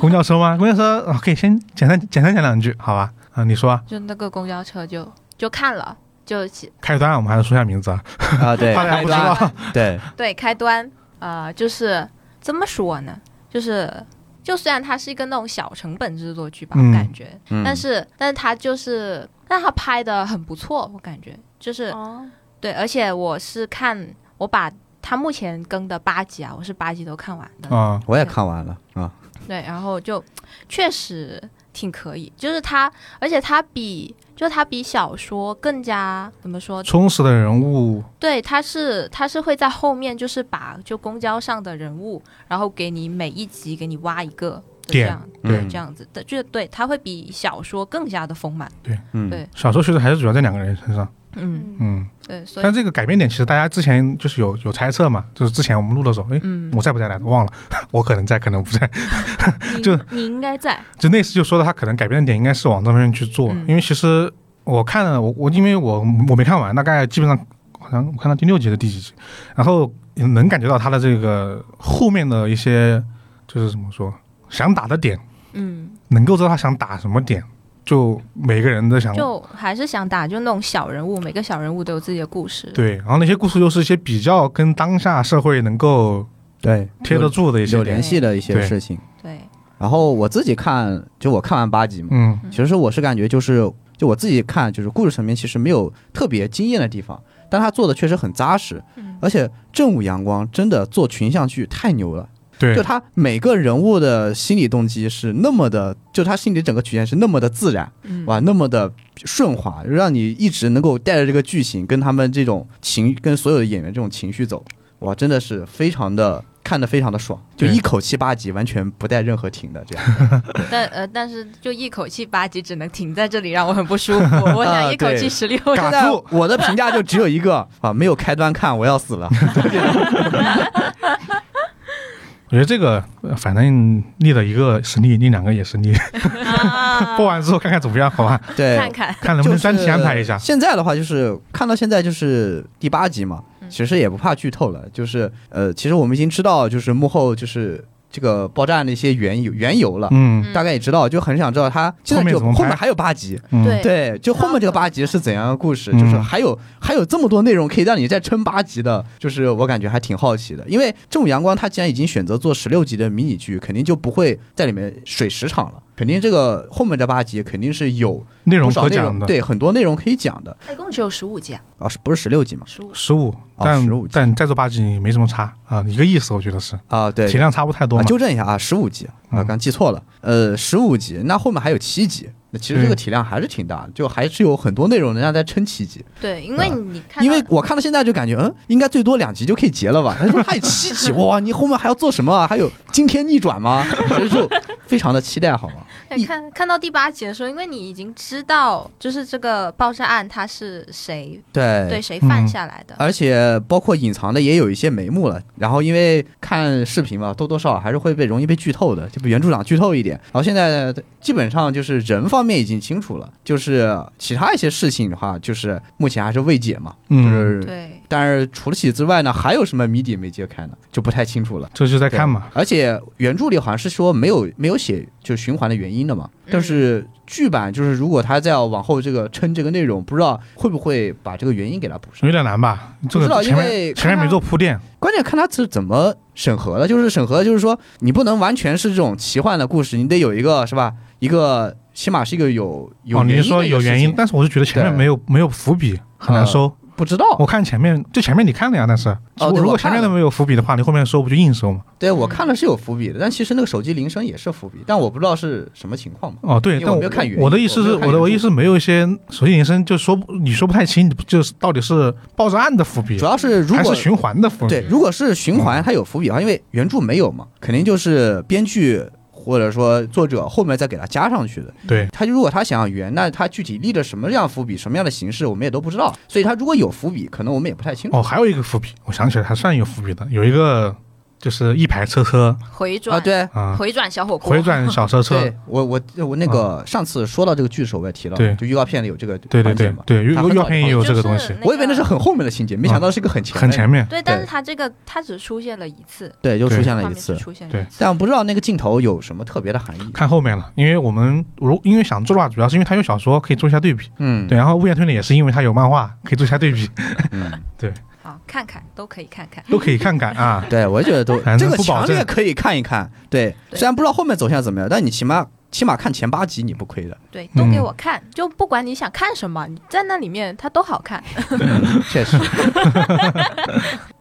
Speaker 1: 公交车吗？公交车啊，可以先简单简单讲两句，好吧？啊，你说啊，
Speaker 3: 就那个公交车就就看了，就起
Speaker 1: 开端我们还是说一下名字啊，
Speaker 2: 啊对，
Speaker 1: 怕大家
Speaker 2: 开
Speaker 1: 不知道
Speaker 2: 端
Speaker 3: 端
Speaker 2: 对，
Speaker 3: 对开端，呃，就是怎么说呢？就是就虽然它是一个那种小成本制作剧吧，
Speaker 1: 嗯
Speaker 3: 我感觉，
Speaker 2: 嗯
Speaker 3: <laughs> 但是但是它就是但它拍的很不错，我感觉就是
Speaker 4: 哦，
Speaker 3: 对，而且我是看我把它目前更的八集啊，我是八集都看完的，
Speaker 1: 啊，
Speaker 2: 我也看完了啊，
Speaker 3: 对，然后就确实挺可以，就是它，而且它比就它比小说更加怎么说？
Speaker 1: 充实的人物，
Speaker 3: 对，它是它是会在后面就是把就公交上的人物，然后给你每一集给你挖一个。就这
Speaker 1: 点
Speaker 3: 样对、
Speaker 2: 嗯
Speaker 3: 这样子的，就对它会比小说更加的丰满，
Speaker 2: 嗯，
Speaker 3: 对
Speaker 1: 小说其实还是主要在两个人身上，
Speaker 3: 嗯，
Speaker 1: 嗯，
Speaker 3: 对，所以
Speaker 1: 但这个改变点其实大家之前就是有有猜测嘛，就是之前我们录的时候，哎，
Speaker 3: 嗯
Speaker 1: 我在不在来着？忘了， <laughs> 我可能在，可能不在，
Speaker 4: 你
Speaker 1: 就
Speaker 4: 你应该在，
Speaker 1: 就那次就说到他可能改变的点应该是往这方面去做，
Speaker 3: 嗯
Speaker 1: 因为其实我看了我我因为我我没看完，大概基本上好像我看到第六集的第几集，然后能感觉到他的这个后面的一些，就是怎么说，想打的点，
Speaker 3: 嗯，
Speaker 1: 能够知道他想打什么点，就每个人都想
Speaker 3: 就还是想打就那种小人物，每个小人物都有自己的故事。
Speaker 1: 对，然后那些故事又是一些比较跟当下社会能够
Speaker 2: 对
Speaker 1: 贴得住的一些
Speaker 2: 有
Speaker 1: 点
Speaker 2: 联，系的一些
Speaker 1: 对
Speaker 2: 事情。
Speaker 3: 对
Speaker 2: 然后我自己看，就我看完八集嘛，
Speaker 1: 嗯
Speaker 2: 其实我是感觉就是，就我自己看，就是故事层面其实没有特别惊艳的地方，但他做的确实很扎实，而且正午阳光真的做群像剧太牛了，
Speaker 1: 对
Speaker 2: 就他每个人物的心理动机是那么的，就他心里整个曲线是那么的自然，
Speaker 3: 嗯
Speaker 2: 哇，那么的顺滑，让你一直能够带着这个剧情跟他们这种情，跟所有的演员这种情绪走，哇，真的是非常的。看的非常的爽，就
Speaker 1: 对
Speaker 2: 一口气八集，完全不带任何停的这样。
Speaker 3: 但呃，但是就一口气八集只能停在这里，让我很不舒
Speaker 2: <laughs>
Speaker 3: 服。我想一口气
Speaker 2: 啊对
Speaker 3: 十六
Speaker 1: 嘎
Speaker 2: 现
Speaker 3: 个，
Speaker 2: 在
Speaker 1: 住
Speaker 2: 我的评价就只有一个啊，没有开端看，我要死了。
Speaker 1: 我觉得这个呃反正立了一个是立，另两个也是 <laughs> 立，播完之后看看怎么样，好吧？
Speaker 2: 对，
Speaker 3: 看看，
Speaker 1: 看能不能
Speaker 2: 就是
Speaker 1: 专题安排一下。
Speaker 2: 现在的话就是看到现在就是第八集嘛，
Speaker 3: 嗯
Speaker 2: 其实也不怕剧透了，就是呃，其实我们已经知道就是幕后就是这个爆炸案的一些缘由缘由了。
Speaker 1: 嗯
Speaker 3: 嗯
Speaker 2: 大概也知道，就很想知道他现
Speaker 1: 后
Speaker 2: 在
Speaker 1: 面
Speaker 2: 就
Speaker 1: 怎么拍
Speaker 2: 后面还有八集，
Speaker 1: 嗯，
Speaker 3: 对
Speaker 2: 对，就后面这个八集是怎样的故事，
Speaker 1: 嗯
Speaker 2: 就是还有还有这么多内容可以让你再撑八集的，就是我感觉还挺好奇的，因为《正午阳光》它既然已经选择做十六集的迷你剧，肯定就不会在里面水时长了，肯定这个后面这八集肯定是有
Speaker 1: 内容
Speaker 2: 不少
Speaker 1: 可
Speaker 2: 内
Speaker 1: 讲
Speaker 2: 容，
Speaker 1: 的。
Speaker 2: 对，很多内容可以讲的
Speaker 3: 一共只有十五集啊，
Speaker 2: 啊，是不是十六集嘛？
Speaker 3: 十五。
Speaker 1: 十五，
Speaker 2: 哦
Speaker 1: 但
Speaker 2: 15集
Speaker 1: 但再做八集没什么差啊，一个意思我觉得是，
Speaker 2: 啊，对
Speaker 1: 体，量差不太多
Speaker 2: 啊，
Speaker 1: 嘛。
Speaker 2: 纠正一下啊，十五集啊，
Speaker 1: 嗯
Speaker 2: 刚记错了，呃，十五集，那后面还有七集。那其实这个
Speaker 1: 对
Speaker 2: 体量还是挺大的，就还是有很多内容能让大家撑七集。
Speaker 3: 对，因为
Speaker 2: 啊
Speaker 3: 你看到，
Speaker 2: 因为我看到现在就感觉，嗯，应该最多两集就可以结了吧？他说还有七
Speaker 3: <laughs>
Speaker 2: 集，哇，你后面还要做什么啊？还有惊天逆转吗？所以
Speaker 3: <laughs>
Speaker 2: 就非常的期待，好吗？
Speaker 3: 对看看到第八集的时候，因为你已经知道，就是这个爆炸案它是谁
Speaker 2: 对
Speaker 3: 对谁犯
Speaker 1: 嗯
Speaker 3: 下来的，
Speaker 2: 而且包括隐藏的也有一些眉目了，然后因为看视频嘛，多多少少还是会被容易被剧透的，就比原著党剧透一点。然后现在基本上就是人方面已经清楚了，就是其他一些事情的话，就是目前还是未解嘛，就
Speaker 1: 嗯，
Speaker 2: 是。
Speaker 3: 对，
Speaker 2: 但是除了此之外呢，还有什么谜底没揭开呢？就不太清楚了。
Speaker 1: 这就在看嘛。
Speaker 2: 而且原著里好像是说没有没有写就是循环的原因的嘛，但是剧版就是如果他再要往后这个撑这个内容，不知道会不会把这个原因给它补上
Speaker 1: 有。点难吧？这
Speaker 2: 不知道
Speaker 1: 个
Speaker 2: 因
Speaker 1: 前
Speaker 2: 为
Speaker 1: 面前面没做铺垫，
Speaker 2: 关键看他是怎么审核的，就是审核就是说你不能完全是这种奇幻的故事，你得有一个是吧？一个起码是一个有有
Speaker 1: 哦，你
Speaker 2: 原因的一个
Speaker 1: 说有原因，
Speaker 2: 事情
Speaker 1: 但是我就觉得前面
Speaker 2: 对
Speaker 1: 没有没有伏笔，很难收。
Speaker 2: 不知道。
Speaker 1: 我看前面，就前面你看了呀，但是
Speaker 2: 哦对
Speaker 1: 如
Speaker 2: 我
Speaker 1: 果
Speaker 2: 看
Speaker 1: 前面
Speaker 2: 了
Speaker 1: 都没有伏笔的话，你后面收不就硬收嘛？
Speaker 2: 对我看了是有伏笔的，但其实那个手机铃声也是伏笔，但我不知道是什么情况嘛。
Speaker 1: 哦，对，
Speaker 2: 因为
Speaker 1: 但
Speaker 2: 我没有看原
Speaker 1: 我的
Speaker 2: 因
Speaker 1: 意
Speaker 2: 我
Speaker 1: 思
Speaker 2: 没
Speaker 1: 是，
Speaker 2: 有看
Speaker 1: 我的
Speaker 2: 原
Speaker 1: 我
Speaker 2: 著
Speaker 1: 意思没有一些手机铃声，就说不你说不太清，你不就是到底是爆炸案的伏笔
Speaker 2: 主，要是如
Speaker 1: 还
Speaker 2: 果
Speaker 1: 是嗯循环的伏笔？
Speaker 2: 对，如果是循环，它有伏笔啊的话，因为原著没有嘛，肯定就是编剧或者说作者后面再给它加上去的。
Speaker 1: 对，
Speaker 2: 他如果他想要圆，那他具体立的什么样伏笔，什么样的形式，我们也都不知道。所以他如果有伏笔，可能我们也不太清楚。
Speaker 1: 哦，还有一个伏笔，我想起来还算有伏笔的，有一个就是一排车车
Speaker 3: 回转
Speaker 2: 啊，对。
Speaker 1: 啊，
Speaker 3: 回转小火锅，
Speaker 1: 回转小车车
Speaker 2: 对，我我我那个上次说到这个剧的时候，我也提到，
Speaker 1: 啊对
Speaker 2: 就预告片里有这个
Speaker 1: 对对
Speaker 2: 环节
Speaker 1: 对
Speaker 2: 嘛。
Speaker 1: 对，右
Speaker 2: 它很
Speaker 1: 右
Speaker 2: 早
Speaker 1: 片
Speaker 2: 就
Speaker 1: 也有这个
Speaker 3: 就
Speaker 1: 东
Speaker 3: 是
Speaker 1: 西，
Speaker 3: 那
Speaker 2: 我以为那是很后面的情节，没想到是一个很前
Speaker 1: 很前
Speaker 2: 面，
Speaker 1: 面。
Speaker 3: 对，但
Speaker 2: 对
Speaker 3: 是他这个他只出现了一次，
Speaker 2: 对，就出
Speaker 1: 对
Speaker 2: 现了
Speaker 3: 画
Speaker 2: 一
Speaker 3: 面只
Speaker 2: 次，
Speaker 3: 出现了
Speaker 1: 对
Speaker 3: 一次，
Speaker 2: 但不知道那个镜头有什么特别的含义。
Speaker 1: 看后面了，因为我们如因为想做的话，主要是因为它有小说可以做一下对比，
Speaker 2: 嗯，
Speaker 1: 对，然后《物业推理》也是因为它有漫画可以做一下对比， <laughs>
Speaker 2: 嗯，
Speaker 3: 好看看都可以看看，
Speaker 1: 都可以看看啊。
Speaker 2: <laughs> 对，我觉得都
Speaker 1: 反
Speaker 2: 这
Speaker 1: 正
Speaker 2: 个
Speaker 1: 不保
Speaker 2: 强
Speaker 1: 证
Speaker 2: 烈可以看一看。对，
Speaker 3: 对
Speaker 2: 虽然不知道后面走向怎么样，但你起码起码看前八集你不亏的。
Speaker 3: 对，都给
Speaker 1: 嗯
Speaker 3: 我看，就不管你想看什么，你在那里面它都好看，
Speaker 2: <laughs> 确实。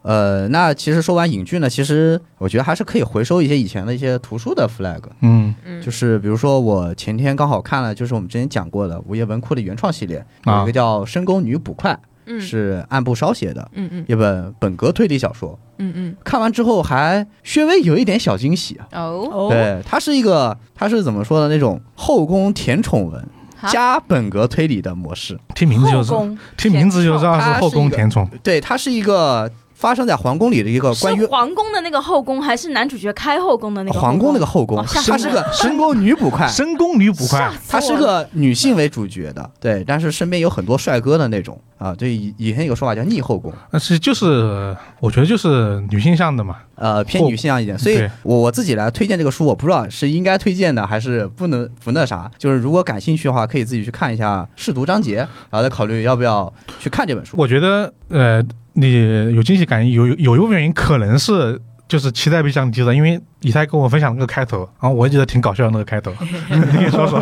Speaker 2: 呃，那其实说完影剧呢，其实我觉得还是可以回收一些以前的一些图书的 flag，
Speaker 1: 嗯，
Speaker 3: 嗯，
Speaker 2: 就是比如说我前天刚好看了，就是我们之前讲过的午夜文库的原创系列，
Speaker 1: 啊
Speaker 2: 有一个叫《深宫女捕快》，
Speaker 3: 嗯
Speaker 2: 是岸部烧写的
Speaker 3: 嗯嗯
Speaker 2: 一本本格推理小说。
Speaker 3: 嗯嗯
Speaker 2: 看完之后还略微有一点小惊喜啊，
Speaker 3: 哦，
Speaker 4: 哦，
Speaker 2: 对，它是一个，它是怎么说呢？那种后宫甜宠文
Speaker 3: 好
Speaker 2: 加本格推理的模式。
Speaker 1: 听名字就知道，
Speaker 4: 后宫
Speaker 1: 听名字就知道
Speaker 2: 它是
Speaker 1: 是后宫
Speaker 2: 一个
Speaker 1: 甜宠。
Speaker 2: 对，它是一个发生在皇宫里的一
Speaker 1: 呃
Speaker 2: 个关于
Speaker 4: 是皇宫的那个后宫，还是男主角开后宫的那个
Speaker 2: 皇宫那
Speaker 4: 个
Speaker 2: 个后宫
Speaker 4: 哦，吓死
Speaker 2: 她
Speaker 4: 我
Speaker 2: 是个深宫女捕快，
Speaker 1: 深宫女捕快
Speaker 4: 吓，死
Speaker 2: 她
Speaker 4: 我
Speaker 2: 哎是啊
Speaker 4: 了
Speaker 2: 个女性为主角的，对，但是身边有很多帅哥的那种啊，就以以前有个说法叫逆后宫，
Speaker 1: 但呃是就是我觉得就是女性向的嘛，
Speaker 2: 呃，偏
Speaker 1: 后
Speaker 2: 女性向一点，所以
Speaker 1: 对
Speaker 2: 我我自己来推荐这个书，我不知道是应该推荐的还是不能不那啥，就是如果感兴趣的话，可以自己去看一下试读章节，然后再考虑要不要去看这本书。
Speaker 1: 我觉得呃，你有惊喜感有有一部分原因可能是。就是期待被降低的，因为以太跟我分享那个开头，然后我也觉得挺搞笑的那个
Speaker 2: <laughs>
Speaker 1: 开头，你可以说说，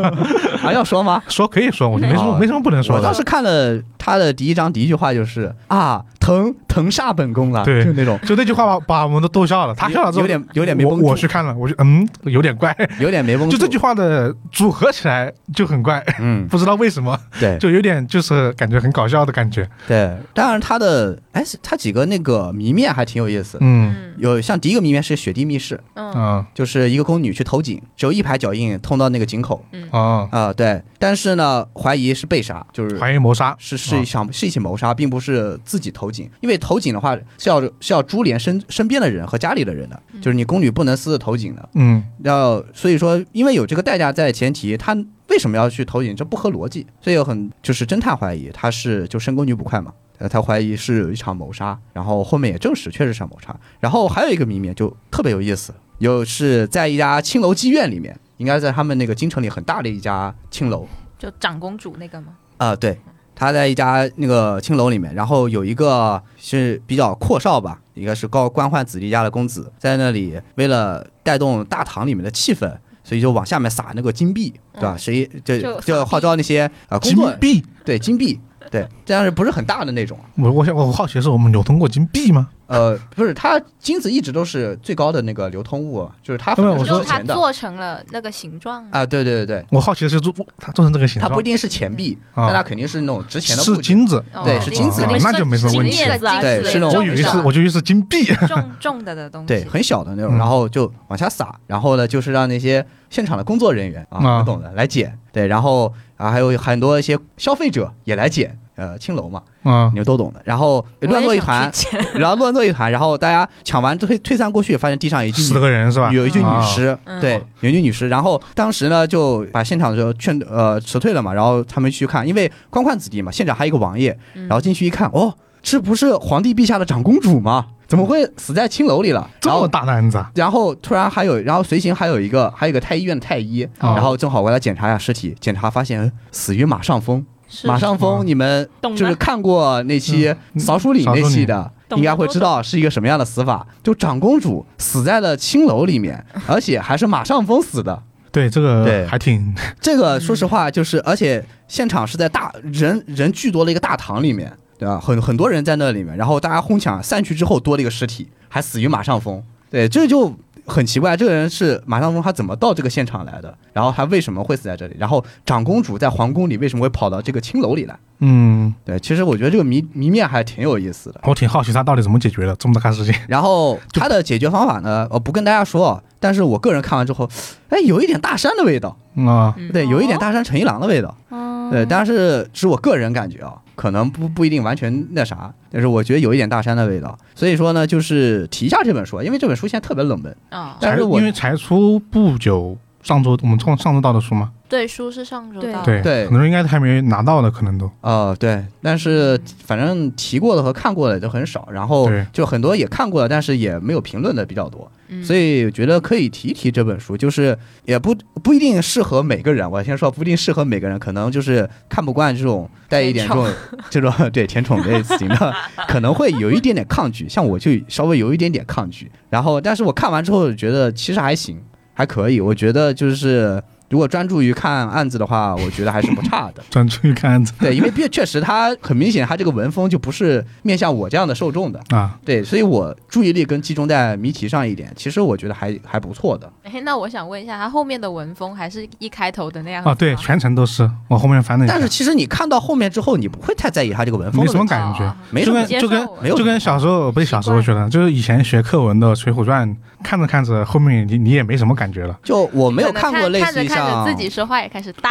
Speaker 2: 还、要说吗？
Speaker 1: 说可以说，我就没什么
Speaker 2: 哦
Speaker 1: 没什么不能说
Speaker 2: 我
Speaker 1: 的
Speaker 2: 当。时看了他的第一章，第一句话就是啊，疼疼煞本宫了，
Speaker 1: 对
Speaker 2: 就那种。
Speaker 1: 就那句话把把我们都逗笑了，他笑了之后
Speaker 2: 有点有点没
Speaker 1: 我
Speaker 2: 绷住
Speaker 1: 我去看了，我就嗯有点怪，
Speaker 2: 有
Speaker 1: <laughs>
Speaker 2: 点没绷住，
Speaker 1: 就这句，话的组合起来就很怪，
Speaker 2: 嗯，
Speaker 1: 不知道为什么，
Speaker 2: 对
Speaker 1: 就有点就是感觉很搞笑的感觉。
Speaker 2: 对。当然，他的哎，他几个那个谜面还挺有意思，
Speaker 1: 嗯
Speaker 3: 嗯
Speaker 2: 有像第一个谜面是雪地密室，
Speaker 3: 嗯
Speaker 1: 啊
Speaker 2: 就是一个宫女去投井，只有一排脚印通到那个井口
Speaker 1: 啊，
Speaker 2: 啊、对。但是呢，怀疑是被杀，就是
Speaker 1: 怀疑谋杀
Speaker 2: 是是一场是一起谋杀，并不是自己投井，因为投井的话是要是要株连身身边的人和家里的人的，就是你宫女不能私自投井的。
Speaker 1: 嗯
Speaker 2: 要所以说，因为有这个代价在前提，他为什么要去投影？这不合逻辑。所以有很就是侦探怀疑他是就深宫女捕快嘛，呃，他怀疑是有一场谋杀，然后后面也证实确实是场谋杀。然后还有一个谜面就特别有意思，有是在一家青楼妓院里面，应该在他们那个京城里很大的一家青楼
Speaker 3: 就长公主那个嘛，
Speaker 2: 啊、对。他在一家那个青楼里面，然后有一个是比较阔少吧，应该是高官宦子弟家的公子，在那里为了带动大堂里面的气氛，所以就往下面撒那个金币，对吧？
Speaker 3: 嗯
Speaker 2: 谁就
Speaker 4: 就
Speaker 2: 就
Speaker 4: 撒
Speaker 2: 号召那些啊工
Speaker 1: 金
Speaker 2: 作
Speaker 1: 币。
Speaker 2: 对金币，对，但是不是很大的那种。啊
Speaker 1: 我我想我好奇的是我们流通过金币吗？
Speaker 2: 呃，不是，它金子一直都是最高的那个流通物，啊就是它反
Speaker 1: 对
Speaker 2: 正
Speaker 1: 我
Speaker 2: 是
Speaker 1: 说
Speaker 3: 就
Speaker 2: 有
Speaker 3: 她
Speaker 2: 钱的
Speaker 3: 做成了那个
Speaker 2: <laughs>
Speaker 3: 形状，
Speaker 2: 啊，对对对对，
Speaker 1: 我好奇的是做它做成这个形
Speaker 2: 它
Speaker 1: 状
Speaker 2: 不一，定是钱币，
Speaker 1: 啊
Speaker 2: 但它肯定是那种值钱的
Speaker 1: 是
Speaker 2: 物质。
Speaker 1: 金子，啊
Speaker 3: 哦
Speaker 2: 对是金子
Speaker 3: 那个
Speaker 1: 那就没什么问题
Speaker 3: 金叶子啊
Speaker 2: 对
Speaker 3: 之类
Speaker 2: 是那
Speaker 3: 的
Speaker 2: 种
Speaker 1: 我以为是
Speaker 3: 重的
Speaker 1: 我就以为是金币。
Speaker 3: 重重的的东西，
Speaker 2: 对，很小的那
Speaker 1: 嗯
Speaker 2: 种，然后就往下撒，然后呢，就是让那些现场的工作人员
Speaker 1: 啊
Speaker 2: 啊，不懂的来捡，对，然后啊，还有很多一些消费者也来捡，呃，青楼嘛，
Speaker 1: 啊
Speaker 2: 你们都懂的，然后
Speaker 3: 我也
Speaker 2: 乱作一
Speaker 3: 想
Speaker 2: 团
Speaker 3: 去，捡
Speaker 2: 然后乱作一团，然后大家抢完退退散过去，发现地上有一具
Speaker 1: 十
Speaker 2: 女
Speaker 1: 个人是吧？
Speaker 2: 有一具女
Speaker 1: 啊
Speaker 2: 尸，
Speaker 3: 嗯
Speaker 2: 对，有一具女尸。然后当时呢，就把现场就劝呃辞退了嘛，然后他们去看，因为官宦子弟嘛，现场还有一个王爷，
Speaker 3: 嗯
Speaker 2: 然后进去一看，哦，这不是皇帝陛下的长公主吗？怎么会死在青楼里了？
Speaker 1: 这
Speaker 2: 然
Speaker 1: 么
Speaker 2: 后
Speaker 1: 大男子啊！
Speaker 2: 然后突然还有，然后随行还有一个，还有一个太医院的太医，
Speaker 1: 哦
Speaker 2: 然后正好过来检查一下尸体，检查发现呃死于马上风。
Speaker 3: 是
Speaker 2: 马上
Speaker 1: 哦
Speaker 2: 风，你们
Speaker 4: 懂的
Speaker 2: 就是看过那期
Speaker 1: 嗯
Speaker 2: 扫鼠岭那期的，
Speaker 4: 懂
Speaker 2: 应
Speaker 4: 得
Speaker 2: 该会知道是一个什么样的死法。就长公主死在了青楼里面，而且还是马上风死的。
Speaker 1: 对这个
Speaker 2: 对
Speaker 1: 还挺
Speaker 2: 这个说实话就是，而且现场是在大人人巨多的一个大堂里面，对吧？很很多人在那里面，然后大家哄抢散去之后，多了一个尸体，还死于马上风。对，这就很奇怪，这个人是马上风，他怎么到这个现场来的？然后他为什么会死在这里？然后长公主在皇宫里为什么会跑到这个青楼里来？
Speaker 1: 嗯，
Speaker 2: 对，其实我觉得这个谜谜面还挺有意思的。
Speaker 1: 我挺好奇他到底怎么解决的这么大事情。
Speaker 2: 然后它的解决方法呢，呃我不跟大家说，啊但是我个人看完之后，哎，有一点大山的味道，
Speaker 1: 嗯啊，
Speaker 3: 嗯
Speaker 2: 对，有一点大山陈一郎的味道，
Speaker 4: 哦
Speaker 2: 对，但是是我个人感觉啊，可能不不一定完全那啥，但是我觉得有一点大山的味道。所以说呢，就是提一下这本书，因为这本书现在特别冷门，
Speaker 3: 啊，
Speaker 2: 但
Speaker 1: 才
Speaker 2: 是我
Speaker 1: 因为才出不久，上周我们上上周到的书嘛，
Speaker 3: 对，书是上周
Speaker 4: 对
Speaker 3: 到的，
Speaker 1: 对，
Speaker 2: 啊对
Speaker 1: 很多人应该还没拿到的，可能都
Speaker 2: 呃，对，但是反正提过的和看过的就很少，然后
Speaker 1: 对
Speaker 2: 就很多也看过了，但是也没有评论的比较多，
Speaker 3: 嗯
Speaker 2: 所以觉得可以提一提这本书，就是也不不一定适合每个人，我先说不一定适合每个人，可能就是看不惯这种带一点这种这种对甜宠类型的，可能会有一点点抗拒，像我就稍微有一点点抗拒，然后但是我看完之后觉得其实还行，还可以，我觉得就是。如果专注于看案子的话，我觉得还是不差的。
Speaker 1: 专注于看案子
Speaker 2: <laughs> 对，因为确确实他很明显，他这个文风就不是面向我这样的受众的。
Speaker 1: 啊。
Speaker 2: 对，所以我注意力更集中在谜题上一点，其实我觉得还还不错的。
Speaker 3: 哎，那我想问一下，他后面的文风还是一开头的那样子
Speaker 1: 啊，对，
Speaker 3: 吗
Speaker 1: 全程都是我后面翻了一下
Speaker 2: 但，是其实你看到后面之后，你不会太在意他这个文风
Speaker 1: 没
Speaker 2: 的
Speaker 1: 什么
Speaker 2: 问题，
Speaker 1: 感觉
Speaker 3: 哦。
Speaker 2: 没什
Speaker 1: 就
Speaker 2: 么
Speaker 1: 跟
Speaker 3: 接
Speaker 1: 就跟
Speaker 3: 受
Speaker 2: 没有
Speaker 1: 就跟小时候不是小时候
Speaker 3: 习
Speaker 1: 学的，就是以前学课文的《水浒传》，看着看着后面你你也没什么感觉
Speaker 2: <laughs>
Speaker 1: 了。
Speaker 2: 就我没有
Speaker 3: 可能
Speaker 2: 看过类似
Speaker 3: 看
Speaker 2: 于
Speaker 3: 着看
Speaker 2: 像
Speaker 3: 着自己说话也开始呆，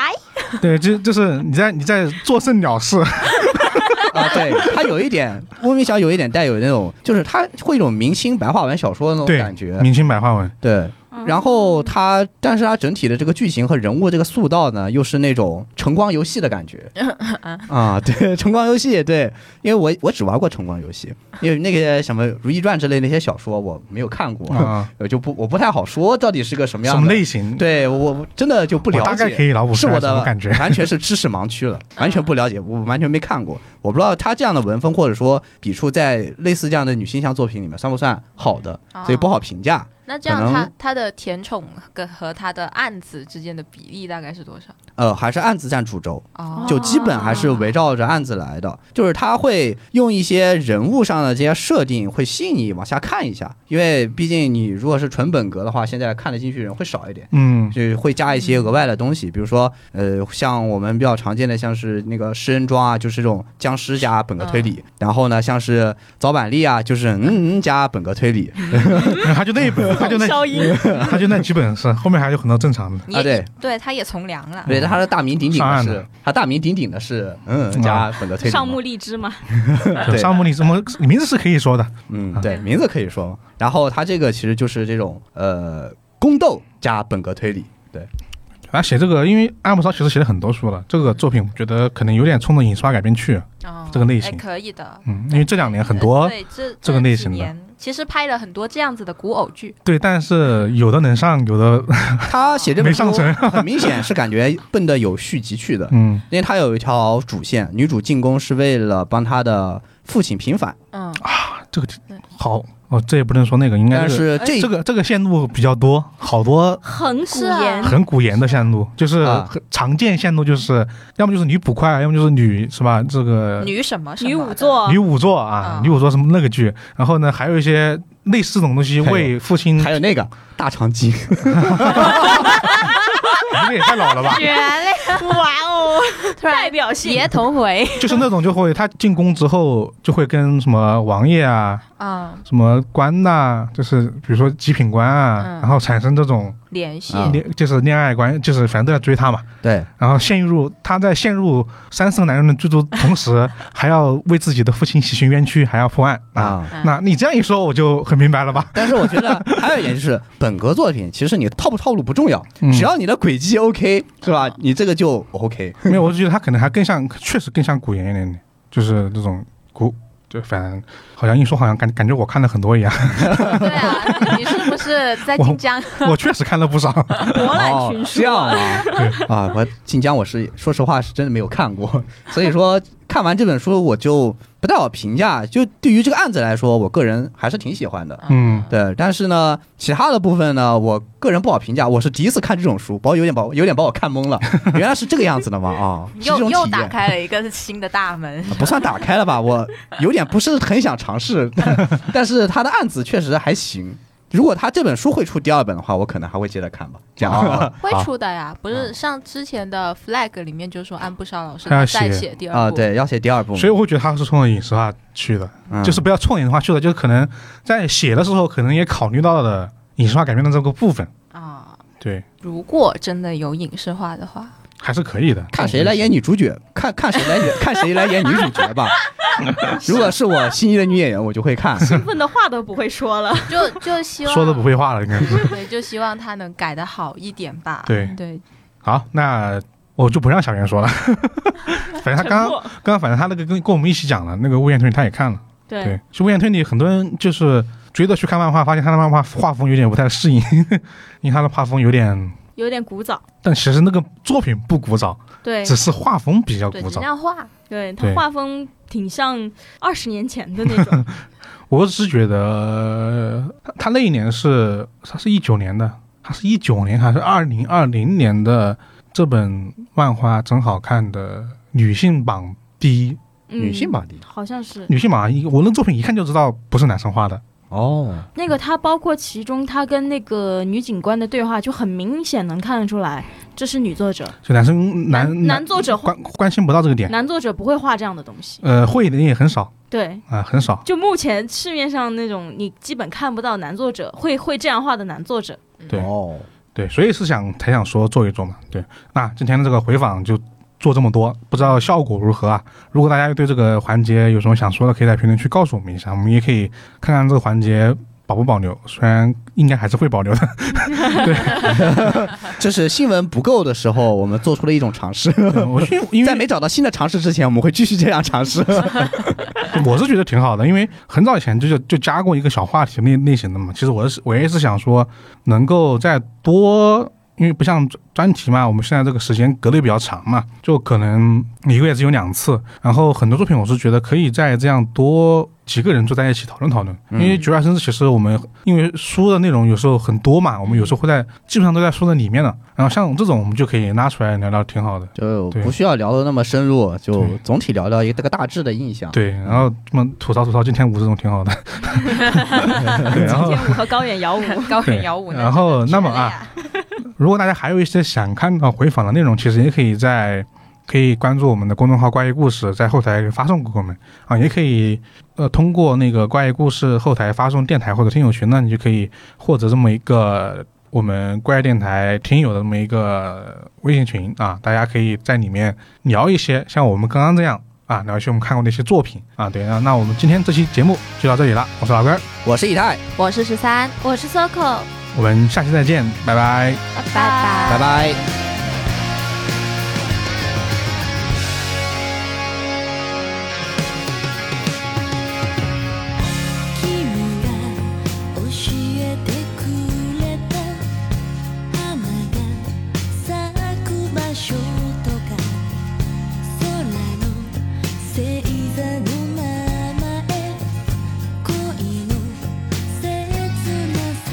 Speaker 1: 对，就就是你在你在做甚了事，
Speaker 2: 啊，对，
Speaker 3: <laughs>
Speaker 2: 它有一点《无名小》有一点带有那种，就是它会一种明清白话文小说的那种
Speaker 1: <laughs> 对
Speaker 2: 感觉，
Speaker 1: 明清白话文，
Speaker 2: 对。
Speaker 4: 嗯
Speaker 2: 然后它，但是它整体的这个剧情和人物这个塑造呢，又是那种晨光游戏的感觉啊，对， <laughs> 晨光游戏，对，因为我我只玩过晨光游戏，因为那个什么《如懿传》之类那些小说我没有看过，
Speaker 1: 啊，
Speaker 2: 我就不我不太好说到底是个什么样
Speaker 1: 什
Speaker 2: 的
Speaker 1: 么类型？
Speaker 2: 对我我真的就不
Speaker 1: 我
Speaker 2: 了解，
Speaker 1: 大概可以脑补
Speaker 2: 是
Speaker 1: 出来
Speaker 2: 我
Speaker 1: 什
Speaker 2: 的
Speaker 1: 么感觉。
Speaker 2: <laughs> 完全是知识盲区了，完全不了解，我完全没看过，我不知道他这样的文风或者说笔触在类似这样的女性向作品里面算不算好的，
Speaker 3: 哦
Speaker 2: 所以不好评价。
Speaker 3: 那这样
Speaker 2: 可能
Speaker 3: 他他的甜宠跟和他的案子之间的比例大概是多少？
Speaker 2: 呃，还是案子占主轴，
Speaker 3: 哦，
Speaker 2: 就基本还是围绕着案子来的，就是他会用一些人物上的这些设定，会吸引你往下看一下，因为毕竟你如果是纯本格的话，现在看得进去人会少一点。
Speaker 1: 嗯，
Speaker 2: 就是会加一些额外的东西，比如说，呃，像我们比较常见的，像是那个诗人庄啊，就是这种僵尸加本格推理；
Speaker 3: 嗯
Speaker 2: 然后呢，像是早坂力啊，就是嗯嗯加本格推理
Speaker 1: 他就那一
Speaker 2: <laughs>
Speaker 1: 本，他就那， <laughs>
Speaker 4: 消音，
Speaker 1: 他就那几本是，后面还有很多正常的。
Speaker 3: 你
Speaker 2: 啊，对
Speaker 3: 对，他也嗯从良了。
Speaker 2: 对，他的大名鼎鼎的
Speaker 1: 上岸啊
Speaker 2: 是，他大名鼎鼎的是嗯嗯加本格推理嘛，
Speaker 4: 上木荔枝嘛，
Speaker 2: 对
Speaker 1: 沙漠里什么名字是可以说的，
Speaker 2: 嗯，对，名字可以说嘛。然后他这个其实就是这种呃宫斗加本格推
Speaker 1: <laughs>
Speaker 2: 理，对，
Speaker 1: 他写这个，因为阿姆斯特朗其实写了很多书了，这个作品我觉得可能有点冲着印刷改编去，
Speaker 3: 哦
Speaker 1: 这个类型
Speaker 3: 哎可以的。
Speaker 1: 嗯，因为这两年很多
Speaker 3: 对这
Speaker 1: 这个类型的
Speaker 3: 几年其实拍了很多这样子的古偶剧，
Speaker 1: 对，但是有的能上，有的
Speaker 2: 他写这本
Speaker 1: 没
Speaker 2: 书
Speaker 1: 上成，，
Speaker 2: <laughs> 很明显是感觉奔着有续集去的
Speaker 1: 嗯
Speaker 2: 因为他有一条主线，女主进宫是为了帮她的父亲平反，
Speaker 3: 嗯，
Speaker 1: 啊好哦，这也不能说那个，应该
Speaker 2: 但
Speaker 1: 是哎
Speaker 2: 是这
Speaker 1: 这个这个线路比较多，好多
Speaker 4: 很古
Speaker 3: 是啊
Speaker 4: 言，
Speaker 1: 很古言的线路，就是
Speaker 2: 啊
Speaker 1: 很常见线路，就是要么就是女捕快，啊要么就是女是吧？这个
Speaker 3: 女什么什么
Speaker 4: 女
Speaker 3: 的
Speaker 4: 仵，作
Speaker 2: 哦
Speaker 1: 女，仵作啊
Speaker 3: 啊，
Speaker 1: 女仵作什么那个剧，然后呢，还有一些类似这种东西
Speaker 2: 还有
Speaker 1: 为父亲，
Speaker 2: 还有那个大长
Speaker 1: <laughs>
Speaker 2: 今，
Speaker 1: 那个也太老了
Speaker 2: <laughs>
Speaker 1: 吧？<laughs>
Speaker 4: 绝嘞，哇哦，
Speaker 3: 突然
Speaker 4: 代表性
Speaker 3: 别同
Speaker 4: <laughs>
Speaker 3: 回，
Speaker 1: 就是那种就会他进宫之后就会跟什么王爷啊、
Speaker 3: 嗯，
Speaker 1: 什么官呐、就是比如说极品官啊，
Speaker 3: 嗯
Speaker 1: 然后产生这种
Speaker 3: 联系，
Speaker 2: 啊
Speaker 1: 恋就是恋爱关，就是反正都在追他嘛。
Speaker 2: 对，
Speaker 1: 然后陷入他在陷入三四个男人的追逐同 <laughs> 时，还要为自己的父亲洗清冤屈，还要破案啊。
Speaker 2: 啊。
Speaker 3: 嗯
Speaker 1: 那你这样一说，我就很明白了吧？
Speaker 2: 但是我觉得还有一点就是，本格作品其实你套不套路不重要，
Speaker 1: 嗯
Speaker 2: 只要你的轨迹 OK，是吧？你这个就 OK。
Speaker 1: 没有，我就觉得他可能还更像，确实更像古言一点点，就是这种古，就反正好像一说好像感感觉我看了很 <laughs> 多一样，
Speaker 3: 对啊，你是不是在晋江？
Speaker 1: 我确实看了不少。
Speaker 4: 博览群
Speaker 2: 哦
Speaker 4: 书
Speaker 2: 这样啊，啊，我晋江我是说实话是真的没有看过，所以说看完这本书我就不太好评价。就对于这个案子来说，我个人还是挺喜欢的。
Speaker 1: 嗯，
Speaker 2: 对，但是呢，其他的部分呢，我个人不好评价。我是第一次看这种书，把我有点把我有点把我看懵了，原来是这个样子的嘛啊，是这
Speaker 3: 又
Speaker 2: 种
Speaker 3: 又
Speaker 2: 体
Speaker 3: 打
Speaker 2: 验。啊
Speaker 3: 开了一个新的大门，
Speaker 2: 不算打开了吧，我有点不是很想尝试， <laughs> 但但是他的案子确实还行。如果他这本书会出第二本的话，我可能还会接着看吧。这样啊
Speaker 3: <laughs> 会出的呀，不是像之前的 flag 里面就说安布少老师
Speaker 1: 他要
Speaker 3: 再
Speaker 1: 写
Speaker 3: 写第二
Speaker 2: 啊，
Speaker 3: 部，
Speaker 2: 对，要写第二部嘛，
Speaker 1: 所以我会觉得他是冲着影视化去的，
Speaker 2: 嗯
Speaker 1: 就是不要冲影视化去的，就是可能在写的时候可能也考虑到了影视化改编的这个部分，
Speaker 3: 啊，
Speaker 1: 对，
Speaker 3: 如果真的有影视化的 <laughs> 话，
Speaker 1: 还是可以的。
Speaker 2: 看谁来演女主角，看看谁来演看谁来演女主角
Speaker 1: <laughs>
Speaker 2: 吧。如果是我心仪的女演员，我就会看。
Speaker 4: 兴奋的话都不会说了。 <laughs>
Speaker 3: 就就希望
Speaker 1: 说的不会话了，应该是
Speaker 3: <laughs> 对，就希望他能改的好一点吧。
Speaker 1: 对
Speaker 3: 对，
Speaker 1: 好，那我就不让小袁说了。 <laughs> 反正他刚刚刚刚，反正他那个跟跟我们一起讲了那个《雾焰推理》，他也看了。
Speaker 4: 对
Speaker 1: 对，其实《雾焰推理》很多人就是追着去看漫画，发现他的漫画画风有点不太适应， <laughs> 因为他的画风有点，
Speaker 4: 有点古早，
Speaker 1: 但其实那个作品不古早，
Speaker 4: 对
Speaker 1: 只是画风比较
Speaker 3: 对，
Speaker 1: 古
Speaker 3: 质
Speaker 1: 早。
Speaker 3: 量化，
Speaker 4: 对，
Speaker 1: 对
Speaker 4: 他画风挺像二十年前的
Speaker 1: <laughs>
Speaker 4: 那种，
Speaker 1: 我只是觉得呃他他那一年是他是一九年的，他是一九年还是二零二零年的这本漫画真好看的女性榜第一，
Speaker 4: 嗯
Speaker 2: 女性吧，你
Speaker 4: 好像是
Speaker 1: 女性榜一，我那作品一看就知道不是男生画的，
Speaker 2: 哦，
Speaker 4: 那个，他包括其中他跟那个女警官的对话，就很明显能看得出来，这是女作者，
Speaker 1: 就男生男
Speaker 4: 男男作者
Speaker 1: 关关心不到这个点，
Speaker 4: 男作者不会画这样的东西。
Speaker 1: 呃，会的人也很少
Speaker 4: 对，
Speaker 1: 啊、很少。
Speaker 4: 就目前市面上那种你基本看不到男作者会会这样画的男作者。
Speaker 1: 对
Speaker 2: 哦，
Speaker 1: 对，所以是想才想说做一做嘛。对，那今天的这个回访就做这么多，不知道效果如何啊？如果大家对这个环节有什么想说的，可以在评论区告诉我们一下，我们也可以看看这个环节保不保留。虽然应该还是会保留的，
Speaker 2: 这是新闻不够的时候，我们做出了一种尝试。
Speaker 1: 对我是因为 <laughs>
Speaker 2: 在没找到新的尝试之前，我们会继续这样尝试。
Speaker 1: <laughs> 我是觉得挺好的，因为很早以前就就就加过一个小话题类类型的嘛。其实我是我也是想说，能够再多，因为不像专专题嘛，我们现在这个时间隔得比较长嘛，就可能一个月只有两次。然后很多作品，我是觉得可以再这样多几个人坐在一起讨论讨论。因为《九月二十四》其实我们因为书的内容有时候很多嘛，我们有时候会在基本上都在书的里面了。然后像这种我们就可以拉出来聊聊，挺好的。
Speaker 2: <laughs> 就
Speaker 1: 对
Speaker 2: 不需要聊的那么深入，就
Speaker 1: 对
Speaker 2: 总体聊聊一个这个大致的印象。
Speaker 1: 对，然后这么吐槽吐槽金天武这种挺好的。对，然后
Speaker 4: 啊天舞和高
Speaker 1: <laughs>
Speaker 4: 远摇舞。
Speaker 3: 高
Speaker 1: 对
Speaker 3: 远摇舞呢。
Speaker 1: 然后，那么啊，， <laughs> 如果大家还有一些想看到回访的内容，其实也可以在可以关注我们的公众号“怪异故事”，在后台发送给我们啊，也可以呃通过那个“怪异故事”后台发送电台或者听友群呢，你就可以获得这么一个我们怪电台听友的这么一个微信群啊，大家可以在里面聊一些像我们刚刚这样啊，聊一些我们看过的一些作品啊，对，那那我们今天这期节目就到这里了，我是老根儿，
Speaker 2: 我是以太，
Speaker 3: 我是十三，
Speaker 4: <laughs> 我是 Circle，
Speaker 1: 我们下期再见，拜拜。
Speaker 3: 拜
Speaker 4: 拜
Speaker 2: 拜拜。
Speaker 5: 「君が教えてくれた」「花が咲く場所とか」「空の星座の名前」「恋の切なさ」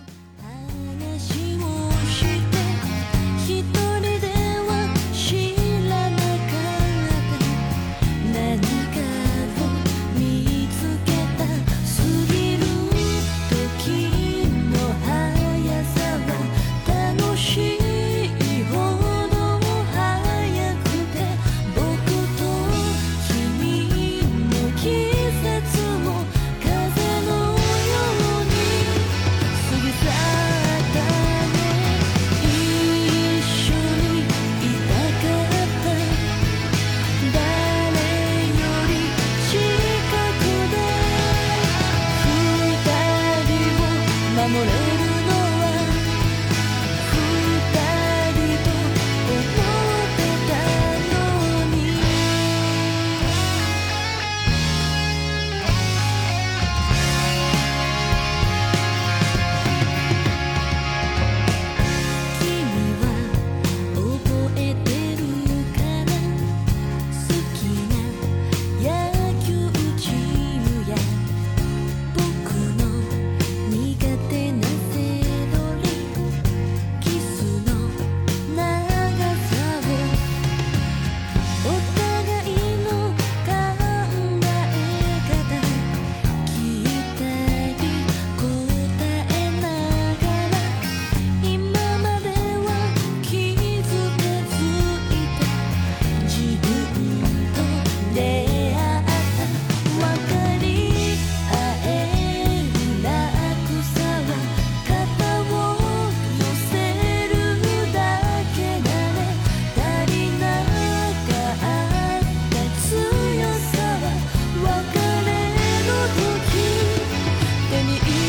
Speaker 5: 話をして「一人では知らなかった」「何かを見つけた」「過ぎる時の速さは楽しいほど速くて」「僕と君の季節も風のように」過ぎ去ったね一緒にいたかった誰より近くで二人を守れるのは二人と思ってたのに「君は覚えてるかな」「好きな野球チームや僕の苦手なセロリ」「キスの長さを」「お互いの考え方」「聞いたり答えながら」「今までは気づかずいた」「自分と出会った」「分かり合える楽さは肩を寄せるだけなら」「足りなかった強さは別れの時手に入れ